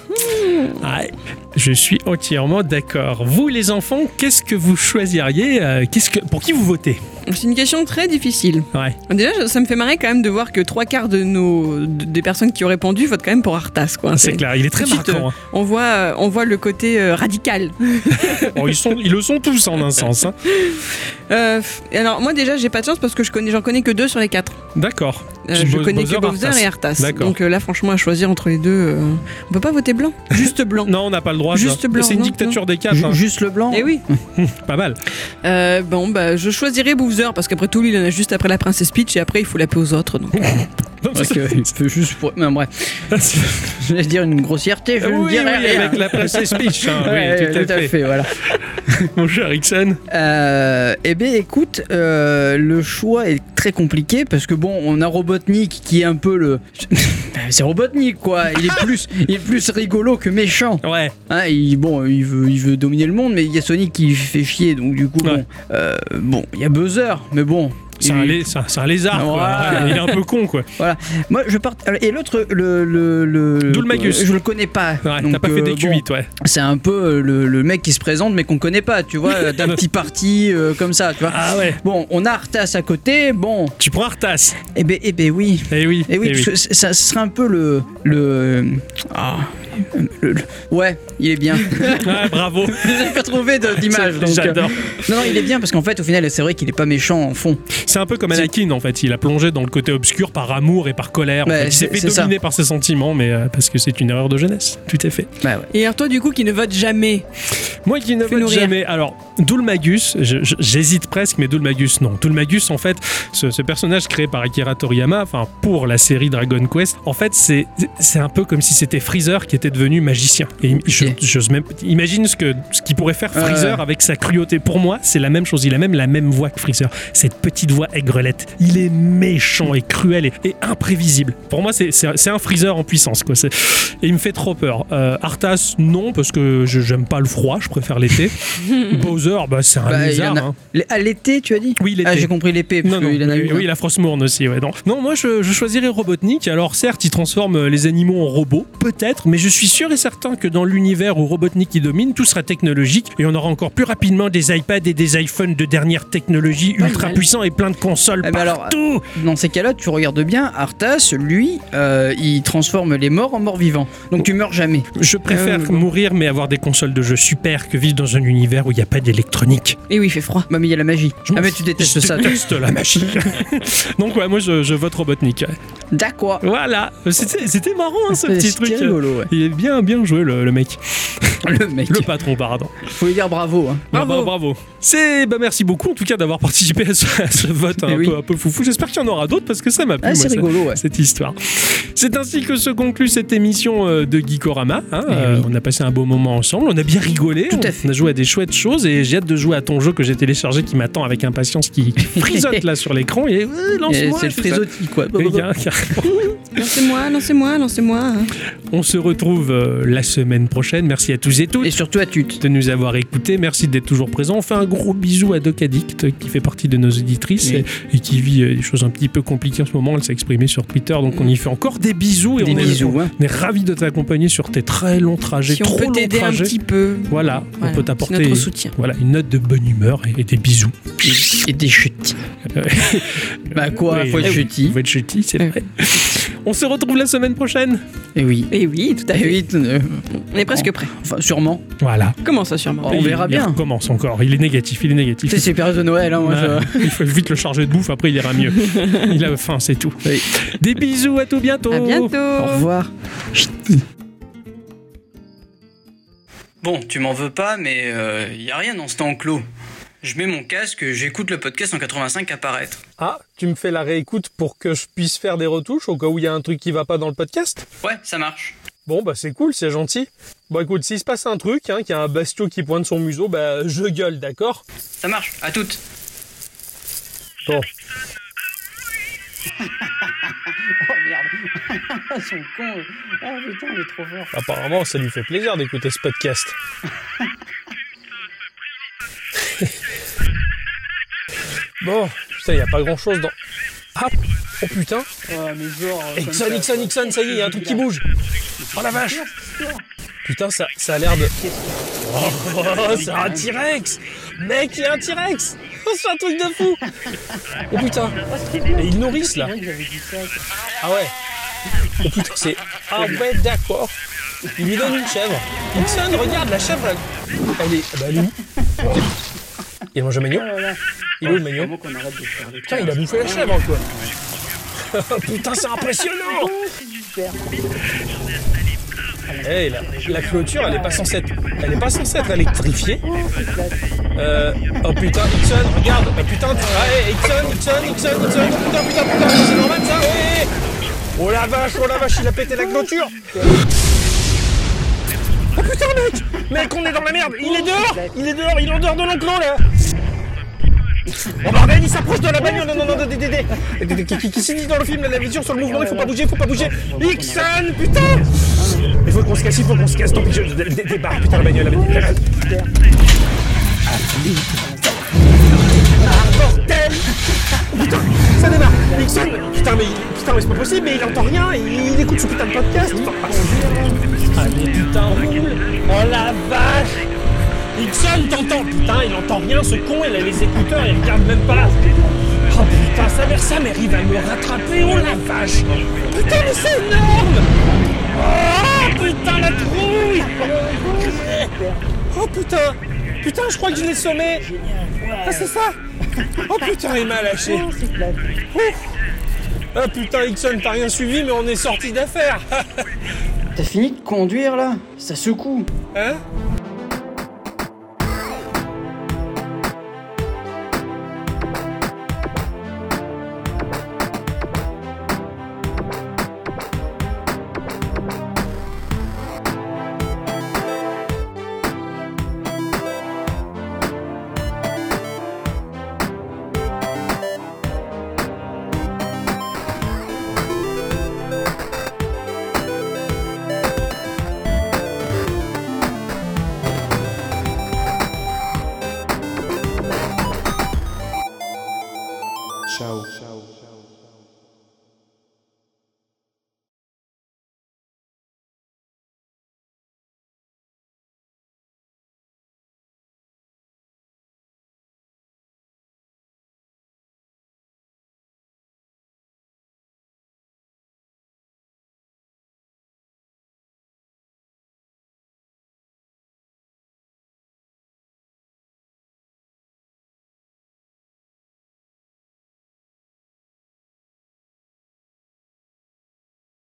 [SPEAKER 1] Ouais, je suis entièrement d'accord. Vous les enfants, qu'est-ce que vous choisiriez euh, qu'est-ce que, Pour qui vous votez
[SPEAKER 3] C'est une question très difficile.
[SPEAKER 1] Ouais.
[SPEAKER 3] Déjà, ça me fait marrer quand même de voir que trois quarts de nos, de- des personnes qui ont répondu votent quand même pour Arthas. Quoi.
[SPEAKER 1] C'est clair, il est très
[SPEAKER 3] Tout de suite,
[SPEAKER 1] marquant. hein.
[SPEAKER 3] On voit, euh, on voit le côté euh, radical.
[SPEAKER 1] Oh, ils, sont, ils le sont tous en un sens. hein.
[SPEAKER 3] Euh, f- alors moi déjà, j'ai pas de chance parce que je connais, j'en connais que deux sur les quatre.
[SPEAKER 1] D'accord.
[SPEAKER 3] Euh,
[SPEAKER 1] Tu-
[SPEAKER 3] je
[SPEAKER 1] Bo-
[SPEAKER 3] connais que Bowser
[SPEAKER 1] Arthas.
[SPEAKER 3] et Arthas.
[SPEAKER 1] D'accord.
[SPEAKER 3] Donc euh, là, franchement, à choisir entre les deux, euh, on peut pas voter blanc, juste blanc.
[SPEAKER 1] Non, on n'a pas le droit.
[SPEAKER 3] Juste
[SPEAKER 1] ça.
[SPEAKER 3] blanc,
[SPEAKER 1] C'est une
[SPEAKER 3] non,
[SPEAKER 1] dictature des quatre.
[SPEAKER 2] Ju-
[SPEAKER 1] hein.
[SPEAKER 2] Juste le blanc.
[SPEAKER 3] Eh oui.
[SPEAKER 1] Pas mal.
[SPEAKER 3] Euh, bon bah, je choisirais Bowser parce qu'après tout, lui, il en a juste après la princesse Peach et après, il faut la paix aux autres. Donc.
[SPEAKER 1] Non,
[SPEAKER 2] Parce que je peux juste. pour- Non, bref, je vais dire une grossièreté, je
[SPEAKER 1] oui,
[SPEAKER 2] ne
[SPEAKER 1] oui,
[SPEAKER 2] dirai rien.
[SPEAKER 1] avec la presse speech. hein,
[SPEAKER 2] Ouais,
[SPEAKER 1] oui, tout à fait.
[SPEAKER 2] voilà.
[SPEAKER 1] Mon cher Rickson.
[SPEAKER 2] Euh, eh bien, écoute, euh, le choix est très compliqué parce que bon, on a Robotnik qui est un peu le. Ben, C'est Robotnik quoi. Il est plus, il est plus rigolo que méchant.
[SPEAKER 1] Ouais.
[SPEAKER 2] Hein, il, bon, il veut, il veut dominer le monde, mais il y a Sonic qui fait chier. Donc du coup,
[SPEAKER 1] Ouais.
[SPEAKER 2] bon, euh, bon, il y a Buzzer, mais bon.
[SPEAKER 1] C'est un,
[SPEAKER 2] il-
[SPEAKER 1] lé- c'est un- c'est un lézard. quoi.
[SPEAKER 2] Ouais.
[SPEAKER 1] Ouais, Il est un peu con, quoi.
[SPEAKER 2] Moi, je part. Et l'autre, le, le, le-
[SPEAKER 1] Doolmagus.
[SPEAKER 2] Je le connais pas.
[SPEAKER 1] Ouais,
[SPEAKER 2] Donc,
[SPEAKER 1] T'as pas
[SPEAKER 2] euh,
[SPEAKER 1] fait des
[SPEAKER 2] bon.
[SPEAKER 1] Q8, ouais.
[SPEAKER 2] C'est un peu euh, le, le mec qui se présente mais qu'on connaît pas, tu vois, euh, d'un petit parti euh, comme ça, tu vois.
[SPEAKER 1] Ah ouais.
[SPEAKER 2] Bon, on a Arthas à côté, bon,
[SPEAKER 1] Tu prends Arthas.
[SPEAKER 2] eh ben, eh ben oui.
[SPEAKER 1] Eh oui.
[SPEAKER 2] Eh oui, parce que c- ça, ce serait un peu le. le, ah, le- le- Ouais, il est bien.
[SPEAKER 1] Ouais, bravo.
[SPEAKER 2] J'ai pas trouvé de- d'image. donc, euh,
[SPEAKER 1] J'adore.
[SPEAKER 2] Non, non, il est bien parce qu'en fait, au final, c'est vrai qu'il est pas méchant en fond.
[SPEAKER 1] C'est un peu comme Anakin en fait, il a plongé dans le côté obscur par amour et par colère. en
[SPEAKER 2] Ouais,
[SPEAKER 1] fait. Il s'est
[SPEAKER 2] c'est-
[SPEAKER 1] fait
[SPEAKER 2] c'est ça.
[SPEAKER 1] dominer par ses sentiments, mais euh, parce que c'est une erreur de jeunesse. Tout à fait.
[SPEAKER 2] Bah ouais.
[SPEAKER 3] Et alors toi, du coup, qui ne vote jamais.
[SPEAKER 1] Moi qui ne
[SPEAKER 3] Fais-nous
[SPEAKER 1] vote
[SPEAKER 3] rire.
[SPEAKER 1] jamais. Alors, Doulmagus, j'hésite presque, mais Doulmagus, non. Doulmagus, en fait, ce, ce personnage créé par Akira Toriyama, enfin, pour la série Dragon Quest, en fait, c'est c'est un peu comme si c'était Freezer qui était devenu magicien. Et je-
[SPEAKER 2] Ok.
[SPEAKER 1] j'ose même- imagine ce que ce qu'il pourrait faire
[SPEAKER 2] Ouais.
[SPEAKER 1] Freezer avec sa cruauté. Pour moi, c'est la même chose. Il a même la même voix que Freezer. Cette petite voix aigrelette. Il est méchant et cruel et, et imprévisible. Pour moi, c'est- c'est c'est un Freezer en puissance, quoi. C'est- et il me fait trop peur. Euh, Arthas, non, parce que je- j'aime pas le froid, je préfère l'été. Bowser, bah, c'est un
[SPEAKER 2] Bah, il
[SPEAKER 1] lézard.
[SPEAKER 2] y en a-
[SPEAKER 1] hein.
[SPEAKER 2] Les- À l'été, tu as dit
[SPEAKER 1] Oui, l'été.
[SPEAKER 2] Ah, j'ai compris l'épée, parce
[SPEAKER 1] Non, non,
[SPEAKER 2] qu'il en a
[SPEAKER 1] oui,
[SPEAKER 2] eu.
[SPEAKER 1] oui, la Frostmourne aussi, ouais. Non, non moi je, je choisirais Robotnik. Alors certes, il transforme euh, les animaux en robots, peut-être, mais je suis sûr et certain que dans l'univers où Robotnik y domine, tout sera technologique et on aura encore plus rapidement des iPads et des iPhones de dernière technologie, ultra puissants et plein de consoles
[SPEAKER 2] Eh ben alors,
[SPEAKER 1] partout.
[SPEAKER 2] Dans ces cas-là, tu regardes bien, Arthas, lui, euh, il transforme les morts en morts vivants.
[SPEAKER 1] Oh.
[SPEAKER 2] Donc tu meurs jamais.
[SPEAKER 1] Je préfère
[SPEAKER 2] Euh,
[SPEAKER 1] mourir mais avoir des consoles de jeux super que vivre dans un univers où il n'y a pas d'électronique.
[SPEAKER 3] Et oui, il fait froid.
[SPEAKER 2] Bah, mais il y a la magie.
[SPEAKER 1] Je m'en
[SPEAKER 2] Ah, mais tu détestes
[SPEAKER 1] Je
[SPEAKER 2] ça. toi.
[SPEAKER 1] déteste la magie. Donc ouais, moi je, je vote Robotnik.
[SPEAKER 2] D'accord.
[SPEAKER 1] Voilà, c'était c'était marrant hein, ce
[SPEAKER 2] C'est-
[SPEAKER 1] petit
[SPEAKER 2] c'est
[SPEAKER 1] truc.
[SPEAKER 2] rigolo, ouais.
[SPEAKER 1] Il est bien bien joué le, le mec,
[SPEAKER 2] Le mec.
[SPEAKER 1] le patron pardon.
[SPEAKER 2] Faut lui dire bravo. hein.
[SPEAKER 1] Bravo, bravo. C'est bah merci beaucoup en tout cas d'avoir participé à ce, à ce vote
[SPEAKER 2] Eh
[SPEAKER 1] un
[SPEAKER 2] oui.
[SPEAKER 1] peu un peu foufou. J'espère qu'il y en aura d'autres parce que ça m'a plu.
[SPEAKER 2] Ah,
[SPEAKER 1] moi,
[SPEAKER 2] c'est
[SPEAKER 1] ça-
[SPEAKER 2] rigolo, ouais.
[SPEAKER 1] cette histoire. C'est ainsi que se conclut cette émission euh, de Geekorama. hein.
[SPEAKER 2] Eh
[SPEAKER 1] Euh,
[SPEAKER 2] oui.
[SPEAKER 1] On a passé un beau moment ensemble, on a bien rigolé,
[SPEAKER 2] Tout à
[SPEAKER 1] on,
[SPEAKER 2] fait.
[SPEAKER 1] on a joué à des chouettes choses et j'ai hâte de jouer à ton jeu que j'ai téléchargé qui m'attend avec impatience, qui qui frisote là sur l'écran et euh,
[SPEAKER 2] Et
[SPEAKER 1] lance-moi.
[SPEAKER 2] Eh, C'est
[SPEAKER 1] Eh
[SPEAKER 2] le
[SPEAKER 1] je sais pas.
[SPEAKER 2] frésotis, quoi.
[SPEAKER 1] Et il y a- il y a-
[SPEAKER 7] Lancez-moi, lancez-moi, lancez-moi.
[SPEAKER 1] On se retrouve euh, la semaine prochaine. Merci à tous et toutes
[SPEAKER 2] Et surtout à Tut.
[SPEAKER 1] de nous avoir écoutés. Merci d'être toujours présent. On fait un gros bisou à Doc Addict euh, qui fait partie de nos auditrices
[SPEAKER 2] Oui.
[SPEAKER 1] et, et qui vit euh, des choses un petit peu compliquées en ce moment. Elle s'est exprimée sur Twitter, donc on y fait encore des bisous et
[SPEAKER 2] Mm. Des
[SPEAKER 1] on est-
[SPEAKER 2] bisous, hein.
[SPEAKER 1] On est ravis de t'accompagner sur tes très longs trajets,
[SPEAKER 3] Si on
[SPEAKER 1] trop
[SPEAKER 3] peut
[SPEAKER 1] longs
[SPEAKER 3] t'aider un
[SPEAKER 1] trajets.
[SPEAKER 3] petit peu.
[SPEAKER 1] Voilà, on
[SPEAKER 3] Voilà,
[SPEAKER 1] peut
[SPEAKER 3] c'est
[SPEAKER 1] t'apporter
[SPEAKER 3] notre soutien.
[SPEAKER 1] voilà, une note de bonne humeur et, et des bisous.
[SPEAKER 2] Et- Et des chutis. Bah quoi,
[SPEAKER 1] Oui,
[SPEAKER 2] faut être
[SPEAKER 1] eh oui,
[SPEAKER 2] chutis.
[SPEAKER 1] Faut être chutis, c'est vrai. on se retrouve la semaine prochaine.
[SPEAKER 2] Et oui.
[SPEAKER 3] Et oui, tout à
[SPEAKER 2] Eh
[SPEAKER 3] fait.
[SPEAKER 2] oui, euh,
[SPEAKER 3] On est presque prêts.
[SPEAKER 2] enfin, sûrement.
[SPEAKER 1] Voilà.
[SPEAKER 3] Comment ça, sûrement
[SPEAKER 2] On
[SPEAKER 1] Il-
[SPEAKER 2] verra
[SPEAKER 1] Il
[SPEAKER 2] bien.
[SPEAKER 1] recommence encore. Il est négatif, il est
[SPEAKER 2] Tu
[SPEAKER 1] négatif.
[SPEAKER 2] sais, c'est période de Noël, hein, moi,
[SPEAKER 1] Bah,
[SPEAKER 2] je-
[SPEAKER 1] Il faut vite le charger de bouffe, après il ira mieux. Il a faim, c'est tout.
[SPEAKER 2] Oui.
[SPEAKER 1] Des bisous, à tout bientôt.
[SPEAKER 3] À bientôt.
[SPEAKER 2] Au revoir. Bon, tu m'en veux pas, mais il a rien dans cet enclos. Je mets mon casque, j'écoute le podcast en 85 apparaître.
[SPEAKER 1] Ah, tu me fais la réécoute pour que je puisse faire des retouches au cas où il y a un truc qui va pas dans le podcast
[SPEAKER 2] Ouais, ça marche.
[SPEAKER 1] Bon, bah c'est cool, c'est gentil. Bon, écoute, s'il se passe un truc, hein, qu'il y a un bastio qui pointe son museau, bah je gueule, d'accord
[SPEAKER 2] Ça marche, à toutes.
[SPEAKER 1] Bon.
[SPEAKER 2] Oh merde. Ils sont cons. eux. Ah putain, il est trop fort.
[SPEAKER 1] Apparemment, ça lui fait plaisir d'écouter ce podcast. bon, putain, il n'y a pas grand chose dans. Ah Oh putain Nixon, Nixon, Nixon, ça y est, il y a un truc qui bouge Oh la vache Putain, ça, ça a l'air de. Oh, c'est un T-Rex Mec, il y a un T-Rex Oh, c'est un truc de fou Oh putain Et ils nourrissent là Ah ouais Oh putain, c'est. Ah ouais, d'accord il lui donne une chèvre. Nixon, regarde, la chèvre, elle, elle est. Bah, elle est où Il mange un magnon Il est où le magnon Putain, il a bouffé la chèvre, quoi. Putain, c'est impressionnant Eh, la, la clôture, elle est pas censée être, elle est pas censée être électrifiée. Euh, oh putain, oh Nixon, regarde. Ah, putain, tu... ah, eh, Nixon, Nixon, Nixon, Nixon. Putain, putain, putain, c'est normal ça. Eh, eh, eh. Oh la vache, oh la vache, il a pété la clôture Oh putain mec Mec on est dans la merde Il est dehors Il est dehors, il est en dehors de l'enclos là Oh bordel, il s'approche de la bagnole Non, non, non, non, Dédé Dédé, Dédé, Qui, qui, qui s'est dit dans le film, la navision sur le mouvement, il faut pas bouger, il faut pas bouger Ixon, putain Il faut qu'on se casse, il faut qu'on se casse, tant pis, je dé- dé- débarque, putain la bagnole, la bagnole la- Ah, bordel ça démarre Nixon Putain mais, il- putain mais c'est pas possible, mais il entend rien, il, il écoute ce putain de podcast Enfin, Ah mais putain roule Oh la vache Nixon t'entends Putain il entend rien ce con, il a les écouteurs, il regarde même pas Oh putain ça vers ça, mais il va me rattraper, oh la vache Putain mais c'est énorme Oh putain la trouille Oh putain Putain je crois que je l'ai sommé Ah c'est ça Oh putain il m'a lâché Oh. ah putain, Ixon, t'as rien suivi, mais on est sorti d'affaire
[SPEAKER 2] T'as fini de conduire là Ça secoue.
[SPEAKER 1] Hein
[SPEAKER 4] Ciao. Ciao.